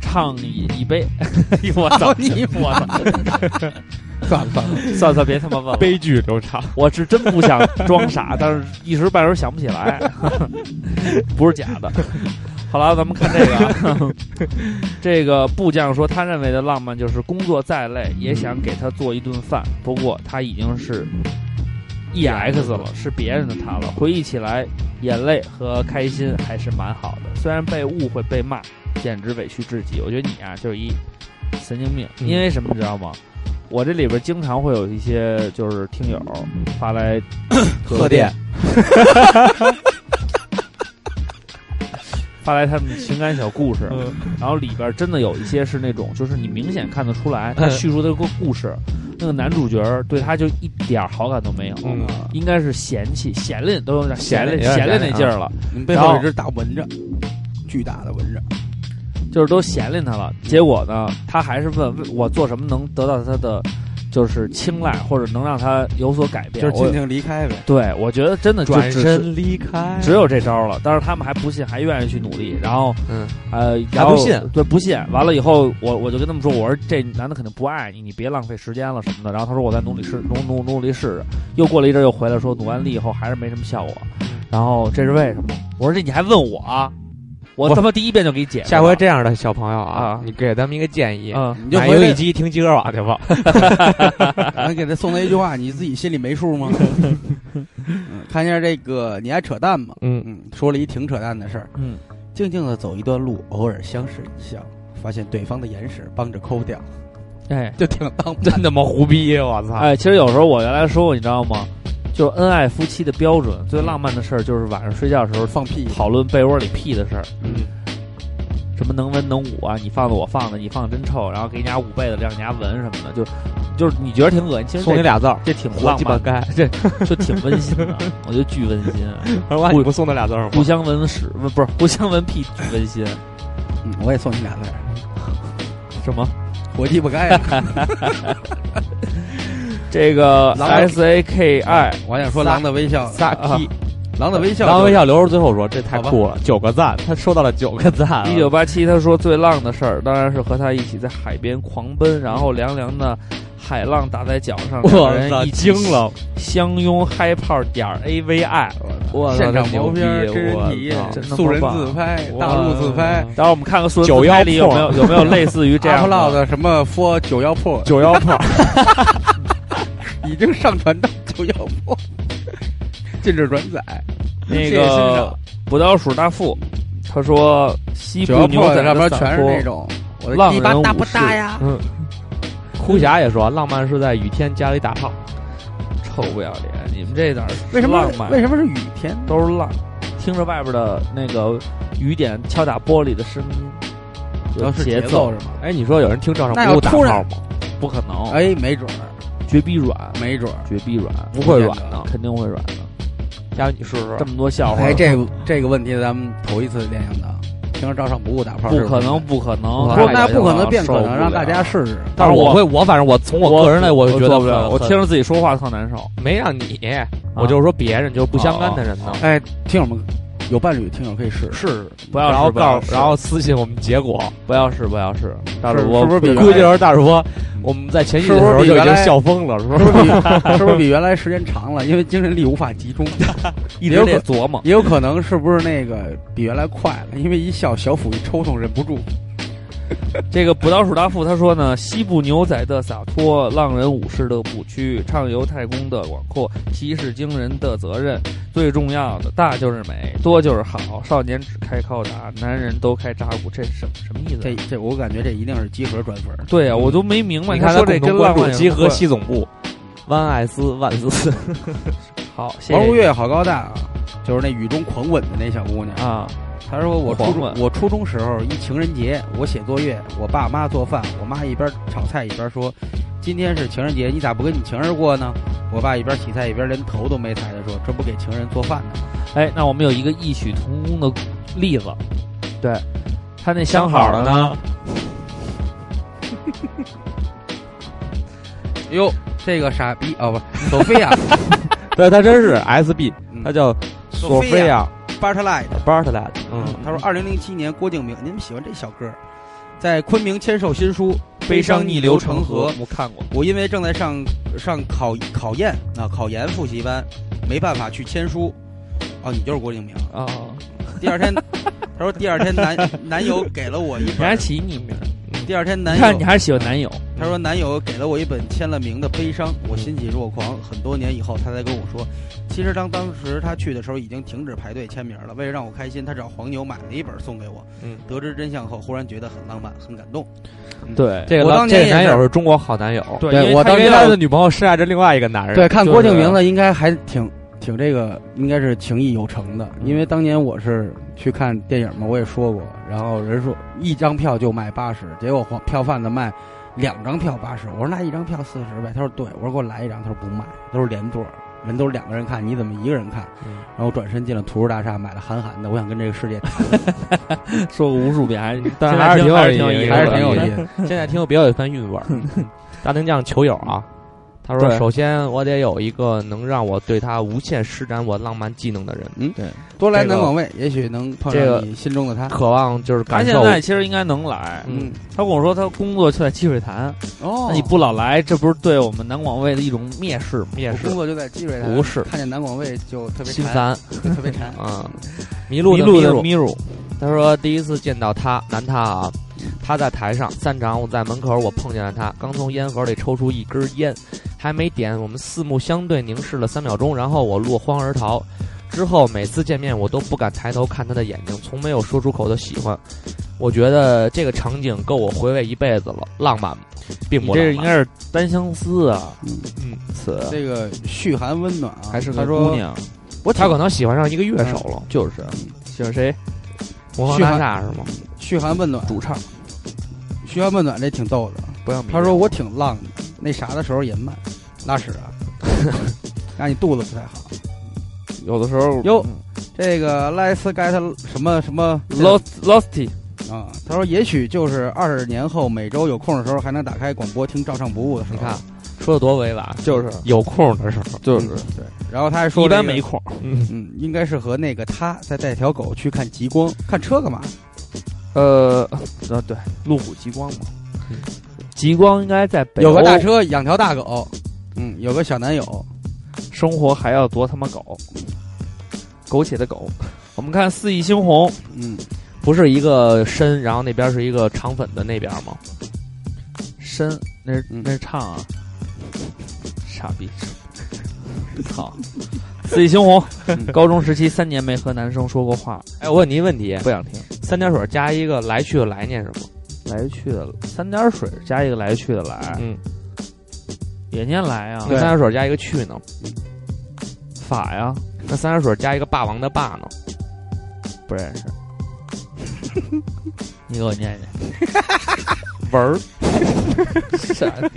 E: 唱一一杯， 哎呦我操你我操，
B: 算了算了，
E: 算算别他妈问了，
G: 悲剧流畅。
E: 我是真不想装傻，但是一时半会儿想不起来， 不是假的。好了，咱们看这个啊，这个部将说，他认为的浪漫就是工作再累也想给他做一顿饭。不过他已经是 E X 了，是别人的他了。回忆起来，眼泪和开心还是蛮好的。虽然被误会被骂，简直委屈至极。我觉得你啊，就是一神经病，因为什么你知道吗？我这里边经常会有一些就是听友发来贺电，发来他们情感小故事，然后里边真的有一些是那种，就是你明显看得出来，他叙述的这个故事，那个男主角对他就一点儿好感都没有，
G: 嗯
E: 应该是嫌弃、嫌吝，都有点嫌吝、
G: 嫌吝
E: 嫌吝
G: 嫌
E: 那
G: 吝
E: 劲儿了，
B: 你们背
E: 然
B: 后
E: 后
B: 有一只大蚊子，巨大的蚊子，
E: 就是都嫌吝他了。结果呢，他还是问为我做什么能得到他的就是青睐，或者能让他有所改变。
B: 就是
E: 我
B: 尽情离开呗。
E: 对，我觉得真的就
G: 转
E: 只是
G: 身离开，
E: 只有这招了，但是他们还不信，还愿意去努力。然后，
G: 嗯，
E: 呃，
G: 还
E: 然
G: 不
E: 后
G: 信
E: 对，不信。完了以后，我我就跟他们说，我说这男的肯定不爱你，你别浪费时间了什么的。然后他说我再努力试，努努努力试试。又过了一阵，又回来说努完力以后还是没什么效果。然后这是为什么？我说这你还问我啊？我
G: 我
E: 他妈第一遍就给你解释了。
G: 下回这样啊的小朋友啊
E: 啊，
G: 你给咱们一个建议，
E: 嗯，
B: 你就
G: 买
B: 回
G: 游
B: 去
G: 戏机听鸡儿瓦去吧。
B: 然后给他送他一句 话，你自己心里没数吗？嗯看一下这个，你爱扯淡吗？
G: 嗯，
B: 嗯，说了一挺扯淡的事儿。
E: 嗯，
B: 静静的走一段路，偶尔相视一笑，发现对方的眼屎帮着抠掉，
E: 哎
B: 就挺浪漫。
G: 真他妈胡逼，我操！
E: 哎，其实有时候我原来说过，你知道吗？就是恩爱夫妻的标准，最浪漫的事儿就是晚上睡觉的时候
B: 放屁，
E: 讨论被窝里屁的事儿。
G: 嗯，
E: 什么能闻能捂啊，你放的我放的，你放的真臭，然后给你家捂被子，让你家闻什么的，就就是你觉得挺恶心，其实
G: 送你
E: 这
G: 俩字儿，
E: 这挺
G: 活
E: 浪
G: 鸡巴
E: 漫
G: 该。这
E: 的，就挺温馨的，我觉得巨温馨啊，
G: 他妈你不送他俩字儿
E: 互
G: 吗？
E: 相闻屎不不是互相闻屁巨温馨，
B: 嗯我也送你俩字儿，
E: 什么？
B: 活鸡巴该啊。
E: 这个
B: 狼
E: S A K I
B: 我想说狼的微笑，啊
G: 仨屁，
B: 狼的微笑，
G: 然后微，笑留着最后说，这太
B: 好吧
G: 酷了，九个赞，他收到了九个赞。啊
E: 一九八七，他说最浪的事儿当然是和他一起在海边狂奔，然后凉凉的海浪打在脚上，两个
G: 我操，
E: 人一起
G: 惊了！
E: 相拥嗨炮点 A V I。
G: 我
B: 现
G: 操，
B: 场
G: 这牛
B: 毛
G: 逼
B: 片儿，真人
G: 我
B: 体验，
E: 真
G: 操
E: 他妈
B: 素人
E: 棒
B: 自拍，
G: 哇
B: 大陆自拍，
E: 待会儿我们看看苏
G: 九幺
E: 拍里有没有
G: 破
E: 有没有类似于这
B: 阿
E: 样啊
B: 普
E: 的
B: 老的什么 f 九幺破，
G: 九幺炮，
B: 已经上传到九幺破， 禁止转载。
E: 那
B: 谢谢欣
E: 个
B: 赏
E: 不倒数大富，他说西
B: 九
E: 部
B: 幺
E: 牛
B: 破
E: 仔
B: 的上
E: 的
B: 边
E: 散
B: 全是
E: 播
B: 那种我的
E: 浪
B: 鸡
E: 人
B: 巴
E: 武
B: 大不
E: 士
B: 大呀？
G: 哭侠也说，浪漫是在雨天家里打炮。
E: 臭不要脸，你们这哪儿是
B: 为什么
E: 浪漫？啊
B: 为什么是雨天？
E: 都是浪？听着外边的那个雨点敲打玻璃的声音，有
B: 要是
E: 节
B: 节
E: 奏
B: 奏是吗？
G: 哎，你说有人听照
B: 那
G: 上
B: 要
G: 不打
B: 突然
G: 炮吗？
E: 不可能，
B: 哎，没准儿，
E: 绝逼软，
B: 没准儿。
E: 绝逼软，
G: 不会软的
E: 肯定会软的。
G: 佳宇，你试试
E: 这。么多笑话，
B: 哎，这个这个问题咱们头一次联想到，听说照上不误打炮
E: 不
B: 是
E: 可
B: 是
E: 能，，不可能，
G: 不
B: 不
G: 可
E: 太
B: 那
E: 恶心
B: 不可能
E: 了
B: 变可
E: 受
B: 能，
E: 不
B: 让大
E: 了
B: 家试试。
G: 但是
E: 我
G: 我会，我反正我从我个人来，我就觉得
E: 做不了，
G: 很啊
E: 我
G: 很
E: 听着自己说话特难受。
G: 没让你，我就是说别人，就是不相干的人呢。
B: 哎，听友们有伴侣，听友可以试试。
G: 是，
E: 不要试
G: 然后
E: 不要
G: 告
E: 试
G: 诉，然后私信我们结 果。
E: 不要试，不要试，大
B: 是
E: 主播
B: 是不是比
G: 估计
B: 原来
G: 就是大主播，我们在前期的
B: 是
G: 时
B: 不是
G: 候
B: 比
G: 就已
B: 原
G: 经
B: 来
G: 笑疯了，是不
B: 是
G: 是？
B: 不是比是不是比原来时间长了？因为精神力无法集中，
E: 一
B: 也
E: 直
B: 有
E: 得
B: 可
E: 琢磨。
B: 也有可能是不是那个比原来快了？因为一笑小腹一抽动，忍不住。
E: 这个不倒数大富他说呢，西部牛仔的洒脱，浪人武士的不屈，畅游太空的广阔，骑士惊人的责任，最重要的大就是美，多就是好，少年只开高达，男人都开扎古，这是什么什么意思
B: 这
E: 啊？
B: 这，我感觉这一定是集合转粉儿。
E: 对啊，我都没明白。
G: 你看
E: 说
G: 他
E: 这
G: 共
E: 跟
G: 同
E: 浪
G: 关注
E: 漫
G: 集合
E: 系
G: 西总 部，万爱斯万斯，
E: 好，谢
B: 王
E: 谢
B: 如
E: 你
B: 月好高大啊，就是那雨中狂吻的那小姑娘。
E: 啊，
B: 她说我初
E: 狂
B: 中
E: 吻
B: 我初中时候一情人节，我写作业，我爸妈做饭，我妈一边炒菜一边说：“今天是情人节，你咋不跟你情人过呢？”我爸一边洗菜一边连头都没抬的说：“这不给情人做饭呢吗
E: 哎，那我们有一个异曲同工的例子，对，他那相好的呢，
G: 呢？？”
B: 哟，这个傻逼哦，不，索 菲亚
G: 对他真是 S B，
B: 嗯
G: 他叫索菲亚
B: 巴特赖的，
G: 巴特莱，嗯
B: 他说，二零零七年，郭敬明，你们喜欢这小哥儿，在昆明签售新书《
E: 悲
B: 伤
E: 伤
B: 逆
E: 逆
B: 流
E: 流
B: 成
E: 成
B: 河
E: 河，我看过。
B: 我因为正在上上考考研啊考研复习班，没办法去签书。哦，你就是郭敬明。
E: 啊，
B: 第二天，他说第二天 男男友给了我一
E: 你还
B: 本，
E: 起匿名，
B: 第二天男
E: 你看你
B: 友
E: 还是喜欢男友，
B: 他说男友给了我一本签了名的《悲伤》，我欣喜若狂。很多年以后，他才跟我说，其实当当时他去的时候已经停止排队签名了。为了让我开心，他找黄牛买了一本送给我。
G: 嗯，
B: 得知真相后，忽然觉得很浪漫，很感动。
E: 对
G: 这个
B: 我
G: 老
B: 当年
G: 这
B: 也
G: 个男友
B: 是
G: 是中国好男友，
E: 对
B: 对
E: 因为
B: 我
E: 他
B: 当
G: 因
E: 原
G: 为
E: 来
G: 他的女朋友深爱着另外一个男人。
B: 对，看
E: 就是
B: 郭敬明的应该还挺挺这个，应该是情意有成的。
G: 嗯
B: 因为当年我是去看电影嘛，我也说过，然后人说一张票就卖八十，结果票贩子卖两张票八十，我说那一张票四十呗，他说对，我说给我来一张，他说不卖，都是连座儿，人都是两个人看，你怎么一个人看？
G: 嗯
B: 然后我转身进了图书大厦，买了韩寒的，我想跟这 个世界
E: 说过无数遍，还
G: 但是
E: 现在
G: 还是挺
E: 听
G: 有
E: 还是
G: 意义
E: 挺有意思
G: 的
E: 的，
B: 还是挺有意思的。
G: 现在听有别有一番韵味儿。大能酱球友啊，他说：“
E: 嗯对
G: 首先我得有一个能让我对他无限施展我浪漫技能的人，
B: 多来
G: 这
B: 南
G: 个
B: 广卫，也许能碰
G: 这个
B: 上你心中的他。
G: 渴望就是
E: 他
G: 感
E: 现
G: 受。
E: 在其实应该能来，
G: 嗯，
E: 他跟我说他工作就在积水潭，
B: 哦
E: 那你不老来，这不是对我们南广卫的一种蔑视吗？
G: 也
B: 我
G: 是
B: 工作就在积水潭，
G: 不是
B: 看见南广卫就特别
G: 心
B: 馋，
G: 烦
B: 就特别馋。
G: 啊，迷路的
E: 迷路
G: 迷
E: 的
G: 路。
E: 咪鲁，
G: 他说第一次见到他，男他啊，他在台上，散场我在门口，我碰见了他，刚从烟盒里抽出一根烟，还没点，我们四目相对凝视了三秒钟，然后我落荒而逃。之后每次见面，我都不敢抬头看他的眼睛，从没有说出口的喜欢。我觉得这个场景够我回味一辈子了，浪漫吗，并
E: 你
G: 不
E: 这
G: 浪
E: 是应
G: 漫。
E: 该是单相思啊，
G: 嗯，
E: 此
B: 这个嘘寒问暖啊，
E: 还是
B: 他
E: 个
B: 说
E: 姑娘，
B: 我挺
G: 他可能喜欢上一个乐手了，
E: 就是喜欢谁？
G: 魔方
B: 嘘
G: 大
B: 寒
G: 厦是吗？
B: 嘘寒问暖，
E: 主唱
B: 嘘寒问暖这挺逗的。
E: 不要
B: 他说我挺浪的，那啥的时候也慢，拉屎 啊，让你肚子不太好。
E: 嗯有的时候
B: 哟这个 Let's get 什么什么
E: lost losty
B: 啊，他说也许就是二十年后每周有空的时候还能打开广播听照唱不误的时候。
G: 你看，说的多委婉，
E: 就是
G: 有空的时候，
E: 就是
B: 嗯对，然后他还说
E: 一
B: 这个、
E: 般没空，
B: 嗯，应该是和那个他再带条狗去看极光，看车干嘛？
E: 呃呃对，路虎极光嘛，极光应该在北
B: 有个
E: 欧
B: 大车养条大狗，嗯，有个小男友，
E: 生活还要多他妈狗，苟且的狗。我们看四季猩红，
B: 嗯，
G: 不是一个深，然后那边是一个肠粉的那边吗？
E: 深那是
B: 嗯
E: 那是唱啊，傻逼，操！四季猩红， 高中时期三年没和男生说过话，
G: 哎，我问你一问题，
E: 不想听。
G: 三点水加一个来去的来念什么？
E: 来去的三点水加一个来去的来，
G: 嗯，
E: 也念来啊，
G: 那三点水加一个去呢？
E: 法呀，
G: 那三点水加一个霸王的霸呢？
E: 不认识。 你给我念念，
G: 文儿，
B: 人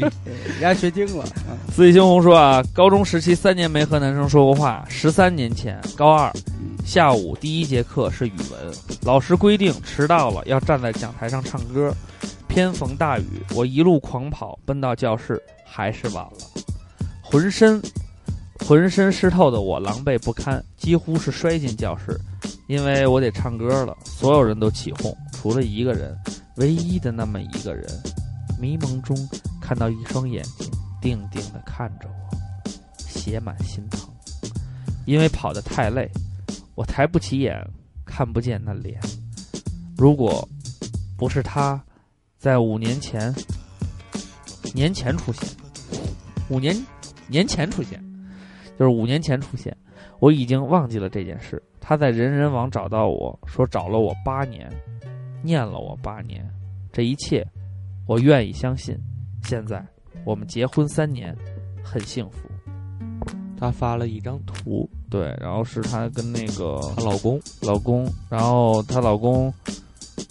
B: 家嗯学精了，啊
E: 四季猩红说啊，高中时期三年没和男生说过话，十三年前高二下午第一节课是语文，老师规定迟到了要站在讲台上唱歌，偏逢大雨，我一路狂跑奔到教室，还是晚了，浑身浑身湿透的我狼狈不堪，几乎是摔进教室，因为我得唱歌了，所有人都起哄，除了一个人，唯一的那么一个人，迷蒙中看到一双眼睛。定定地看着我，血满心疼，因为跑得太累，我抬不起眼，看不见那脸。如果不是他，在五年前，年前出现，五年年前出现，就是五年前出现，我已经忘记了这件事。他在人人网找到我说找了我八年，念了我八年，这一切，我愿意相信。现在我们结婚三年，很幸福。
G: 他发了一张图，
E: 对，然后是她跟那个
G: 她老公
E: 老公，然后她老公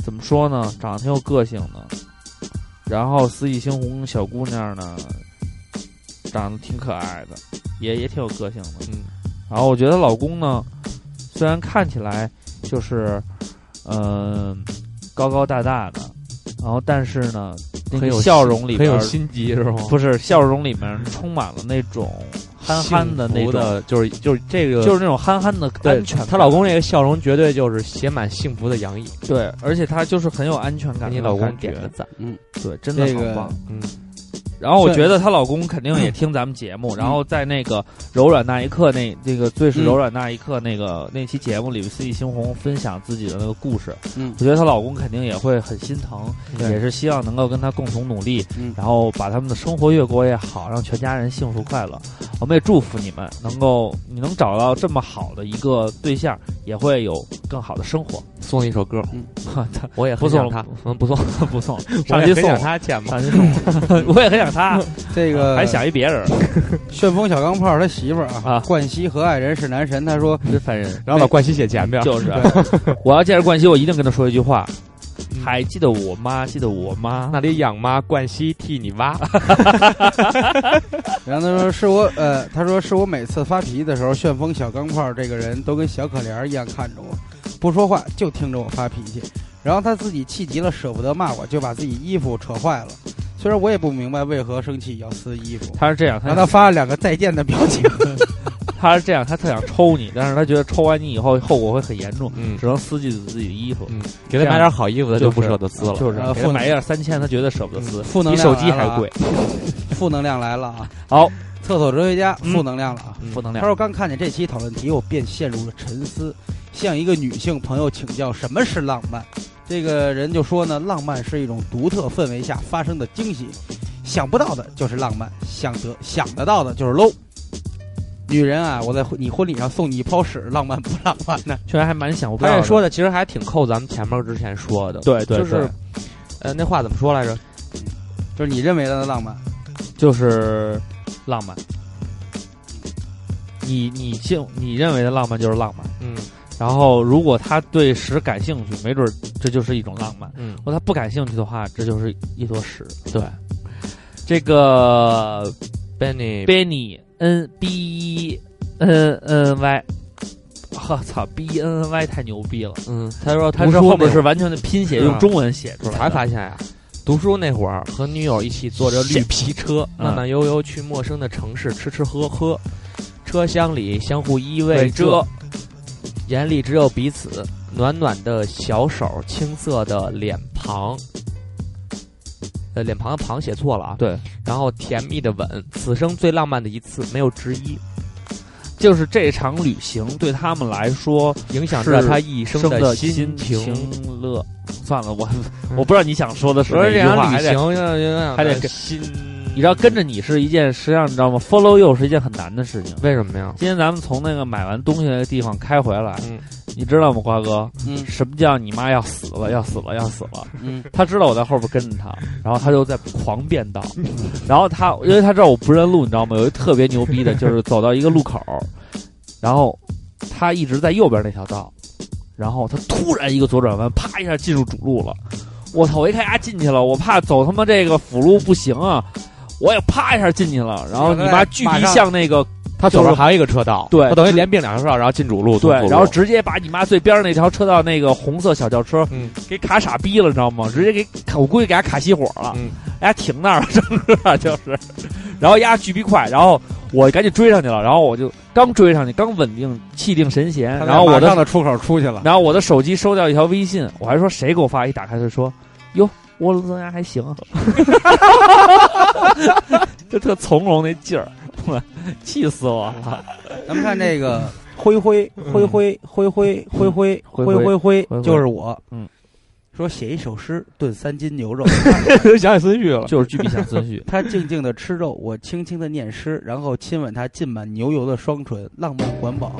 E: 怎么说呢？长得挺有个性的，然后四季猩红小姑娘呢，长得挺可爱的，也也挺有个性的。
G: 嗯，
E: 然后我觉得她老公呢，虽然看起来就是嗯、高高大大的，然后但是呢，那
G: 很
E: 个
G: 有
E: 笑容里
G: 很
E: 边
G: 有
E: 儿
G: 心机是吗？
E: 不是笑容里面充满了那种憨憨的那
G: 幸福
E: 种，
G: 的，就是就是这个，
E: 就是那种憨憨的
G: 对
E: 安全感。
G: 她老公这个笑容绝对就是写满幸福的洋溢，
E: 对，而且她就是很有安全
G: 给
E: 感。
G: 你老公点个，赞。
E: 对，真的
B: 这
E: 很
B: 个
E: 棒。
G: 嗯，
E: 然后我觉得她老公肯定也听咱们节目，然后在那个柔软那一刻那那个最是
B: 嗯
E: 柔软那一刻那个那期节目里，四季猩红分享自己的那个故事，
B: 嗯
E: 我觉得她老公肯定也会很心疼，
B: 对
E: 也是希望能够跟她共同努力，
B: 嗯
E: 然后把他们的生活越过越好，让全家人幸福快乐。我们也祝福你们能够你能找到这么好的一个对象，也会有更好的生活。
G: 送一首歌，
E: 他
G: 嗯我也很
E: 不送
G: 想她，嗯，不送，
E: 不送，
G: 我
E: 上
G: 也
E: 去
G: 很
E: 送
G: 想她见吧。
E: 上去送 我，我也很想他，
B: 这个
E: 啊还想一别人，
B: 旋风小钢炮他媳妇儿啊
E: 啊，嗯
B: 冠希和爱人是男神，他说
E: 真烦 人。
G: 然后把冠希写前边，
E: 就是，我要见着冠希，我一定跟他说一句话：还记得我妈，记得我妈。
G: 那里养妈，冠希替你挖。
B: 然后他说是我，呃，他说是我每次发脾气的时候，旋风小钢炮这个人都跟小可怜儿一样看着我，不说话就听着我发脾气。然后他自己气急了，舍不得骂我，就把自己衣服扯坏了。虽然我也不明白为何生气要撕衣服，
E: 他是这样，
B: 然后他
E: 他
B: 发了两个再见的表情。
E: 他是这样，他特想抽你，但是他觉得抽完你以后后果会很严重，
G: 嗯
E: 只，能撕去自己的衣服。
G: 嗯给他买点好衣服，他就不
E: 就是
G: 舍得撕了。
E: 就是
B: 然后
E: 给他
B: 父
E: 买一件三千，他觉得舍不得撕，
B: 负能
E: 比
B: 量
E: 手机
B: 来了
E: 还
B: 啊
E: 贵。
B: 负能量来了啊！
E: 好，嗯
B: 厕所哲学家，负能量了啊！
G: 嗯
E: 负能
B: 他
E: 量，
B: 说刚看见这期讨论题，我便陷入了沉思，向一个女性朋友请教什么是浪漫。这个人就说呢，浪漫是一种独特氛围下发生的惊喜，想不到的就是浪漫，想得想得到的就是 low。女人啊，我在婚你婚礼上送你一泡屎，浪漫不浪 漫呢？
E: 居然还蛮想不
G: 他
E: 到
G: 这
E: 的。
G: 说的其实还挺扣咱们前面之前说的，
E: 对对
G: 就是
E: 对，
G: 呃，那话怎么说来着？
B: 就是你认为的浪漫，
E: 就是浪漫。你你性你认为的浪漫就是浪漫，
G: 嗯
E: 然后如果他对屎感兴趣，没准儿这就是一种浪漫；
G: 嗯
E: 如，果他不感兴趣的话，这就是一坨屎。对，这个
G: Benny
E: Benny N B E N N Y，我操，B E N N Y 太牛逼了！
G: 嗯，
E: 他说嗯他
G: 读
E: 是
G: 书
E: 后面
G: 那
E: 是完全的拼写，
G: 是啊
E: 用中文写出
G: 我
E: 来的。
G: 才发现呀、读书那会儿和女友一起坐着绿皮车，
E: 嗯
G: 慢慢悠悠去陌生的城市吃吃喝喝，车厢里相互依
E: 对
G: 偎着，眼里只有彼此，暖暖的小手，青涩的脸庞。呃，脸庞的庞写错了啊。
E: 对，
G: 然后甜蜜的吻，此生最浪漫的一次，没有之一，
E: 就是这场旅行对他们来说，
G: 影响
E: 是
G: 着他一生
E: 的
G: 心情。
E: 情乐。算了，我我不知道你想说的是
G: 我说
E: 哪
G: 这
E: 句
G: 场
E: 话，
G: 旅
E: 还得
G: 行呃影响
E: 还得
G: 着
E: 跟
G: 心，
E: 你知道跟着你是一件，实际上你知道吗？Follow you 是一件很难的事情。
G: 为什么呀？
E: 今天咱们从那个买完东西那个地方开回来，
G: 嗯
E: 你知道吗，瓜哥？
B: 嗯
E: 什么叫你妈要死了，要死了，要死了？
B: 嗯，
E: 他知道我在后边跟着他，然后他就在狂变道，然后他因为他知道我不认路，你知道吗？有一个特别牛逼的，就是走到一个路口， 然后他一直在右边那条道，然后他突然一个左转弯，啪一下进入主路了。我操！我一看他进去了，我怕走他妈这个辅路不行啊，我也啪一下进去了。然后你妈距
B: 马
E: 离
B: 上
E: 像那个
G: 他
E: 左边
G: 还有一个车道
E: 对
G: 他等于连并两条车道，然后进主路，
E: 对
G: 从主，路
E: 然后直接把你妈最边上那条车道那个红色小轿车，
G: 嗯
E: 给卡傻逼了，你知道吗？直接给卡，我估计给他卡熄火了，
G: 嗯
E: 人家停那儿了， 整个就是，然后压巨逼快，然后我赶紧追上去了，然后我就刚追上去，刚稳定气定神闲，
B: 他在
E: 然后我
B: 马上
E: 的，
B: 的出口出去了，
E: 然后我的手机收到一条微信，我还说谁给我发，一打开就说，哟，涡轮增压还行， 就特从容那劲儿，我气死我了，
B: 咱们看这个 灰灰灰灰灰灰灰灰灰灰
E: 灰
B: 灰，
E: 灰
B: 就是我，
E: 嗯，
B: 说写一首诗炖三斤牛肉。
G: 想起孙旭了，
E: 就是巨逼想遵循。
B: 他静静的吃肉，我轻轻的念诗，然后亲吻他浸满牛油的双唇，浪漫环保。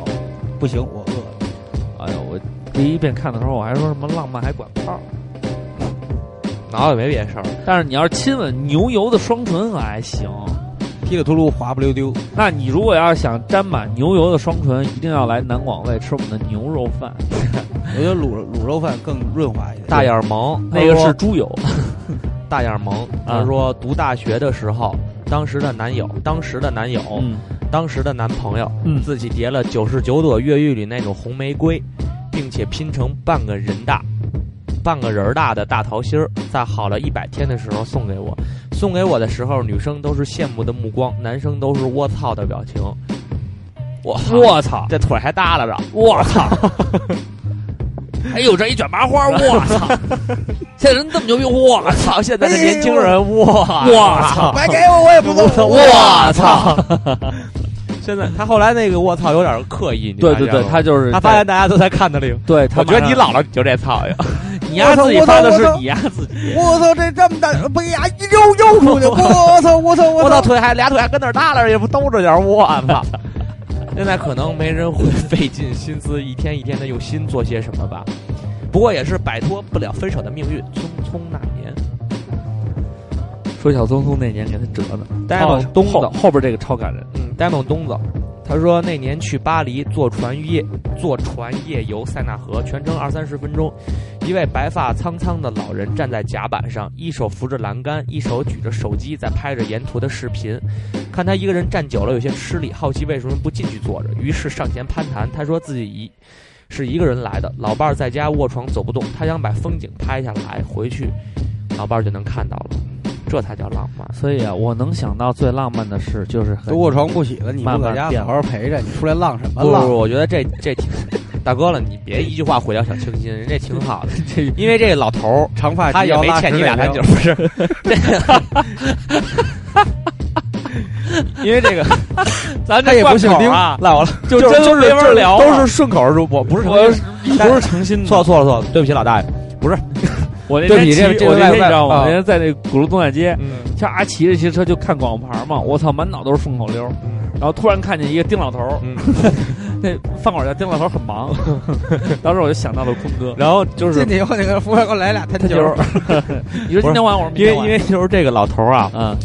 B: 不行，我饿了。
E: 哎呦，我第一遍看的时候，我还说什么浪漫还管炮，
G: 脑子也没别的事儿。
E: 但是你要是亲吻牛油的双唇可还行。
B: 踢了秃噜滑不溜丢。
E: 那你如果要是想沾满牛油的双唇，一定要来南广味吃我们的牛肉饭，
B: 我觉得卤卤肉饭更润滑一点。
G: 大眼萌，
E: 那个
G: 他
E: 是
G: 说
E: 猪油。
G: 大眼萌。
E: 啊
G: 他说读大学的时候，当时的男友，当时的男友，
E: 嗯，
G: 当时的男朋友，
E: 嗯
G: 自己叠了九十九朵越狱里那种红玫瑰，并且拼成半个人大、半个人儿大的大桃心儿，在好了一百天的时候送给我。送给我的时候，女生都是羡慕的目光，男生都是我操的表情。我操，
E: 我操，
G: 这腿还耷拉着，
E: 我操！ 哎呦，这一卷麻花，我 操！现在人这么牛逼，我操！现
G: 那
E: 在
G: 这
E: 这
G: 年轻
E: 年轻
G: 人
E: 人，，
G: 我
E: 我操！
B: 白哎给我我也不走。
E: 我操！
G: 现在他后来那个我操有点刻意，你
E: 对
G: 发现
E: 对对，
G: 了
E: 他
G: 吗
E: 就是
G: 他发现大家都在看他这个。
E: 对他
G: 我
E: 马
G: 觉
E: 上，
G: 得你老了你就这操哎呀，
E: 你丫自己
B: 我操
E: 发的
B: 我
E: 是
B: 操
E: 你丫自己，
B: 我操，这这么大，不给牙一揉揉出去！我操，我操，
G: 我
B: 我
G: 操
B: 操！
G: 腿还俩腿还跟那儿耷拉着，也不兜着点儿，我操！ 现在可能没人会 费尽心思，一天一天的用心做些什么吧。不过也是摆脱不了分手的命运，匆匆那年。
E: 说小聪聪那年给他折的，哦
G: 呆萌
E: 东
G: 后
E: 子哎后边这个超感人，
G: 嗯，呆萌东子，他说那年去巴黎坐船夜坐船夜游塞纳河，全程二三十分钟。一位白发苍苍的老人站在甲板上，一手扶着栏杆，一手举着手机在拍着沿途的视频。看他一个人站久了有些吃力，好奇为什么不进去坐着，于是上前攀谈。他说自己一是一个人来的，老伴儿在家卧床走不动，他想把风景拍下来，回去老伴儿就能看到了，这才叫浪漫。
E: 所以啊，我能想到最浪漫的事就是和
B: 都卧床不起了，你不
E: 慢
B: 搁
E: 慢
B: 家
E: 变
B: 好好陪着，你出来浪什么
G: 不不
B: 浪？
G: 不，我觉得这这挺，大哥了，你别一句话毁掉小清新，人家挺好的，因为这老头儿
B: 长发
G: 他
B: 及
G: 也
B: 腰
G: 没
B: 拉
G: 欠
B: 屎
G: 你
B: 尾
G: 俩
B: 巴
G: 台酒，不是？这，因为这个，咱
B: 他也不姓丁，
G: 啊，
B: 赖我了。
G: 就
E: 真
G: 就是
E: 没法聊
G: 都
E: 了
G: 是顺口而啊出，我不是诚
E: 我
G: 心，
E: 不是诚心的，
G: 错了错了错了，对不起老大爷，
E: 我那
G: 对不
E: 天
G: 起
E: 骑
G: 这这
E: 我那
G: 外
E: 天你知道吗？
G: 外
E: 啊我那天在那鼓楼东大街，
G: 嗯，
E: 天啊骑着骑着车就看广告牌嘛，我操，满脑都是顺口溜儿，然后突然看见一个丁老头儿，
G: 嗯
E: 那饭馆叫丁老头儿很忙， 当时我就想到了坤哥，
G: 然后就是
B: 进去以后，那个服务员给我来俩台
E: 他
B: 球
E: 就，是你 说今天晚上我说明
G: 因为
E: 天晚
G: 因为就是这个老头儿啊，
E: 嗯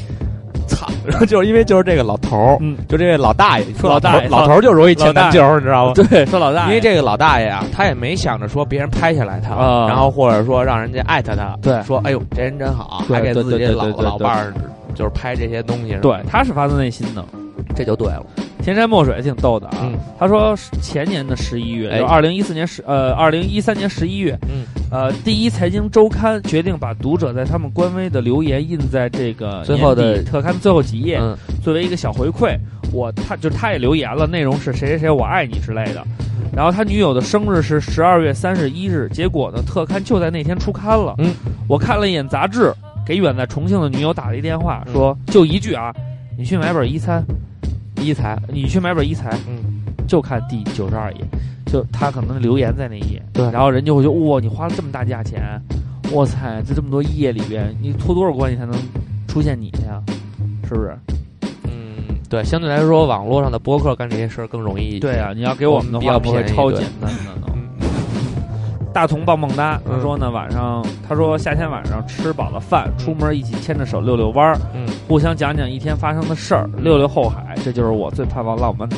G: 操， 然后就是因为就是这个老头儿，
E: 嗯
G: 就这位老大爷，
E: 说老大爷
G: 老头儿就容易欠
E: 老大
G: 咱
E: 爷
G: 酒，你知道吗？
E: 对说老大
G: 因
E: 爷，
G: 为这个老大爷啊，他也没想着说别人拍下来他，
E: 啊
G: 然后或者说让人家艾特他，
E: 对
G: 说哎呦这人真好，
E: 对
G: 还给自己
E: 对对
G: 这
E: 对
G: 老
E: 对对
G: 老伴儿就是拍这些东西，
E: 对他是发自内心的，
G: 这就对了，
E: 天山墨水挺逗的啊，
G: 嗯
E: 他说是前年的十一月，
G: 哎
E: 就二零一四年十呃二零一三年十一月，
G: 嗯，
E: 呃，第一财经周刊决定把读者在他们官微的留言印在这个
G: 最后的
E: 年底特刊最后几页，
G: 嗯
E: 作为一个小回馈。我他就他也留言了，内容是谁谁谁我爱你之类的。然后他女友的生日是十二月三十一日，结果呢，特刊就在那天出刊了。
G: 嗯，
E: 我看了一眼杂志，给远在重庆的女友打了一电话，
G: 嗯
E: 说就一句啊，你去买本一餐，
G: 一财，
E: 你去买本一财，
G: 嗯，
E: 就看第九十二页，就他可能留言在那一页，
G: 对
E: 然后人就会觉得哇，你花了这么大价钱，哇塞，在这么多页里边，你托多少关系才能出现你呀？是不是？
G: 嗯，对，相对来说网络上的播客干这些事儿更容易，
E: 对啊，你要给我们的
G: 比较
E: 话，不会
G: 便宜
E: 超
G: 对
E: 简单的呢。 大同棒棒哒，他
G: 嗯
E: 说呢，晚上他说夏天晚上吃饱了饭，出门一起牵着手遛遛弯儿，
G: 嗯，
E: 互相讲讲一天发生的事儿，溜溜后海，这就是我最盼望浪漫的。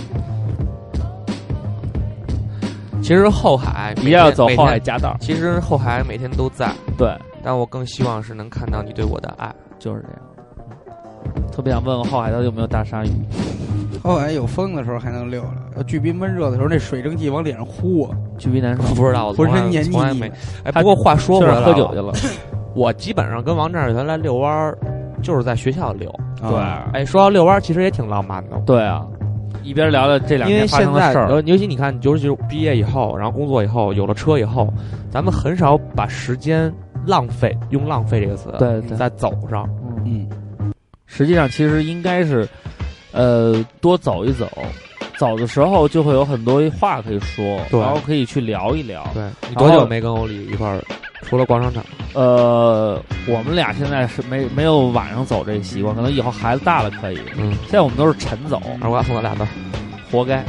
G: 其实后海
E: 一定要走后，
G: 每
E: 海
G: 天
E: 夹道儿
G: 每，天其实后海每天都在，
E: 对，
G: 但我更希望是能看到你对我的 爱，
E: 就是这样。特别想问问后海到底有没有大鲨鱼？
B: 后来有风的时候还能溜溜，要巨冰闷热的时候，那水蒸气往脸上呼我。
E: 巨逼难受，
G: 不知道，我
B: 浑
G: 从
B: 身
G: 来
B: 黏腻
G: 从来没
B: 腻，
G: 哎，不过话说
E: 就
G: 回
E: 是
G: 来，
E: 喝酒去，了。
G: 我基本上跟王战原来遛弯儿就是在学校遛。
B: 啊，
G: 哎，说到遛弯，儿，其实也挺浪漫的。
E: 对啊，一边聊聊这两
G: 因为
E: 天发
G: 现
E: 生的
G: 在
E: 事儿，
G: 呃，尤其你看，尤其是毕业以后，然后工作以后，有了车以后，咱们很少把时间浪费，用“浪费”这个词，
E: 对对
G: 在走上，
E: 嗯
B: 嗯，
E: 实际上其实应该是，呃，多走一走。走的时候就会有很多话可以说，
G: 对
E: 然后可以去聊一聊。
G: 对你
E: 然
G: 多久
E: 后
G: 没跟欧丽一块儿？除了逛商场，
E: 呃，我们俩现在是没没有晚上走这个习惯，可能以后孩子大了可以。
G: 嗯，
E: 现在我们都是晨走，
G: 二瓜送我俩字儿，
E: 活该。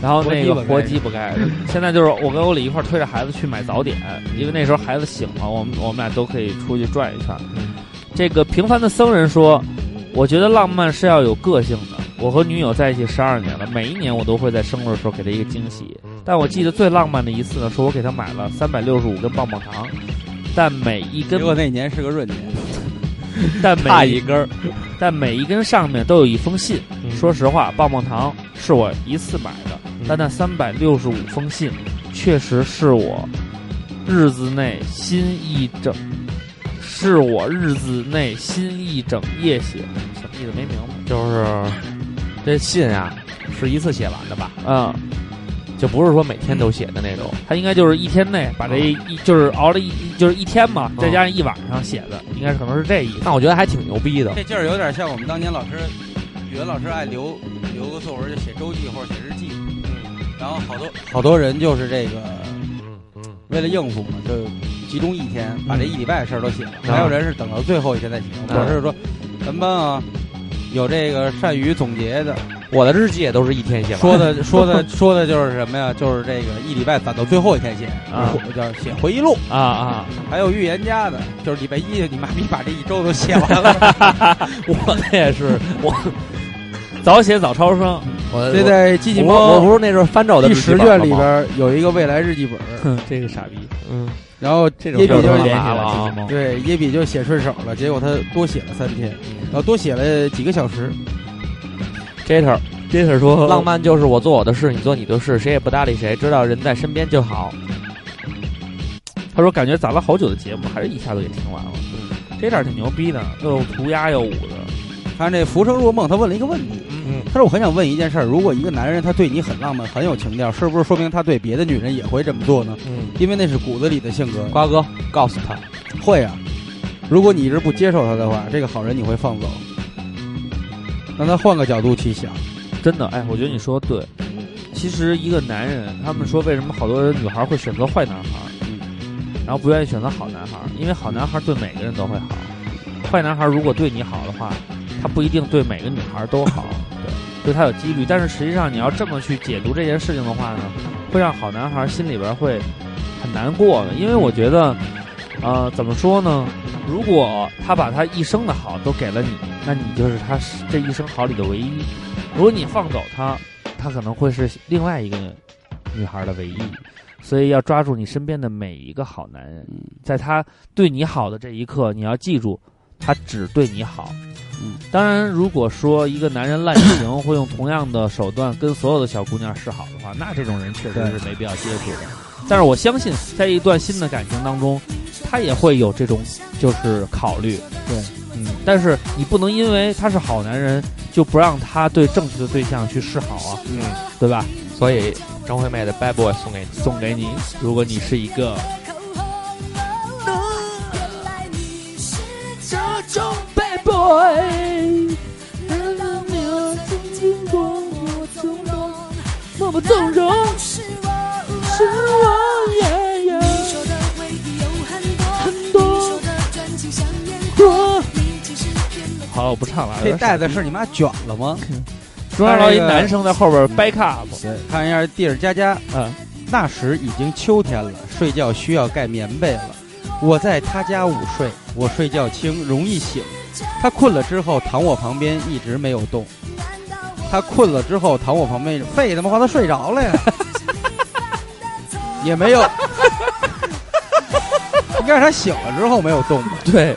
E: 然后那个活
B: 活
E: 鸡
B: 鸡
E: 不该。现在就是我跟欧里一块儿推着孩子去买早点，因为那时候孩子醒了，我们我们俩都可以出去转一圈。这个平凡的僧人说：“我觉得浪漫是要有个性的。我和女友在一起十二年了，每一年我都会在生日的时候给她一个惊喜。但我记得最浪漫的一次呢，是我给她买了三百六十五根棒棒糖，但每一
B: 结
E: 根
B: 果那年是个闰年，
E: 但
G: 差
E: 每
G: 一根儿，
E: 但每一根上面都有一封信。
G: 嗯
E: 说实话，棒棒糖是我一次买的，但那三百六十五封信，确实是我日子内新一整是我日子内心一整夜写的，什么意思没明
G: 就是这信啊，是一次写完的吧？
E: 白啊、
G: 就不是说每天都写的那种。
E: 他应该就是一天内把这一、就是熬了一就是一天嘛，再加上一晚上写的，哦应该是可能是这意思。
G: 那我觉得还挺牛逼的。
B: 这劲儿有点像我们当年老师，语文老师爱留留个作文，就写周记或者写日记。然后好多嗯好多人就是这个，为了应付嘛，就集中一天把这一礼拜的事儿都写了。还有人是等到最后一天再写。
G: 嗯
B: 我是说，咱们班啊，有这个善于总结的，
G: 我的日记也都是一天写完。
B: 说的说的说的就是什么呀？就是这个一礼拜攒到最后一天写，
E: 啊
B: 叫写回忆录。
E: 啊啊！
B: 还有预言家的，就是礼拜一你妈逼把这一周都写完了。
E: 我那也是我早写早超生，
G: 我
B: 这
G: 我
B: 在机器
G: 我我
B: 猫
G: 不是那时候翻找我的
B: 第
G: 日记
B: 十
G: 本
B: 卷
G: 了
B: 里
G: 吗
B: 边，儿有一个未来日记本儿，
E: 哼，这个傻逼，
G: 嗯，
B: 然后
H: 这种
B: 也比
H: 事儿
B: 较
H: 都
B: 严
H: 连起来
G: 了啊
H: 了，这些
B: 对，也比就写顺手了，结果他多写了三天，
G: 嗯
B: 然后多写了几个小时。
G: 这头
E: 这是说
G: 浪漫就是我做我的事，你做你的事，谁也不搭理谁，知道人在身边就好。
E: 他说感觉攒了好久的节目，还是一下子给听完了。这点儿挺牛逼的，又涂鸦又舞的。
B: 看这浮生若梦，他问了一个问题，
G: 嗯，
B: 他说我很想问一件事儿：如果一个男人他对你很浪漫、很有情调，是不是说明他对别的女人也会这么做呢？
G: 嗯，
B: 因为那是骨子里的性格。
G: 瓜哥告诉他，
B: 会啊，如果你一直不接受他的话，这个好人你会放走，让他换个角度去想。
E: 真的，哎，我觉得你说的对。其实一个男人，他们说为什么好多人女孩会选择坏男孩，然后不愿意选择好男孩，因为好男孩对每个人都会好，坏男孩如果对你好的话，他不一定对每个女孩都好，对，对他有几率。但是实际上你要这么去解读这件事情的话呢，会让好男孩心里边会很难过的，因为我觉得，呃，怎么说呢？如果他把他一生的好都给了你，那你就是他这一生好里的唯一。如果你放走他，他可能会是另外一个女孩的唯
B: 嗯
E: 一。所以要抓住你身边的每一个好男人，
B: 嗯
E: 在他对你好的这一刻，你要记住，他只对你好。
B: 嗯，
E: 当然，如果说一个男人滥情，会用同样的手段跟所有的小姑娘示好的话，那这种人确实
B: 对
E: 是没必要接触的。但是我相信，在一段新的感情当中，他也会有这种就是考虑。
B: 对，
E: 嗯，但是你不能因为他是好男人，就不让他对正确的对象去示好啊，
G: 嗯，
E: 对吧？
G: 所以张惠妹的《Bad Boy》送给你。
E: 送给你，如果你是一个
N: 原来你是这种
E: bad boy，
N: 难道我曾经多么冲动，
E: 默不动容，
N: 是我
E: 是我耶耶
N: 你说的回忆有很多，
E: 很多
N: 你说的专情像烟
E: 多
N: 火，你其实骗了
E: 好了，我不唱了。
B: 这袋子是你妈卷 了吗？
E: 中间老有一男生在后边 back up，
B: 对，看一下地儿佳佳，
E: 嗯，
B: 那时已经秋天了，睡觉需要盖棉被了。我在他家午睡，我睡觉轻，容易醒。他困了之后躺我旁边，一直没有动。他困了之后躺我旁边，废他妈话他睡着 了呀，也没有。应该是他醒了之后没有动吧？
E: 对，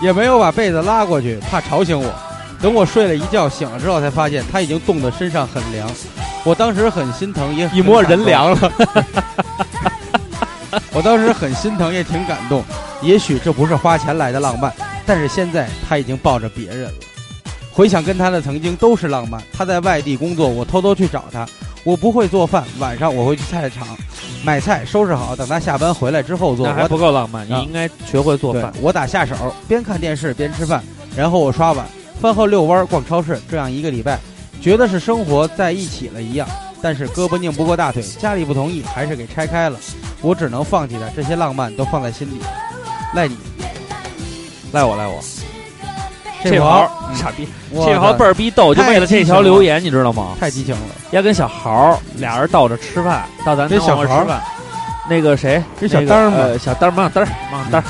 B: 也没有把被子拉过去，怕吵醒我。等我睡了一觉，醒了之后才发现他已经冻得身上很凉，我当时很心疼，也
H: 一摸人凉了，
B: 我当时很心疼，也挺感动。也许这不是花钱来的浪漫，但是现在他已经抱着别人了。回想跟他的曾经都是浪漫。他在外地工作，我偷偷去找他。我不会做饭，晚上我会去菜市场买菜，收拾好，等他下班回来之后做。
E: 那还
B: 我
E: 不够浪漫，你
B: 啊
E: 应该学会做
B: 对
E: 饭。
B: 我打下手，边看电视边吃饭，然后我刷碗，饭后遛弯儿逛超市，这样一个礼拜，觉得是生活在一起了一样。但是胳膊拧不过大腿，家里不同意，还是给拆开了。我只能放弃他，这些浪漫都放在心里，赖你，
G: 赖我赖我，
E: 这
B: 毛
E: 毛
B: 儿
E: 傻逼，
B: 我
E: 这毛倍儿逼逗，就为了这条留言，你知道吗？
B: 太激情了。
E: 要跟小豪儿俩人倒着吃饭，到咱
B: 这
E: 那
B: 小
E: 块儿
B: 豪儿
E: 吃饭。那个谁，
B: 这小
E: 那个
B: 单儿吗嗯
E: 呃小单儿，盲小单儿，盲单儿，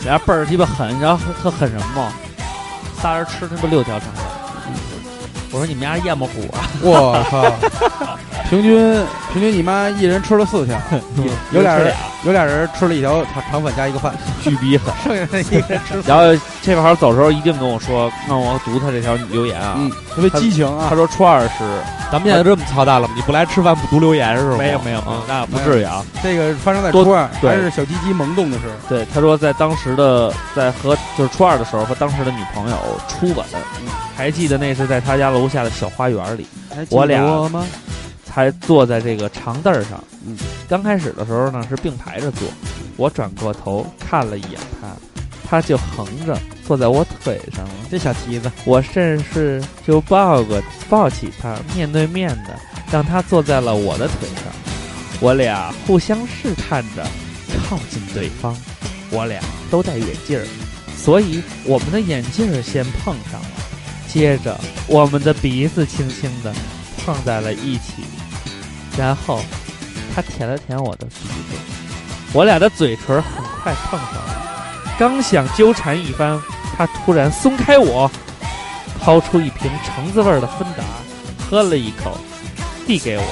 E: 俩人倍儿鸡巴狠，你知道特狠什么吗？仨人 吃他妈六条肠粉。我说你们家是燕窝虎啊！
B: 我靠，平均平均你妈一人吃了四条，有俩人有俩人吃了一条肠肠粉加一个饭，
E: 巨逼狠。
B: 剩下的一个人吃
E: 然后这会儿走的时候一定跟我说，让我读他这条留言啊。
B: 嗯，特别激情啊
E: 他！说初二时
G: 咱们现在这么操蛋了吗？你不来吃饭不读留言是吗？
E: 没有没有
G: 啊，
E: 那不至于啊。
B: 这个发生在
E: 多
B: 初二，
E: 对
B: 还是小鸡鸡萌动的时候。
E: 对，他说在当时的在和就是初二的时候和当时的女朋友初吻，还记得那是在他家楼下的小花园里，
B: 嗯还记得
E: 我俩
B: 吗？
E: 才坐在这个长凳儿上。
B: 嗯，
E: 刚开始的时候呢是并排着坐，我转过头看了一眼他，他就横着坐在我腿上了。
B: 这小蹄子，
E: 我甚至就抱过抱起他，面对面的让他坐在了我的腿上，我俩互相试探着靠近对方，我俩都戴眼镜儿，所以我们的眼镜儿先碰上了，接着我们的鼻子轻轻的碰在了一起，然后他舔了舔我的鼻子，我俩的嘴唇很快碰上了，刚想纠缠一番，他突然松开我。掏出一瓶橙子味儿的芬达，喝了一口，递给我，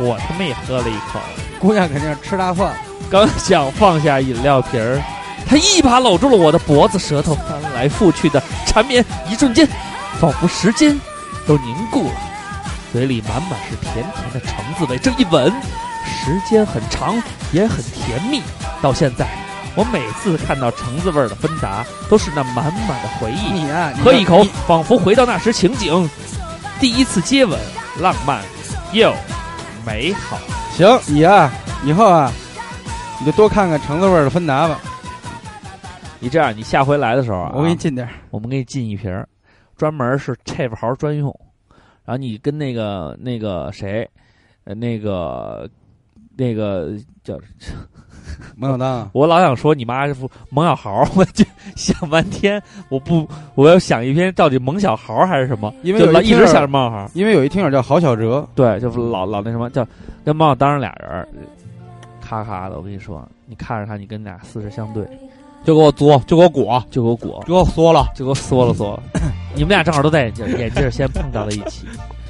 E: 我他妈也喝了一口，
B: 姑娘肯定是吃大蒜。
E: 刚想放下饮料瓶儿，他一把搂住了我的脖子，舌头翻来覆去的缠绵，一瞬间，仿佛时间都凝固了，嘴里满满是甜甜的橙子味，这一吻，时间很长，也很甜蜜，到现在。我每次看到橙子味儿的芬达，都是那满满的回忆。
B: 你啊，你
E: 喝一口，仿佛回到那时情景，第一次接吻，浪漫又美好。
B: 行，你啊，以后啊，你就多看看橙子味儿的芬达吧。
E: 你这样，你下回来的时候啊，
B: 我给你 进点儿，
E: 我们给你进一瓶儿，专门是 chef 豪专用。然后你跟那个那个谁，呃，那个那个叫，
B: 孟小当。啊
E: 我老想说你妈是不蒙小豪， 我就想半天，我不，我要想一篇到底蒙小豪还是什么，
B: 因为
E: 就
B: 有
E: 老
B: 一
E: 一直
B: 听
E: 想着蒙小豪。
B: 因为有一听友叫郝小哲，
E: 对，就是老老那什么叫跟猫当上俩人儿，咔咔的。我跟你说，你看着他，你跟俩四十相对，
G: 就给我作，就给我裹，
E: 就给我裹，
G: 就给我缩了。
E: 就给我缩 了缩了。你们俩正好都戴眼镜儿，眼镜儿先碰到了一起。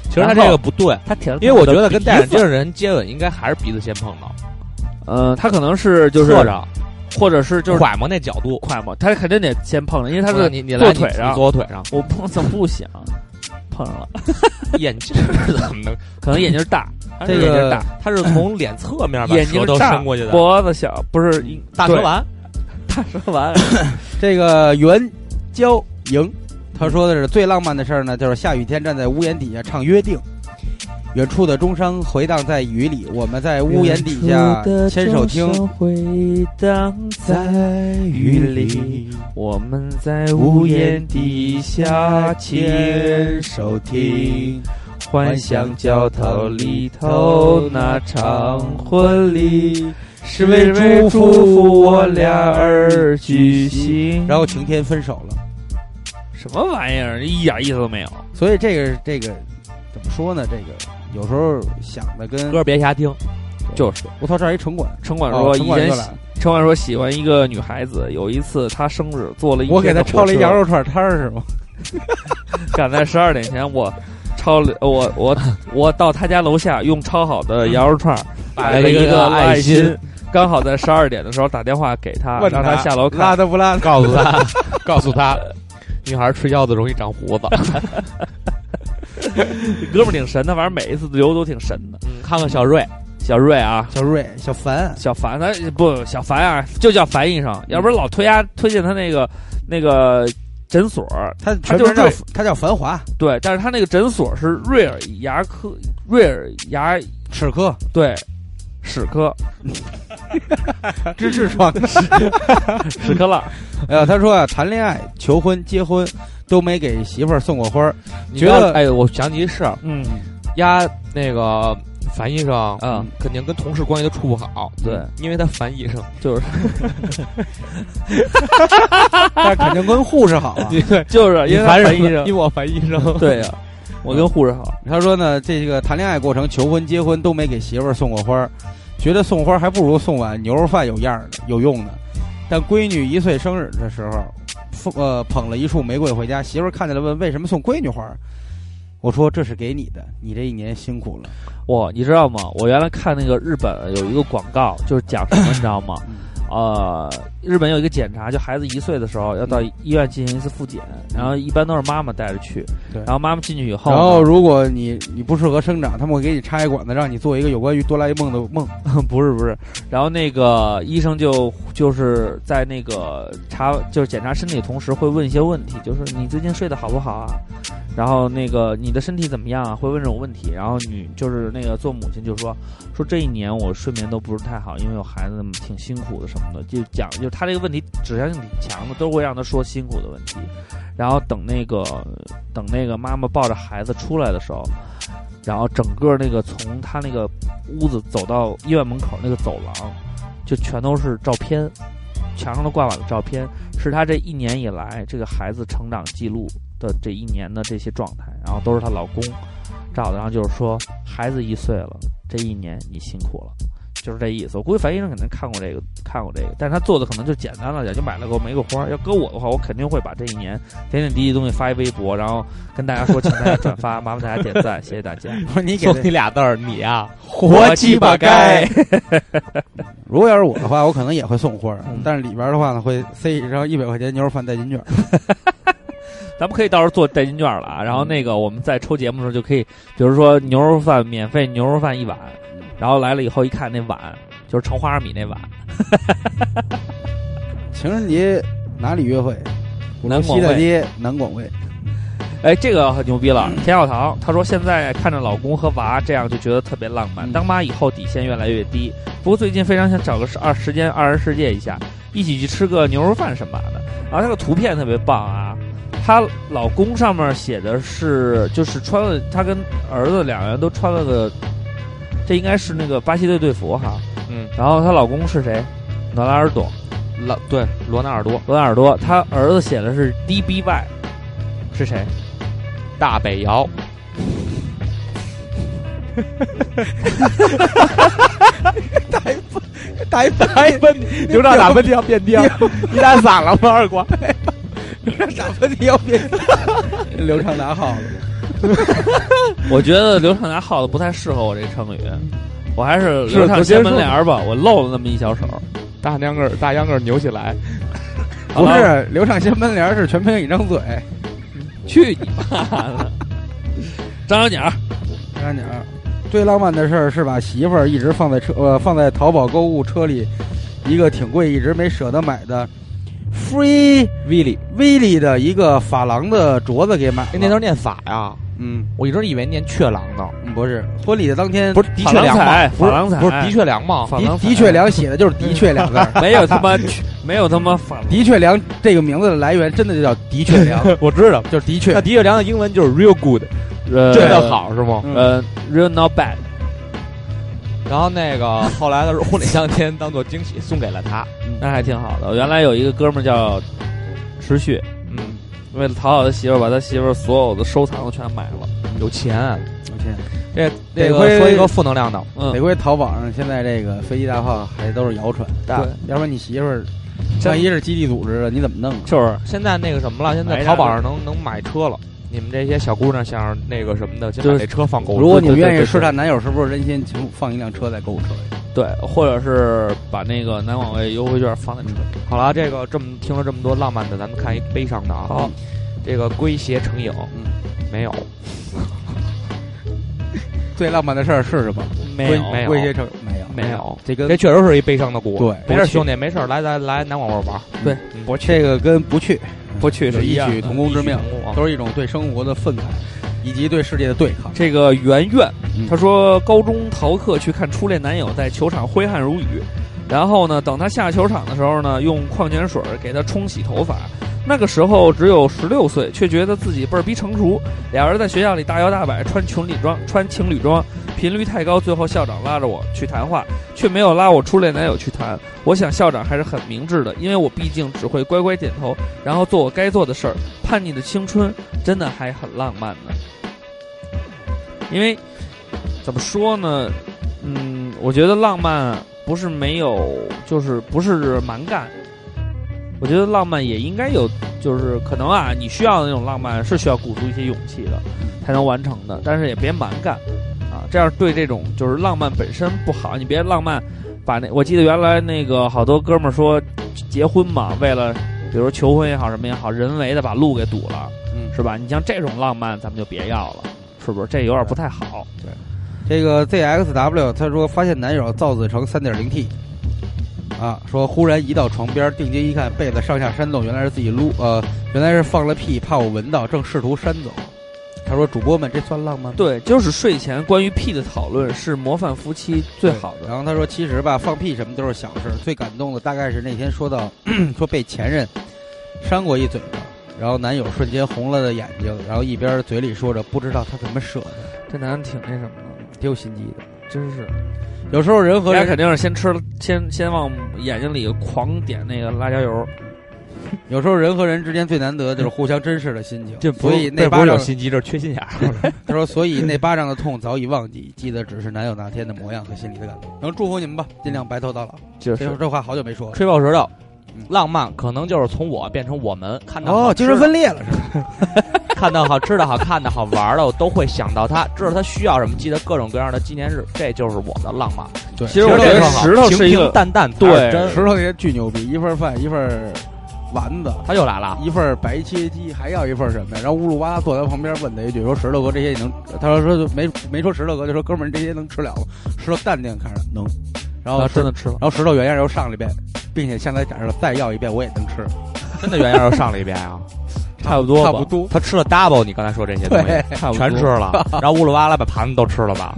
G: 其 实他这个不对，
E: 他舔了，
G: 因为我觉得跟戴眼镜的人接吻应该还是鼻子先碰到，
E: 呃，他可能是就是
G: 侧着，
E: 或者是就是
G: 拐嘛那角度。
E: 快嘛，他肯定得先碰着，因为他
G: 他说
E: 是
G: 你你来
E: 坐腿
G: 你
E: 上
G: 你坐我腿上，
E: 我碰怎么不想啊碰上了，
G: 眼镜儿怎 么能？
E: 可能眼睛儿大，
G: 他
E: 这
G: 是
E: 眼睛儿大，
G: 他是从脸侧面把
E: 眼睛
G: 舌
E: 儿
G: 头
E: 大
G: 伸过去的，
E: 脖子小，不是一
G: 大
E: 对
G: 蛇丸。
E: 大蛇丸，
B: 这个袁娇莹，她说的是最浪漫的事儿呢，就是下雨天站在屋檐底下唱《约定》，远处的钟声回荡在雨里，我们在屋檐底下牵手听。
E: 回荡在雨里，我们在屋檐底下牵手听，幻想教堂里头那场婚礼，是为祝福我俩而举行。
B: 然后晴天分手了。
E: 什么玩意儿，一点意思都没有。
B: 所以这个这个怎么说呢？这个有时候想的跟
G: 歌别瞎 听，
E: 就是
B: 我操，这儿一城管，
E: 城管
B: 哦
E: 说，以
B: 城管
E: 前
B: 就
E: 喜
B: 来，
E: 城管说喜欢一个女孩子，有一次她生日做了一
B: 我给
E: 天
B: 他
E: 的
B: 抄
E: 火
B: 了一
E: 车
B: 羊肉串摊儿是吗？
E: 赶在十二点前，我抄了我我我到他家楼下用抄好的羊肉串儿摆了一个爱心，刚好在十二点的时候打电话给他，
B: 问
E: 让他下楼看
B: 啊拉。的不拉的？
G: 告诉他，告诉他，女孩吃腰子容易长胡子。
E: 哥们儿挺神的，反正每一次留都挺神的。
G: 嗯，看看小瑞，
E: 小瑞啊，
B: 小瑞、小凡，
E: 小凡他不小凡啊，就叫樊医生，要不然老推他推荐他那个那个诊所儿，
B: 他
E: 他
B: 全
E: 就是
B: 名叫
E: 瑞
B: 他叫繁华
E: 对，但是他那个诊所是瑞尔牙科 瑞尔牙
B: 齿科
E: 对。屎科，
B: 治痔疮。
E: 屎科了，
B: 哎呀，他说啊，谈恋爱、求婚、结婚都没给媳妇儿送过花儿，
G: 你
B: 觉
G: 知道
B: 得
G: 哎，我想起一事儿，
E: 嗯，
G: 丫那个樊医生，
E: 嗯，
G: 肯定跟同事关系都处不好，嗯
E: 对，
G: 因为他樊医生，
E: 就是
B: 但是肯定跟护士好 啊。
E: 就是因为他樊医
G: 因
E: 生，
G: 为我樊医生，
E: 对呀、我跟护士好，
B: 他说呢，这个谈恋爱过程、求婚、结婚都没给媳妇儿送过花儿，觉得送花儿还不如送碗牛肉饭有样儿的、有用呢。但闺女一岁生日的时候，送呃捧了一束玫瑰回家，媳妇儿看见了问为什么送闺女花儿，我说这是给你的，你这一年辛苦了。
E: 哇，你知道吗？我原来看那个日本有一个广告，就是讲什么，你知道吗？
B: 嗯
E: 呃，日本有一个检查，就孩子一岁的时候要
B: 嗯
E: 到医院进行一次复检，然后一般都是妈妈带着去，
B: 对
E: 然后妈妈进去以后
B: 然
E: 呢，
B: 后如果你你不适合生长，他们会给你插一管子，让你做一个有关于哆啦 A 梦的 梦。
E: 不是不是，然后那个医生就就是在那个查就是检查身体的同时会问一些问题，就是你最近睡得好不好啊？然后那个你的身体怎么样啊？会问这种问题。然后女就是那个做母亲就说说这一年我睡眠都不是太好，因为有孩子挺辛苦的什么的，就讲就他这个问题指向性挺强的，都会让他说辛苦的问题。然后等那个等那个妈妈抱着孩子出来的时候，然后整个那个从他那个屋子走到医院门口那个走廊，就全都是照片，墙上都挂满了照片，是她这一年以来这个孩子成长记录的这一年的这些状态，然后都是她老公照的，然后就是说孩子一岁了，这一年你辛苦了。就是这意思，我估计樊医生肯定看过这个，看过这个，但是他做的可能就简单了点，就买了个玫瑰花。要搁我的话，我肯定会把这一年点点滴滴的东西发一微博，然后跟大家说，请大家转发，麻烦大家点赞，谢谢大家。
B: 不是你给
H: 送
B: 他
H: 你俩字儿，你啊，
E: 活鸡巴该。
B: 如果要是我的话，我可能也会送花儿
E: 嗯，
B: 但是里边儿的话呢，会塞一张一百块钱牛肉饭代金券。
E: 咱们可以到时候做代金券了啊，然后那个我们在抽节目的时候就可以，比如说牛肉饭免费牛肉饭一碗，然后来了以后一看那碗就是盛花生米那碗，
B: 情人节哪里约会？
E: 南广
B: 西大
E: 味。
B: 街南广味。
E: 哎，这个很牛逼了，田小棠她说现在看着老公和娃这样就觉得特别浪漫，
B: 嗯
E: 当妈以后底线越来越低，不过最近非常想找个二时间二人世界一下，一起去吃个牛肉饭什么的。然后她的图片特别棒啊，她老公上面写的是就是穿了，她跟儿子两人都穿了个，这应该是那个巴西队队服哈，
G: 嗯，
E: 然后她老公是谁？暖拉尔朵，
G: 老对罗纳尔多，
E: 罗纳尔多，她儿子写的是 D B Y，是谁？
G: 大北窑，
H: 打一哎打一 喷，刘畅打喷嚏要变腚，你打散了吗？二 瓜，
B: 打喷嚏要变刘畅打好了，
E: 我觉得刘畅拿耗子不太适合我这成语，我还是
G: 是
E: 刘畅
G: 我接
E: 掀
G: 受
E: 门帘儿吧，我露了那么一小手。
G: 大秧歌儿大秧歌儿扭起来，
B: 不是刘畅掀门帘儿是全凭一张嘴。
E: 去你妈的！张小 鸟，
B: 张鸟，最浪漫的事儿是把媳妇儿一直放在车呃放在淘宝购物车里，一个挺贵一直没舍得买的 Free Willy Willy 的一个法郎的镯子给买了。
G: 哎，那都是念法呀，
B: 嗯
G: 我一直以为念雀郎呢，
B: 嗯不是婚礼的当天
G: 不是的
E: 法
G: 确
E: 郎
G: 良吗？
E: 彩，
G: 不
E: 法
G: 是
E: 郎彩，
G: 不是的确良吗？
E: 法
B: 的
E: 郎彩
B: 的确良写的就是的确两个字 儿。
E: 没有他妈没有他妈法
B: 的确良这个名字的来源真的就叫的确良，
G: 我知道，
B: 就是的
G: 那
B: 确。
G: 的确良的英文就是 real good，
E: 呃
G: 真的好是吗？
E: 呃 real not bad。
G: 然后那个后来的婚礼当天当做惊喜送给了他，
B: 嗯
E: 那还挺好的。我原来有一个哥们儿叫持续，
G: 嗯，
E: 为了讨好他媳妇儿，把他媳妇儿所有的收藏都全买了。
G: 有钱，
B: 我天，
G: 这这
B: 得
G: 个
B: 亏
G: 说一个负能量的，
B: 得
E: 嗯，
B: 亏淘宝上现在这个飞机大炮还都是谣传，
G: 对
B: 要不然你媳妇儿万一是基地组织的，你怎么弄啊？
E: 就是
G: 现在那个什么了，现在淘宝上能能买车了。你们这些小姑娘想那个什么的，先把
E: 就是
G: 这车放购物车。
B: 如果你们
E: 对对
B: 愿
E: 对
B: 意
E: 对
B: 试探男友是不是真心，请放一辆车在购物车里。
E: 对，或者是把那个南广味优惠券放在车里。
G: 好了，这个这么听了这么多浪漫的，咱们看一悲伤的啊。
E: 好，
G: 这个龟鞋成瘾，
B: 嗯，
G: 没有，
B: 最浪漫的事儿是什么？
E: 没有，
G: 没有
B: 归结成没有，
G: 没有，
B: 这跟
G: 这确实是一悲伤的故事。
B: 对
G: 没事，兄弟，没事，来咱来南广味儿玩。
E: 对
G: 嗯，
B: 不这个跟不去
E: 不去
B: 有
E: 是一
B: 异
E: 样
B: 曲
E: 的
B: 同工之妙
G: 异曲同工啊，
B: 都是一种对生活的愤慨，以及对世界的对抗。
E: 这个圆圆
B: 嗯，
E: 她说高中逃课去看初恋男友在球场挥汗如雨，然后呢，等她下球场的时候呢，用矿泉水给她冲洗头发。那个时候只有十六岁，却觉得自己倍儿逼成熟。俩人在学校里大摇大摆，穿情侣装，穿情侣装，频率太高。最后校长拉着我去谈话，却没有拉我初恋男友去谈。我想校长还是很明智的，因为我毕竟只会乖乖点头，然后做我该做的事儿。叛逆的青春真的还很浪漫呢。因为怎么说呢，嗯，我觉得浪漫不是没有，就是不是蛮干，我觉得浪漫也应该有，就是可能啊，你需要的那种浪漫是需要鼓足一些勇气的，才能完成的。但是也别蛮干，啊，这样对这种就是浪漫本身不好。你别浪漫，把那我记得原来那个好多哥们儿说，结婚嘛，为了比如求婚也好什么也好，人为的把路给堵了，
B: 嗯
E: 是吧？你像这种浪漫，咱们就别要了，是不是？这有点不太好。
B: 这个 ZXW 他说发现男友造子成三点零 T，啊，说忽然移到床边，定睛一看，被子上下扇动，原来是自己撸，呃，原来是放了屁，怕我闻到，正试图扇走。他说：“主播们，这算浪漫吗？”
E: 对，就是睡前关于屁的讨论是模范夫妻最好的。
B: 然后他说，其实吧，放屁什么都是小事，最感动的大概是那天说到 说被前任扇过一嘴巴，然后男友瞬间红了的眼睛，然后一边嘴里说着不知道他怎么舍得，
E: 这男的挺那什么的，
B: 挺有心机的。
E: 真是。
B: 有时候人和
E: 人家
B: 人，
E: 肯定是先吃，先先往眼睛里狂点那个辣椒油。
B: 有时候人和人之间最难得的就是互相珍视的心情。
G: 这不
B: 所以
G: 是
B: 那
G: 不
B: 巴
G: 是有
B: 掌，
G: 心机，这是缺心眼儿。
B: 他说，所以那巴掌的痛早已忘记，记得只是男友那天的模样和心里的感动。然后祝福你们吧，尽量白头到老。
G: 就
B: 这这话好久没说了。
G: 吹爆石头
B: 嗯，
G: 浪漫可能就是从我变成我们，看到
B: 哦，
G: 好
B: 精
G: 吃
B: 神
G: 的
B: 分裂了是吧？
G: 看到好吃的好看的好玩的，我都会想到他，知道他需要什么，记得各种各样的纪念日，这就是我的浪漫。
B: 对，
E: 其实我觉
G: 这
E: 得
G: 事儿好
E: 石头
G: 平
E: 是一个
G: 平淡淡才是
E: 对
G: 真。
B: 石头那些巨牛逼，一份饭，一份丸子，
G: 他又来了，
B: 一份白切鸡，还要一份什么呀？然后乌鲁巴拉坐在旁边问他一句，说石头哥这些你能？他说说没没说石头哥，就说哥们儿这些能吃了吗？石头淡定看着能，然后
E: 啊，
B: 石
E: 真的吃了。
B: 然后石头原样又上了一遍，并且向他展示了再要一遍我也能吃，
G: 真的原样又上了一遍啊，
E: 差不多吧
B: 差不多。
G: 他吃了 double，你刚才说这些东西
B: 对，
E: 差 不多
G: 全吃了，然后乌鲁哇啦把盘子都吃了 吧，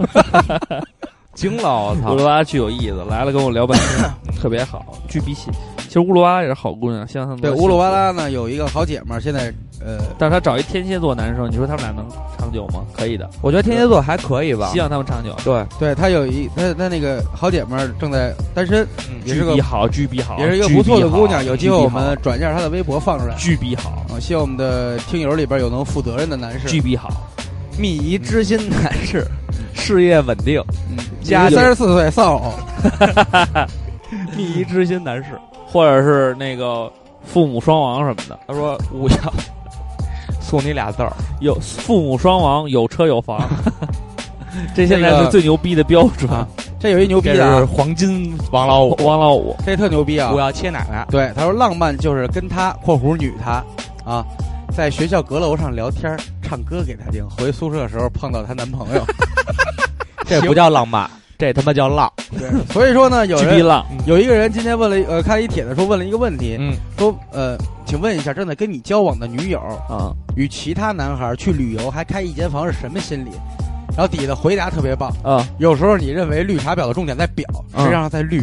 G: 惊了，我
E: 乌
G: 操！
E: 鲁娃巨有意思，来了跟我聊半 天，特别好，巨逼气。其实乌鲁娃也是好姑娘，希望他们
B: 对，
E: 都
B: 乌鲁巴
E: 幸
B: 拉呢有一个好姐们儿，现在呃，
E: 福，但是她找一天蝎座男生，你说他们俩能长久吗？可以的，
G: 我觉得天蝎座还可以吧，
B: 啊
E: 希望他们长久。
G: 对，
B: 对她有一她她那个好姐们儿正在单身，也是
E: 巨
B: 个
E: 逼好，巨逼好，
B: 也是一个不错的姑娘，有机会我们转一下她的微博放出来。
E: 巨逼好，
B: 啊，希望我们的听友里边有能负责任的男士。
E: 巨逼好。
G: 密仪知心男士，事业稳定，
B: 家嗯三十四岁丧偶，
E: 密仪知心男士，或者是那个父母双亡什么的。
G: 他说呃我要 送你俩字儿，
E: 有父母双亡，有车有 房，这现
B: 这
E: 在
B: 个
E: 是最牛逼的标准。
B: 啊这有一牛逼
G: 这
B: 的
G: 是
B: 啊，
G: 黄金王老五，
E: 王老五，
B: 这特牛逼啊
G: 我！要切奶奶。
B: 对，他说浪漫就是跟他（括弧女他）啊，在学校阁楼上聊天儿、唱歌给他听，回宿舍的时候碰到她男朋 友。
G: 这不叫浪漫，这他妈叫浪。
B: 对，所以说呢，有
E: 巨逼
B: 人
E: 浪，
B: 有一个人今天问了一呃，看了一帖子说问了一个问题，
G: 嗯，
B: 说呃，请问一下，正在跟你交往的女友
E: 啊，
B: 与其他男孩去旅游还开一间房是什么心理？然后底下的回答特别棒，
E: 啊，
B: 有时候你认为绿茶婊的重点在婊，
G: 嗯
B: 实际上在 绿。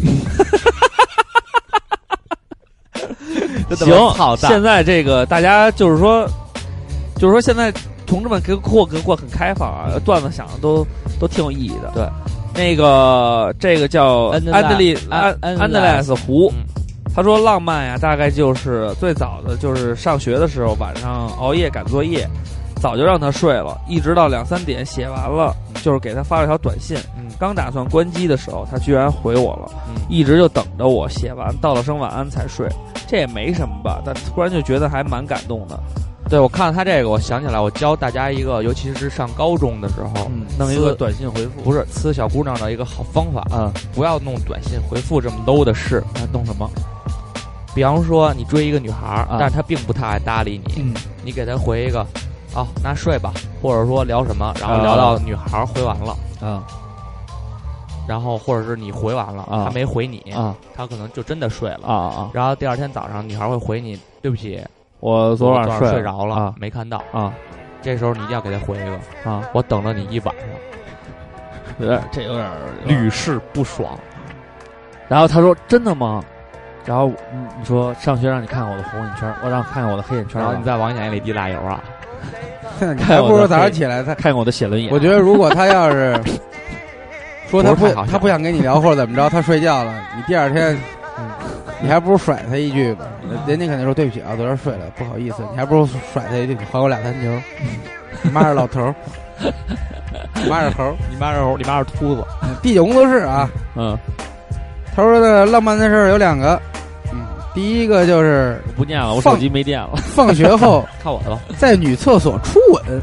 E: 行，现在这个大家就是说，就是说现在同志们给过给过很开放啊，段子想的都都挺有意义的。
G: 对，
E: 那个这个叫安
G: 安德
E: 德利
G: 安
E: 安
G: 安
E: 安德
G: 德
E: 烈
G: 烈
E: 斯湖
G: 啊嗯，
E: 他说浪漫呀，大概就是最早的就是上学的时候晚上熬夜赶作业，早就让他睡了，一直到两三点写完了，就是给他发了条短信，
G: 嗯
E: 刚打算关机的时候，他居然回我了，
G: 嗯
E: 一直就等着我写完道了声晚安才睡，这也没什么吧，但突然就觉得还蛮感动的，
G: 对我看了他这个，我想起来，我教大家一个，尤其是上高中的时候，
E: 弄一
G: 嗯
E: 个
G: 呲
E: 短信回复，
G: 不是呲小姑娘的一个好方法，
E: 嗯，
G: 不要弄短信回复这么 low 的事。
E: 啊，弄什么？
G: 比方说，你追一个女孩儿，
E: 啊
G: 但是她并不太爱搭理你，
E: 嗯
G: 你给她回一个，哦，那睡吧，或者说聊什么，然后聊到女孩儿回完了，
E: 啊
G: 然后或者是你回完了，
E: 啊
G: 她没回你，
E: 啊
G: 她可能就真的睡了。
E: 啊啊！
G: 然后第二天早上，女孩儿会回你：“对不起，
E: 我昨晚
G: 我
E: 睡
G: 睡着了，
E: 啊
G: 没看到。
E: 啊”
G: 这时候你一定要给她回一个
E: 啊！：“
G: 我等了你一晚上。”
E: 有点这有点
G: 屡试不爽。
E: 然后他说：“真的吗？”然后嗯你说上学让你看看我的红眼圈，我让看看我的黑眼圈
G: 然
E: 吧，
G: 后你再往眼里滴辣油啊！
B: 你还不如早上起来他。
E: 看看我的血轮眼。
B: 我觉得如果他要 是说他
G: 不
B: 不
G: 是太好笑
B: 他不想跟你聊或者怎么着，他睡觉了，你第二 天。嗯你还不如甩他一句吧，人家肯定说对不起啊，昨天睡了，不好意思。你还不如甩他一句，你还我俩弹 球，妈是老头儿，妈是猴儿，
G: 你妈是猴，你妈是秃子。
B: 第九工作室啊。
E: 嗯，
B: 他说的浪漫的事儿有两个，嗯，第一个就是
E: 我不念了，我
B: 放
E: 手机没电了，
B: 放学后
E: 看我的吧。
B: 在女厕所初吻，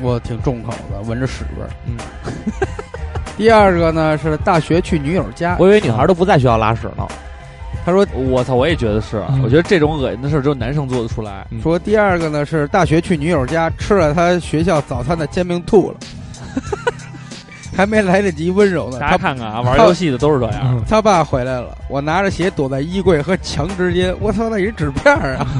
B: 我挺重口的，闻着屎味儿。
G: 嗯
B: 第二个呢是大学去女友家，
G: 我以为女孩都不在学校拉屎 呢。
B: 他说
E: 我操，我也觉得是，啊
G: 嗯
E: 我觉得这种恶心的事儿只有男生做得出来。
B: 说第二个呢是大学去女友家吃了她学校早餐的煎饼吐了， 还没来得及温柔呢，
E: 大家
B: 他
E: 看看啊，玩游戏的都是这样。
B: 他爸回来了，我拿着鞋躲在衣柜和墙之间，我操，那一纸片儿啊！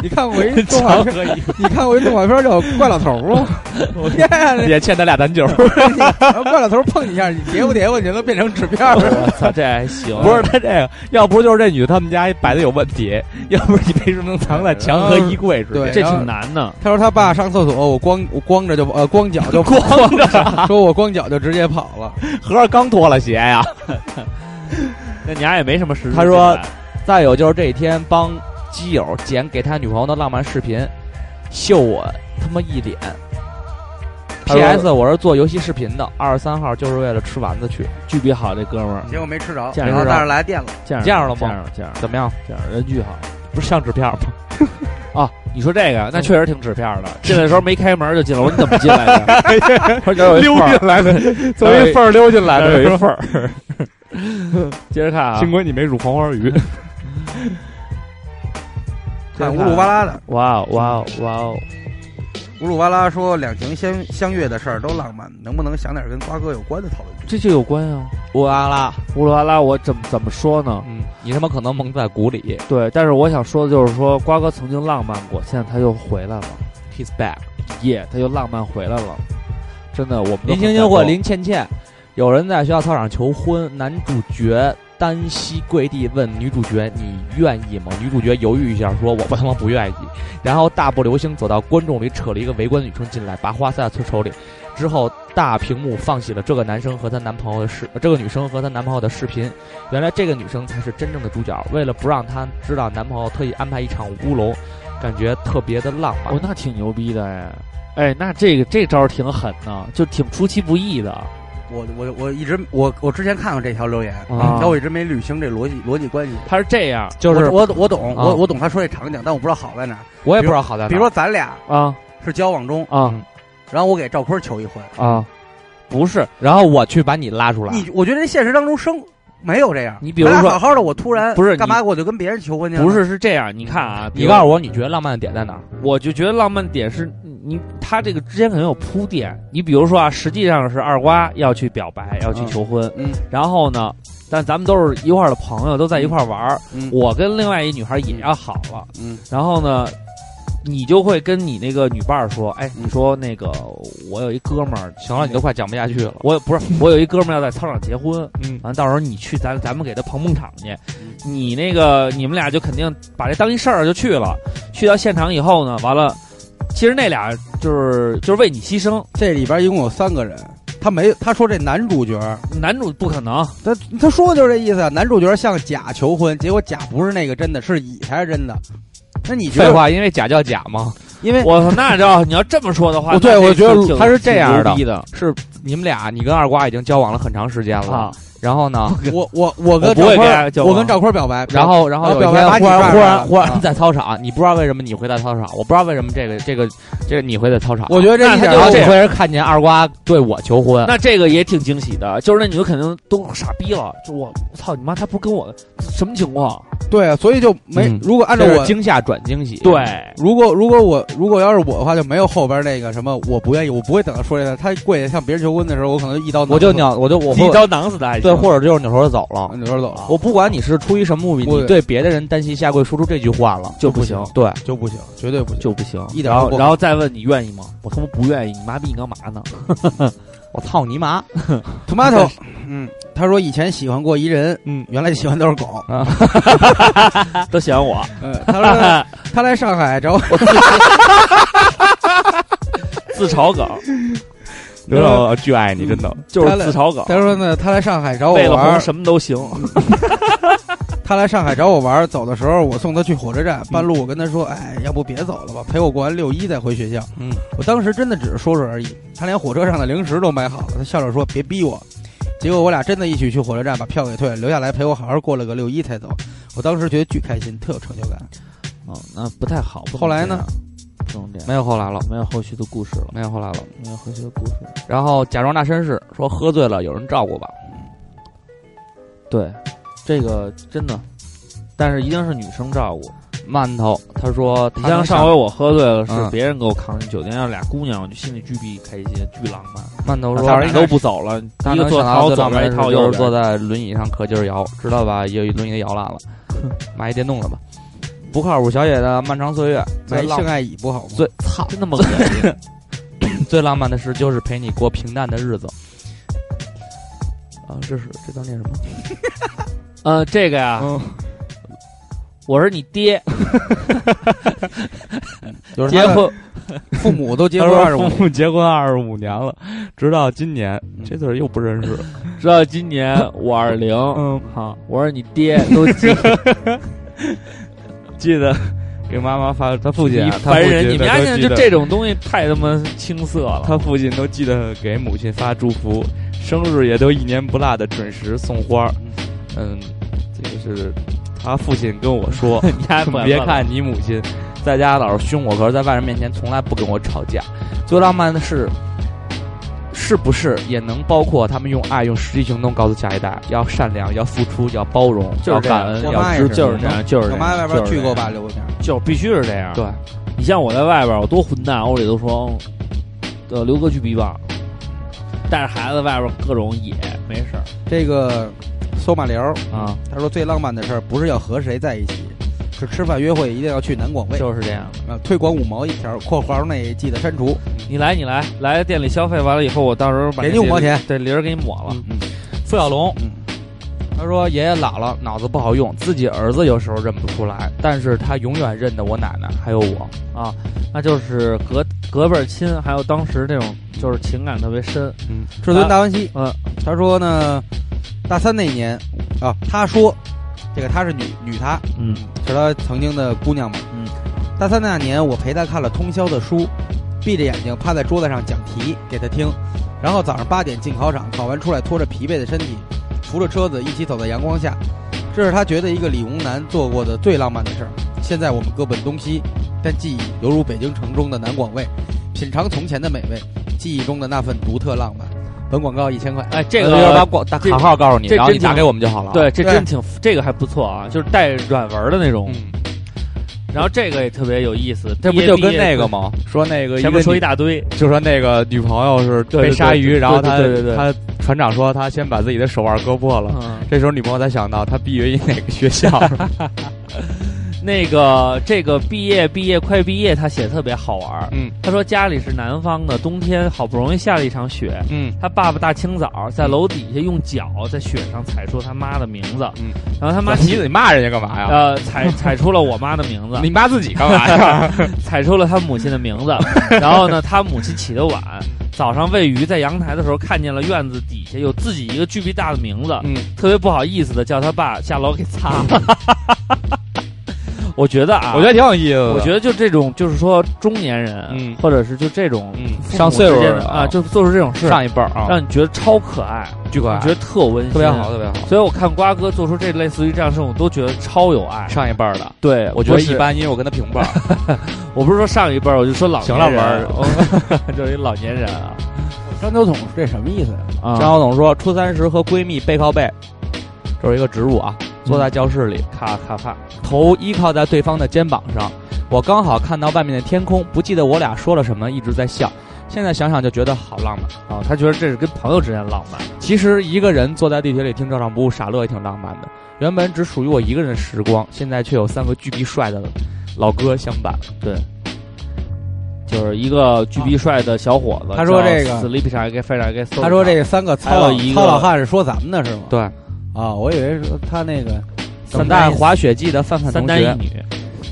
B: 你看过一动画片，
E: 可以，
B: 你看过一动画片叫《怪老头》吗？ 我天啊，你
G: 也欠他俩单酒，
B: 怪老头碰你一下，你叠不叠吧，你就能变成纸片儿了。
E: 我操，这还哎行。
G: 不是他这个，要不就是这女的他们家摆的有问题， 要不你为什么能藏在墙和衣柜之
B: 对
G: 间？
E: 这挺难的。
B: 他说他爸上厕所，我光我光着就呃光脚 就光着， 说我光脚就直接跑了。
G: 合着刚脱了鞋呀、
E: 那你俩也没什么实质
G: 他说
E: 进来
G: 再有就是这一天帮基友剪给他女朋友的浪漫视频，秀我他妈一脸。
E: 他说
G: P.S. 我是做游戏视频的，二十三号就是为了吃丸子去，
E: 巨比好这哥们儿，
B: 结果没吃着，
E: 见着
B: 然后
E: 着
B: 但是来电了，
E: 这样
G: 这样了吗
E: 这样了，这样了，
G: 怎么样？
E: 这样了人巨好。
G: 不是像纸片儿吗？
E: 啊，你说这个，那确实挺纸片儿 的。进来的时候没开门就进来，我说你怎么进来的？ 他说有一缝儿，
H: 来的，
E: 从一
H: 缝溜进
E: 来的有一缝儿。 接着看啊，
H: 亏你没煮黄花鱼。
B: 看乌鲁巴拉的
E: 哇哦哇哦哇哦！
B: 乌鲁巴拉说两情相相悦的事儿都浪漫，能不能想点跟瓜哥有关的讨论？
E: 这就有关啊。
G: 乌拉拉，
E: 乌拉拉，我怎么怎么说呢？
G: 嗯，你他妈可能蒙在鼓里
E: 对，但是我想说的就是说，瓜哥曾经浪漫过，现在他又回来了，
G: ，kiss back。
E: 耶、他又浪漫回来了。真的，我们都
G: 林
E: 很
G: 星
E: 感
G: 星或
E: 动
G: 林倩倩，有人在学校操场求婚，男主角单膝跪地问女主角：“你愿意吗？”女主角犹豫一下说：“我不他妈不愿意。”然后大步流星走到观众里，扯了一个围观女生进来，把花塞在她手里。之后，大屏幕放起了这个男生和她男朋友的视，呃这个女生和她男朋友的视频。原来这个女生才是真正的主角。为了不让她知道男朋友，特意安排一场乌龙，感觉特别的浪漫
E: 哦，。那挺牛逼的哎，哎，那这个这招儿挺狠呢，就挺出其不意的。
B: 我我我一直我我之前看过这条留言，
E: 啊
B: 但我一直没捋清这逻辑逻辑关系。
E: 他是这样
G: 就是
B: 我我我懂，
G: 啊
B: 我我懂他说这场景，但我不知道好在哪儿。
G: 我也不知道好在哪儿。
B: 比如说咱俩
E: 啊
B: 是交往中，
E: 啊
B: 然后我给赵坤求一婚，
E: 啊，不是
G: 然后我去把你拉出来。
B: 你我觉得这现实当中生没有这样。
E: 你比如
B: 咱俩
E: 说
B: 好好的，我突然
E: 不是你
B: 干嘛，我就跟别人求婚去了？
E: 不，是是这样，你看啊，
G: 你告
E: 我。
G: 诉我，你觉得浪漫的点在哪儿？
E: 我就觉得浪漫点是你他这个之间可能有铺垫。你比如说啊，实际上是二瓜要去表白，要去求婚，
B: 嗯，
E: 然后呢，但咱们都是一块儿的朋友，都在一块儿玩儿。
B: 嗯
E: 我跟另外一女孩也要好了，
B: 嗯，
E: 然后呢，你就会跟你那个女伴儿说，哎，你
B: 嗯
E: 说那个我有一哥们儿，
G: 行了，你都快讲不下去了。
E: 我不是我有一哥们儿要在操场结婚，
G: 嗯，
E: 完到时候你去咱咱们给他捧捧场去，你那个你们俩就肯定把这当一事儿就去了，去到现场以后呢，完了，其实那俩就是就是为你牺牲，
B: 这里边一共有三个人，他没他说这男主角，
E: 男主不可能，
B: 他他说的就是这意思啊。男主角向甲求婚，结果甲不是那个真的，是乙才是真的。那你觉
G: 废
B: 得？
G: 话，因为假叫假嘛，
B: 因为
E: 我操，那要你要这么说的话，
G: 我哦对
E: 那
G: 我
E: 这
G: 觉得
E: 挺
G: 他是这样的
E: 挺牛逼的
G: 是你们俩，你跟二瓜已经交往了很长时间了。
E: 啊，
G: 然后 呢，
B: 我我我跟
E: 我不
B: 赵
E: 会跟大家交往
B: 坤，我跟赵坤表白，
G: 然后然后有一
B: 表白
G: 天
B: 把你
G: 忽然
B: 拽
G: 忽
B: 过来
G: 然
B: 了
G: 忽然
B: 啊
G: 在操场，你不知道为什么你会在操场，我不知道为什么这个这个这个你会在操场。
B: 我觉得这一点
E: 那他
G: 然
E: 就
G: 后
E: 是
G: 这
E: 这样
G: 回是看见二瓜对我求婚，
E: 那这个也挺惊喜的，就是那女的肯定都傻逼了，就我我操你妈，他不跟我什么情况？
B: 对啊，所以就没
G: 嗯。
B: 如果按照
G: 这
B: 我
G: 是惊吓转惊喜。
E: 对，
B: 如果如果我如果要是我的话，就没有后边那个什么，我不愿意，我不会等他说这个。他跪下向别人求婚的时候，我可能一刀
G: 我就扭，我就我
E: 一
G: 会
E: 刀囊死的爱情，
G: 对，或者就是扭头就走了。
B: 扭头走了，
G: 我不管你是出于什么目的，
B: 啊我
G: 你对别的人单膝下跪说出这句话了
E: 就不行
G: 对，
B: 就不行，绝对不行。
E: 就不行，
B: 一点
E: 然
B: 都
E: 后
B: 不好
E: 然后再问你愿意吗？我他妈不愿意，你妈逼你干嘛呢？
G: 我操你妈！
B: tomato，嗯，他说以前喜欢过一人，
G: 嗯，
B: 原来喜欢都是狗。
E: 都喜欢我，
B: 嗯，他说 他来上海找我，
E: 自嘲梗嗯
G: 刘老巨爱你，真的。
E: 就是自嘲梗，
B: 他说呢，他来上海找
E: 为
B: 我
E: 了红
B: 玩，
E: 什么都行。
B: 他来上海找我玩，走的时候我送他去火车站，半路我跟他说，哎，要不别走了吧，陪我过完六一再回学校。
G: 嗯，
B: 我当时真的只是说说而已，他连火车上的零食都买好了，他笑着说别逼我。结果我俩真的一起去火车站，把票给退了，留下来陪我好好过了个六一才走。我当时觉得巨开心，特有成就感。
O: 哦，那不太好。不能
B: 后来
O: 这
B: 呢
O: 样？不能这样，
G: 没有后来了，
O: 没有后续的故事了，
G: 没有后来了。
O: 没有后续的故事。
G: 然后假装大绅士说喝醉了，有人照顾吧。
O: 对，这个真的，但是一定是女生照顾。
G: 馒头他说
O: 你
G: 他
O: 像
G: 能
O: 上回我喝醉了，是
G: 嗯
O: 别人给我扛进酒店，要是俩姑娘，我就心里巨逼开心，巨浪漫。
G: 馒头
O: 他
G: 说
O: 俩都不走了，
G: 他
O: 一
G: 能
O: 个坐
G: 想到
O: 朝
G: 最
O: 左
G: 浪漫
O: 边，
G: 的
O: 一
G: 事
O: 套
G: 就
O: 右
G: 是坐
O: 边。
G: 在轮椅上可劲儿摇，知道吧？有一轮椅摇烂了， 买一电动的吧。不靠谱小野的漫长 岁月，最
B: 哎，
G: 浪
B: 性爱已不好吗？
G: 最操
O: 真的梦见 你
G: 最浪漫的事就是陪你过平淡的日子。啊，这是这段念什么？
E: 呃，这个呀，
G: 嗯
E: 我是你爹，
B: 就是
E: 结
B: 他的
E: 婚
B: 父母都结
G: 他
B: 婚
G: 说
B: 二十五
G: 父，母啊结婚二十五年嗯了，直到今年，这字儿又不认识。
E: 直到今年我二零，
G: 嗯，
E: 好，我是你爹，都记
G: 记得给妈妈发，他父亲
E: 你
G: 啊，他
E: 烦
G: 父
E: 人！
G: 亲
E: 你们家
G: 都
E: 现在
G: 记
E: 就
G: 得
E: 这种东西太他妈青涩了。
G: 他父亲都记得给母亲发祝福，生日也都一年不落的准时送花儿。嗯，这个是他父亲跟我说，
E: 你家管
G: 别
E: 管
G: 看你母亲在家老是凶我，可是在外人面前从来不跟我吵架。最浪漫的是，是不是也能包括他们用爱、用实际行动告诉下一代，要善良、要付出、要包容、
E: 就是这
G: 要感
E: 样
G: 恩、
B: 我
G: 要
B: 妈也
E: 是
B: 是
E: 就是这样，就是啊
B: 我妈在外边
E: 去
B: 去给我爸留过片儿，
E: 就必须是这样。
G: 对，
E: 你像我在外边，我多混蛋，我里头说，呃，刘哥去 B 棒，带着孩子外边各种野，没事儿
B: 这个搜马聊，
E: 啊，
B: 他说最浪漫的事儿不是要和谁在一起，是吃饭约会一定要去南广味。
E: 就是这样的。
F: 呃
B: 啊，推广五毛一条（括号内记得删除
E: 你来，你来，来店里消费完了以后，我到时候把
B: 给
E: 这
B: 你五毛钱嗯
E: 这零儿给你抹了。
G: 付小龙，他说爷爷老了，脑子不好用，自己儿子有时候认不出来，但是他永远认得我奶奶还有我。
E: 啊，那就是隔隔辈儿亲，还有当时那种就是情感特别深。）。
B: 至尊达文西，
E: 嗯，
B: 他说呢，大三那一年啊，他说这个她是女女她，
E: 嗯，
B: 是他曾经的姑娘嘛，嗯。大三那年，我陪她看了通宵的书，闭着眼睛趴在桌子上讲题给她听，然后早上八点进考场，考完出来拖着疲惫的身体，扶着车子一起走在阳光下，这是他觉得一个理工男做过的最浪漫的事儿。现在我们各奔东西，但记忆犹如北京城中的南广味，品尝从前的美味，记忆中的那份独特浪漫。本广告一千块，
E: 哎，这
G: 我就是把
E: 个
G: 广打
E: 这
G: 卡号告诉你，
E: 这
G: 然后
E: 真
G: 你打
E: 挺
G: 给我们就好了。
E: 对，，这
B: 对
E: 真挺这个还不错啊，就是带软文的那种。
G: 嗯，
E: 然后这个也特别有意思，
G: 这不
E: 毕业
G: 就
E: 毕
G: 跟
E: 业
G: 那个吗？说那个
E: 前
G: 个
E: 面说
G: 女
E: 一大堆，
G: 就说那个女朋友是
E: 对对
G: 被鲨鱼，
E: 对
G: 然后
E: 对
G: 他
E: 对对对
G: 他船长说他先把自己的手腕割破了。
E: 嗯，
G: 这时候女朋友才想到他毕业于哪个学校，
E: 那个这个毕业毕业快毕业，他写得特别好玩儿。
G: 嗯
E: 他说家里是南方的，冬天好不容易下了一场雪，
G: 嗯，
E: 他爸爸大清早在楼底下用脚在雪上踩出他妈的名字，
G: 嗯，
E: 然后他妈
G: 你得骂人家干嘛呀？
E: 呃踩踩出了我妈的名字，
G: 你骂自己干嘛 呀？
E: 踩出了他母亲的名 字，然后呢，他母亲起得晚，早上喂鱼在阳台的时候看见了院子底下有自己一个巨逼大的名字，
G: 嗯，
E: 特别不好意思的叫他爸下楼给 擦。我觉得啊，
G: 我觉得挺有意思的。
E: 我觉得就这种，就是说中年人，
G: 嗯
E: 或者是就这种
G: 嗯
E: 父母
G: 上岁数
E: 之间的
G: 了
E: 啊，就做出这种事，
G: 上一辈儿啊，
E: 让你觉得超可爱，
G: 巨可爱
E: 你觉，得特温馨，
G: 特别好，。特别好。
E: 所以我看瓜哥做出这类似于这样的事，我都觉得超有爱。
G: 上一辈儿的，
E: 对，
G: 我觉得啊
E: 不是
G: 一，般，因为我跟他平 辈儿。
E: 我不是说上一辈儿，我就说老
G: 行了
E: 年人，啊
G: 玩儿
E: 我就是一老年人啊。
B: 张酒桶这什么意思呀、
E: 啊
G: 张晓总说，初三时和闺蜜背靠背，这是一个植入啊，坐在教室里，
E: 卡卡帕，
G: 头依靠在对方的肩膀上。我刚好看到外面的天空，不记得我俩说了什么，一直在笑。现在想想就觉得好浪漫。
E: 啊，他觉得这是跟朋友之间的浪漫。
G: 其实一个人坐在地铁里听照常不误傻乐也挺浪漫的。原本只属于我一个人的时光，现在却有三个巨逼帅的老哥相伴。
E: 对，就是一个巨逼帅的小伙子。
B: 他说这个
E: 死里比啥给非啥给，
B: 他说这三个糙
E: 还有
B: 老
E: 一个
B: 糙老汉是说咱们的是吗？
G: 对，
B: 啊，我以为说他那个
G: 散在滑雪季的范范
E: 三
G: 同
E: 男
G: 学
E: 一，女，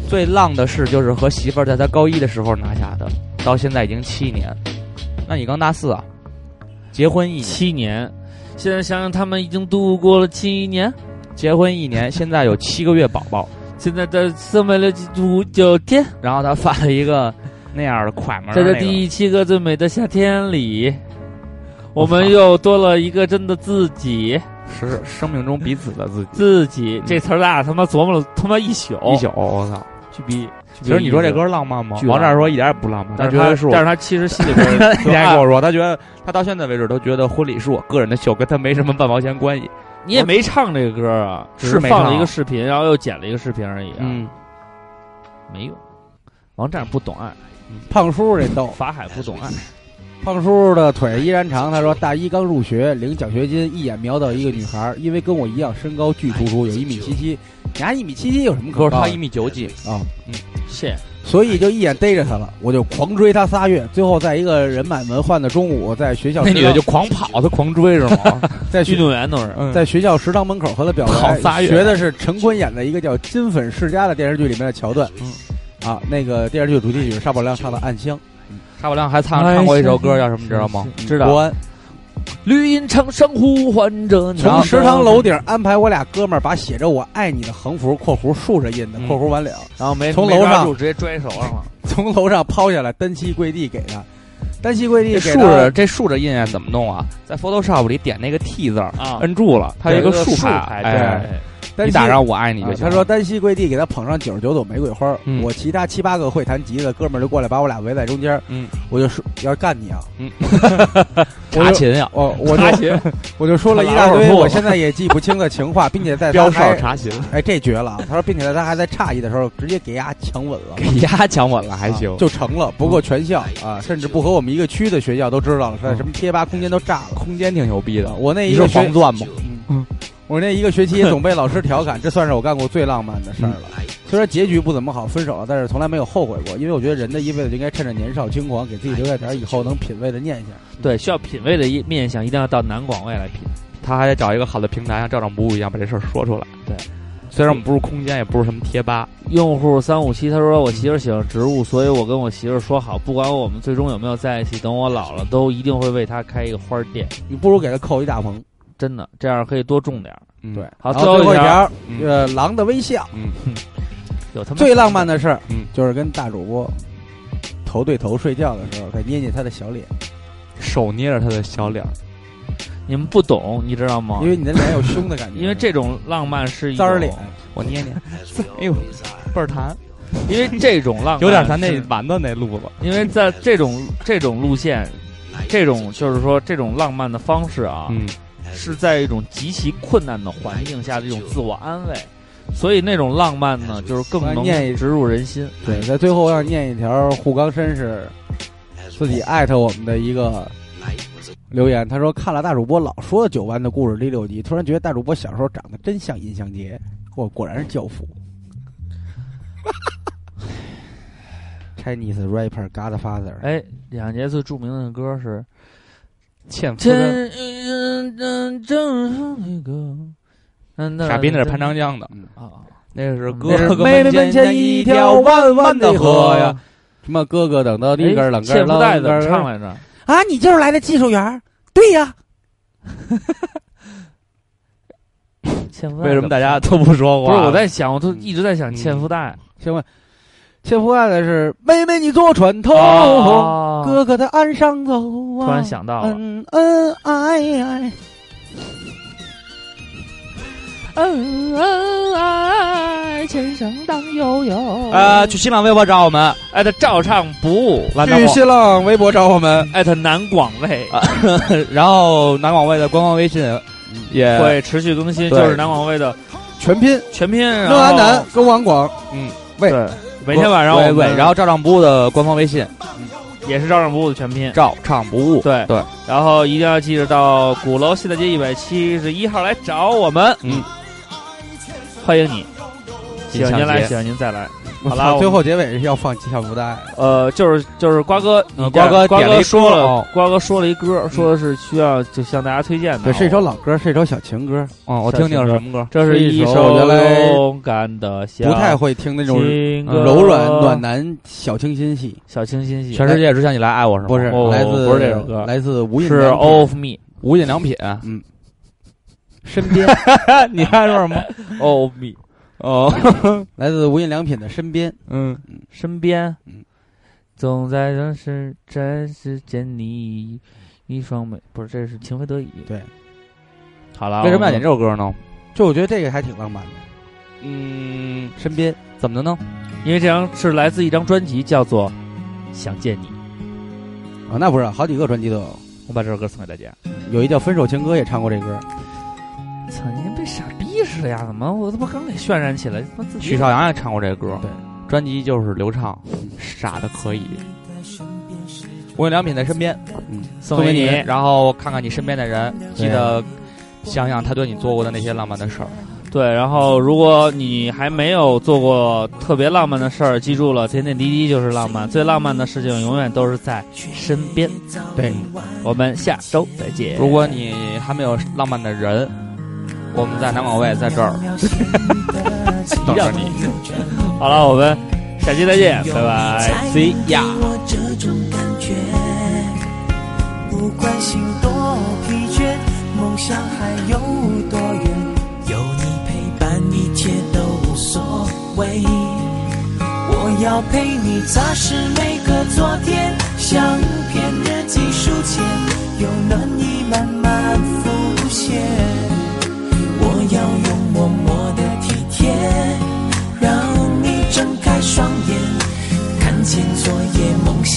G: 最浪的事就是和媳妇儿在他高一的时候拿下的，到现在已经七年。那你刚大四啊？结婚一年，
E: 七年。现在想想，他们已经度过了七年，
G: 结婚一年，现在有七个月宝宝。
E: 现在在三百六十五九天，
G: 然后他发了一个那样的快门儿、
E: 在
G: 那
E: 这
G: 个
E: 第七个最美的夏天里，我们又多了一个真的自己，
G: 是生命中彼此的自己。
E: 自己这词儿大家他妈琢磨了他妈一宿，
G: 嗯一宿，我操！
E: 巨逼。
G: 其实你说这歌浪漫吗？
E: 巨
G: 王
E: 浪漫
G: 炸说一点也不浪漫，
E: 但
G: 觉
E: 他
G: 得是我
E: 但是他其实心里边
G: 你
E: 说
G: 还
E: 啊
G: 跟我说，他觉得他到现在为止都觉得婚礼是我个人的秀，跟他没什么半毛钱关系。
E: 你也没唱这个歌啊，
G: 只
E: 只
G: 是
E: 是
G: 没
E: 放
G: 唱
E: 了一
G: 啊
E: 个视频，然后又剪了一个视频而已啊，
F: 嗯，
E: 没用。王战不懂爱，
F: 胖叔这逗，
E: 法海不懂爱，
F: 胖叔的腿依然长。他说大一刚入学，领奖学金，一眼瞄到一个女孩，因为跟我一样身高巨突出，有一米七七。你还一米七七有什么
G: 可
F: 可
G: 是
F: 高
G: 他
F: 的
G: 一米九几，
F: 啊？
E: 谢谢。
F: 所以就一眼逮着他了，我就狂追他仨月。最后在一个人满为患的中午，在学校
G: 那女的
F: 食
G: 就狂跑，他狂追是吗？
F: 堂在
E: 运
F: 学
E: 动员都是
G: 嗯
F: 在学校食堂门口和他表
G: 跑
F: 白，
G: 仨月
F: 学的是陈坤演的一个叫《金粉世家》的电视剧里面的桥段。
G: 嗯
F: 啊，那个电视剧主题曲是沙宝亮唱的《暗香
G: 沙宝亮还唱唱过一首歌叫什么，你知道吗？
E: 知》，
F: 国
E: 道。
F: 安
E: 绿荫长上呼唤着你，
F: 从食堂楼顶安排我俩哥们儿把写着“我爱你”的横幅（括弧竖着印的，
G: 嗯
F: 括弧完了）
E: 然后没
F: 从
E: 没
F: 楼
E: 抓
F: 上
E: 住直接拽手上了。
F: 从楼上抛下来，单膝跪地给他。单膝跪地
G: 这
F: 给
G: 竖
F: 他
G: 着这竖着印啊，怎么弄啊？在 Photoshop 里点那个 T 字儿
E: 啊
G: 摁住了，它有一个竖排，哎，
E: 对，
F: 单
G: 你
F: 膝
G: 打上我爱你
F: 啊
G: 就行。
F: 他说单膝跪地给他捧上九十九朵玫瑰花，
G: 嗯
F: 我其他七八个会弹吉的哥们儿就过来把我俩围在中间，
G: 嗯，
F: 我就说要干你啊，
G: 嗯
F: 我
G: 查
F: 就
G: 琴呀，
F: 我哦我就 我就说了一大
G: 拉会儿
F: 堆，
G: 货
F: 我现在也记不清的情话，并且在他
G: 标哨
F: 还
G: 查琴，
F: 哎这绝了啊，他说并且在他还在诧异的时候，直接给丫强吻了。
G: 给丫抢稳了还行嗯
F: 啊。就成了。不过全校啊，甚至不和我们一个区的学校都知道了，在什么贴吧、空间都炸了。
G: 空间挺牛逼的
F: 啊，我那
G: 嗯你
F: 一
G: 是
F: 个学嗯
G: 黄钻吗？
F: 我那一个学期也总被老师调侃，这算是我干过最浪漫的事儿
G: 嗯
F: 了。虽然结局不怎么好，分手了，但是从来没有后悔过，因为我觉得人的一辈子就应该趁着年少轻狂，给自己留下点儿以后能品味的念想。
E: 对，需要品味的一面相，一定要到南广卫来品。
G: 他还得找一个好的平台，像赵长不误一样把这事儿说出来。
E: 对，
G: 虽然我们不是空间，也不是什么贴吧，
E: 用户三五七他说我媳妇儿喜欢植物，所以我跟我媳妇儿说好，不管我们最终有没有在一起，等我老了都一定会为她开一个花店。
F: 你不如给他扣一大棚。
E: 真的，这样可以多种点儿。
G: 嗯
F: 对，
E: 好
F: 然
E: 最
F: 后最
E: 后
F: 后
E: 一
F: 一条
G: 嗯，
F: 呃，狼的微笑，
E: 有他妈
F: 最浪漫的事儿
G: 嗯
F: 就是跟大主播头对头睡觉的时候，再捏捏他的小脸，
G: 手捏着他的小脸儿，
E: 你们不懂，你知道吗？
F: 因为你的脸有凶的感觉，
E: 因为这种浪漫是一
F: 脏儿
E: 种
F: 脸，
G: 我捏捏，哎呦，倍儿弹，
E: 因为这种浪漫
G: 有点咱那
E: 是
G: 丸子那路子。
E: 因为在这种这种路线，这种就是说这种浪漫的方式啊，
G: 嗯，
E: 是在一种极其困难的环境下的一种自我安慰，所以那种浪漫呢，就是更能
F: 念一
E: 植入人心。
F: 对，在最后要念一条护冈绅士自己艾特我们的一个留言，他说看了大主播老说九弯的故事第六集，突然觉得大主播小时候长得真像尹相杰，我果然是教父。Chinese rapper Godfather，
E: 哎，两杰最著名的歌是
G: 欠夫的
E: 真嗯嗯正那个，
G: 傻逼那是潘长江的，
E: 啊，
G: 那是哥
F: 那是
G: 哥
F: 妹妹
G: 们
F: 门前一条弯弯的河呀，什么哥哥等到
E: 哎
F: 立根儿冷根
E: 谢
F: 儿
E: 富
F: 冷
E: 带
F: 根
E: 怎么
F: 儿
E: 唱来着？
F: 啊，你就是来的技术员儿，对呀，
E: 谢富带
G: 为什么大家
E: 怎
G: 都不说
E: 么
G: 话？
E: 唱不是我在想，我都一直在想
G: 嗯
E: 欠夫带
F: 请问，切夫爱的是妹妹你坐船
G: 哦
F: 头，
E: 哦
F: 哥哥在岸上走啊。
E: 突然想到了，
F: 恩恩爱爱，
E: 恩恩爱，前生荡悠悠
G: 呃，去新浪微博找我们，
E: 艾特照唱不误，
G: 蓝大
F: 去
G: 宝
F: 新浪微博找我们。
E: 艾特南广卫
G: 啊然后南广卫的官方微信也
E: 会持续更新，
G: 对
E: 就是南广卫的
F: 全拼
E: 全拼。然
F: 乐
E: 后
F: 安南跟王广，喂
E: 对，每天晚上我
G: 喂
E: 们
G: 喂，然后照唱不误的官方微信
E: 也是照唱不误的全拼。
G: 照唱不误，
E: 对
G: 对，
E: 然后一定要记得到鼓楼西大街一百七十一号来找我们，
G: 嗯，
E: 欢迎你，喜欢您
G: 尹相
E: 来，
G: 杰
E: 喜欢您再来。
F: 我
E: 好
F: 操
E: 啦我
F: 最后结尾是要放吉祥福袋，
E: 呃，就是就是瓜哥，你
G: 瓜哥
E: 瓜
G: 点了
E: 哥
G: 一歌
E: 说了
G: 哦，
E: 瓜哥说了一歌，说的是需要就向大家推荐的，
F: 哎对，是一首老歌，是一首小情歌，
G: 嗯，我听听是什么歌？
E: 这是
F: 是一首
E: 首
F: 原来
E: 勇敢的小
F: 不太会听那种
E: 情歌
F: 柔软暖男小清新戏，
E: 小清新系，
G: 全世界只想你来爱我是吗？
F: 不是
E: 哦
F: 来自
E: 不是这首歌
F: 来自无印
E: 是哦
F: 良品
E: All of Me
G: 无印良品，
F: 身 边，
G: 你爱说什么？
E: All of Me
G: 哦，
F: 来自无印良品的身边，
G: 嗯，
E: 身边
F: 嗯，
E: 总在人世暂时见你，
O: 一双美不是，这是情非得已。
B: 对，
E: 好了
G: 为什么要点这首歌呢？
B: 就我觉得这个还挺浪漫的。
G: 嗯，身边怎么的呢？
E: 因为这张是来自一张专辑，叫做《想见你》。
F: 哦
B: 啊，那不是好几个专辑都有，
G: 我把这首歌送给大家。
B: 有一叫《分手情歌》也唱过这歌，
E: 操，你跟被傻逼似的呀！怎么我他妈刚给渲染起来，他妈自己
G: 许绍洋也唱过这歌，
B: 对，
G: 专辑就是流畅，傻的可以。我有良品在身边，
B: 嗯，
G: 送给
E: 给你
G: 然后看看你身边的人，记
B: 对
G: 得想想他对你做过的那些浪漫的事儿。
E: 对，然后如果你还没有做过特别浪漫的事儿，记住了，点点滴滴就是浪漫，最浪漫的事情永远都是在身边。
B: 对，
E: 我们下周再见。
G: 如果你还没有浪漫的人，我们在南广卫在这儿等着你。
E: 好了，我们下期再见，拜拜，See ya。
J: 我这种感觉，不管心多疲倦，梦想还有多远，有你陪伴，一切都无所谓。我要陪你擦拭每个昨天，相片、日记、书签，有暖意慢慢浮现。我要用默默的体贴，让你睁开双眼。看见昨夜梦想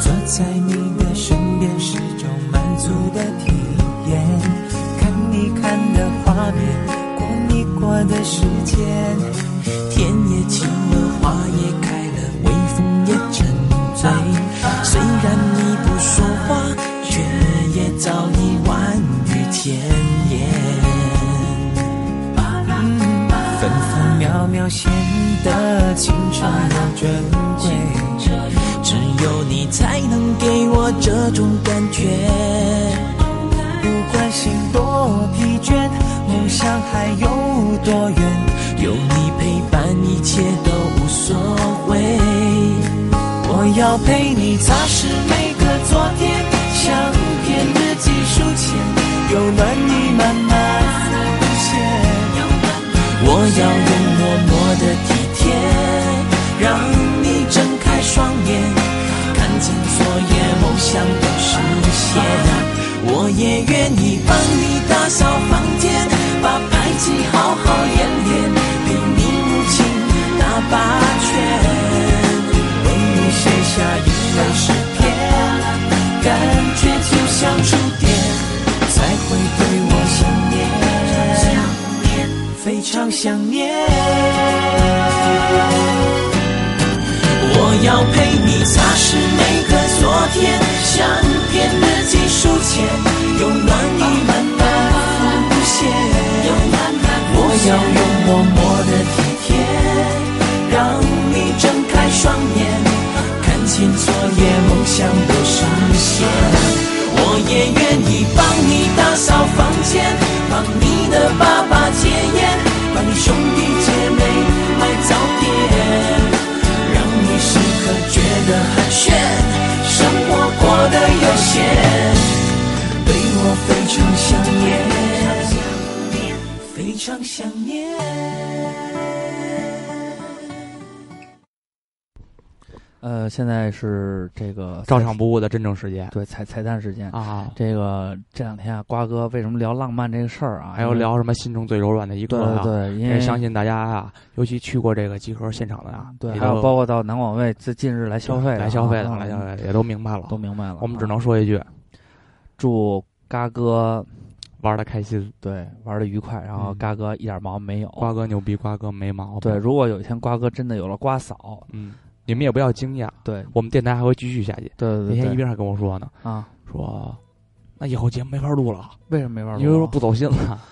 J: 坐在你的身边是种满足的体验，看你看的画面，过你过的时间，天也晴了，花也开了，微风也沉醉。虽然你不说话，却也早已万语千言。分分秒秒显得青春又珍贵，只有你才能给我这种感觉。不管心多疲倦，梦想还有多远，有你陪伴，一切都无所谓。我要陪你擦拭每个昨天，相片、日记、书签，有暖意慢慢浮现。我要用默默的体贴，让你睁开双眼，看见昨夜梦想的实现。我也愿意帮你打扫房间，把排气好好演练，陪你母亲打八圈。为你写下一首诗篇，感觉就像触电，才会对我想念，非常想念。我要陪你擦拭每个昨天，相片、日记、书签，有暖意慢慢浮现。我要用默默的体贴。让你睁开双眼，看清昨夜梦想的实现。我也愿意帮你打扫房间，帮你的爸爸戒烟，帮你兄弟姐妹买早点，让你时刻觉得很炫，生活过得悠闲，对我非常想念，非常想念。
O: 呃，现在是这个
G: 照常不误的真正世界
O: 对彩彩蛋时间。
G: 啊，
O: 这个这两天啊，瓜哥为什么聊浪漫这个事儿啊？
G: 还有
O: 因为
G: 聊什么心中最柔软的一
O: 对
G: 刻啊？
O: 对，因
G: 也
O: 为
G: 相信大家啊，尤其去过这个集合现场的啊，
O: 对，
G: 也
O: 还有
G: 都
O: 包括到南广卫这近日来消费的啊
G: 来消费的
O: 啊
G: 来消费的也都明白了
O: 都。明白了。
G: 我们只
O: 啊
G: 能说一句，
O: 祝嘎哥
G: 玩的开心，
O: 对玩的愉快，然后
G: 嗯
O: 嘎哥一点毛没有。
G: 瓜哥牛逼，瓜哥没毛病。
O: 对，，如果有一天瓜哥真的有了瓜嫂，
G: 嗯，你们也不要惊讶，
O: 对
G: 我们电台还会继续下去。
O: 对
G: 那
O: 对
G: 天
O: 对
G: 一
O: 对
G: 斌还跟我说呢，
O: 啊，
G: 说那以后节目没法录了，
O: 为什么没玩？
G: 因为说不，走心了。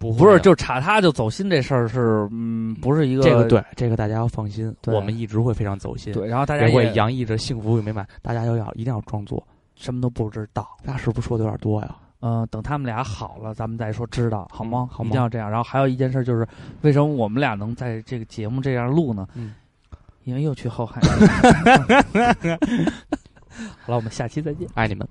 G: 不会
E: 不是
G: 的
E: 就查他就走心这事儿是嗯不是一个
G: 这个对这个大家要放心，
E: 对
G: 我们一直会非常走心。
E: 对然后大家
G: 也会
E: 也
G: 洋溢着幸福与美满，大家要要一定要装作
E: 什么都不知道。
G: 那是不是说的有点多呀？
E: 呃，等他们俩好了，咱们再说知道，好吗？
G: 嗯好吗
E: 一定要这样。然后还有一件事就是，为什么我们俩能在这个节目这样录呢？
G: 嗯，
E: 因 为又去后海了。好了，我们下期再见。
G: 爱你们。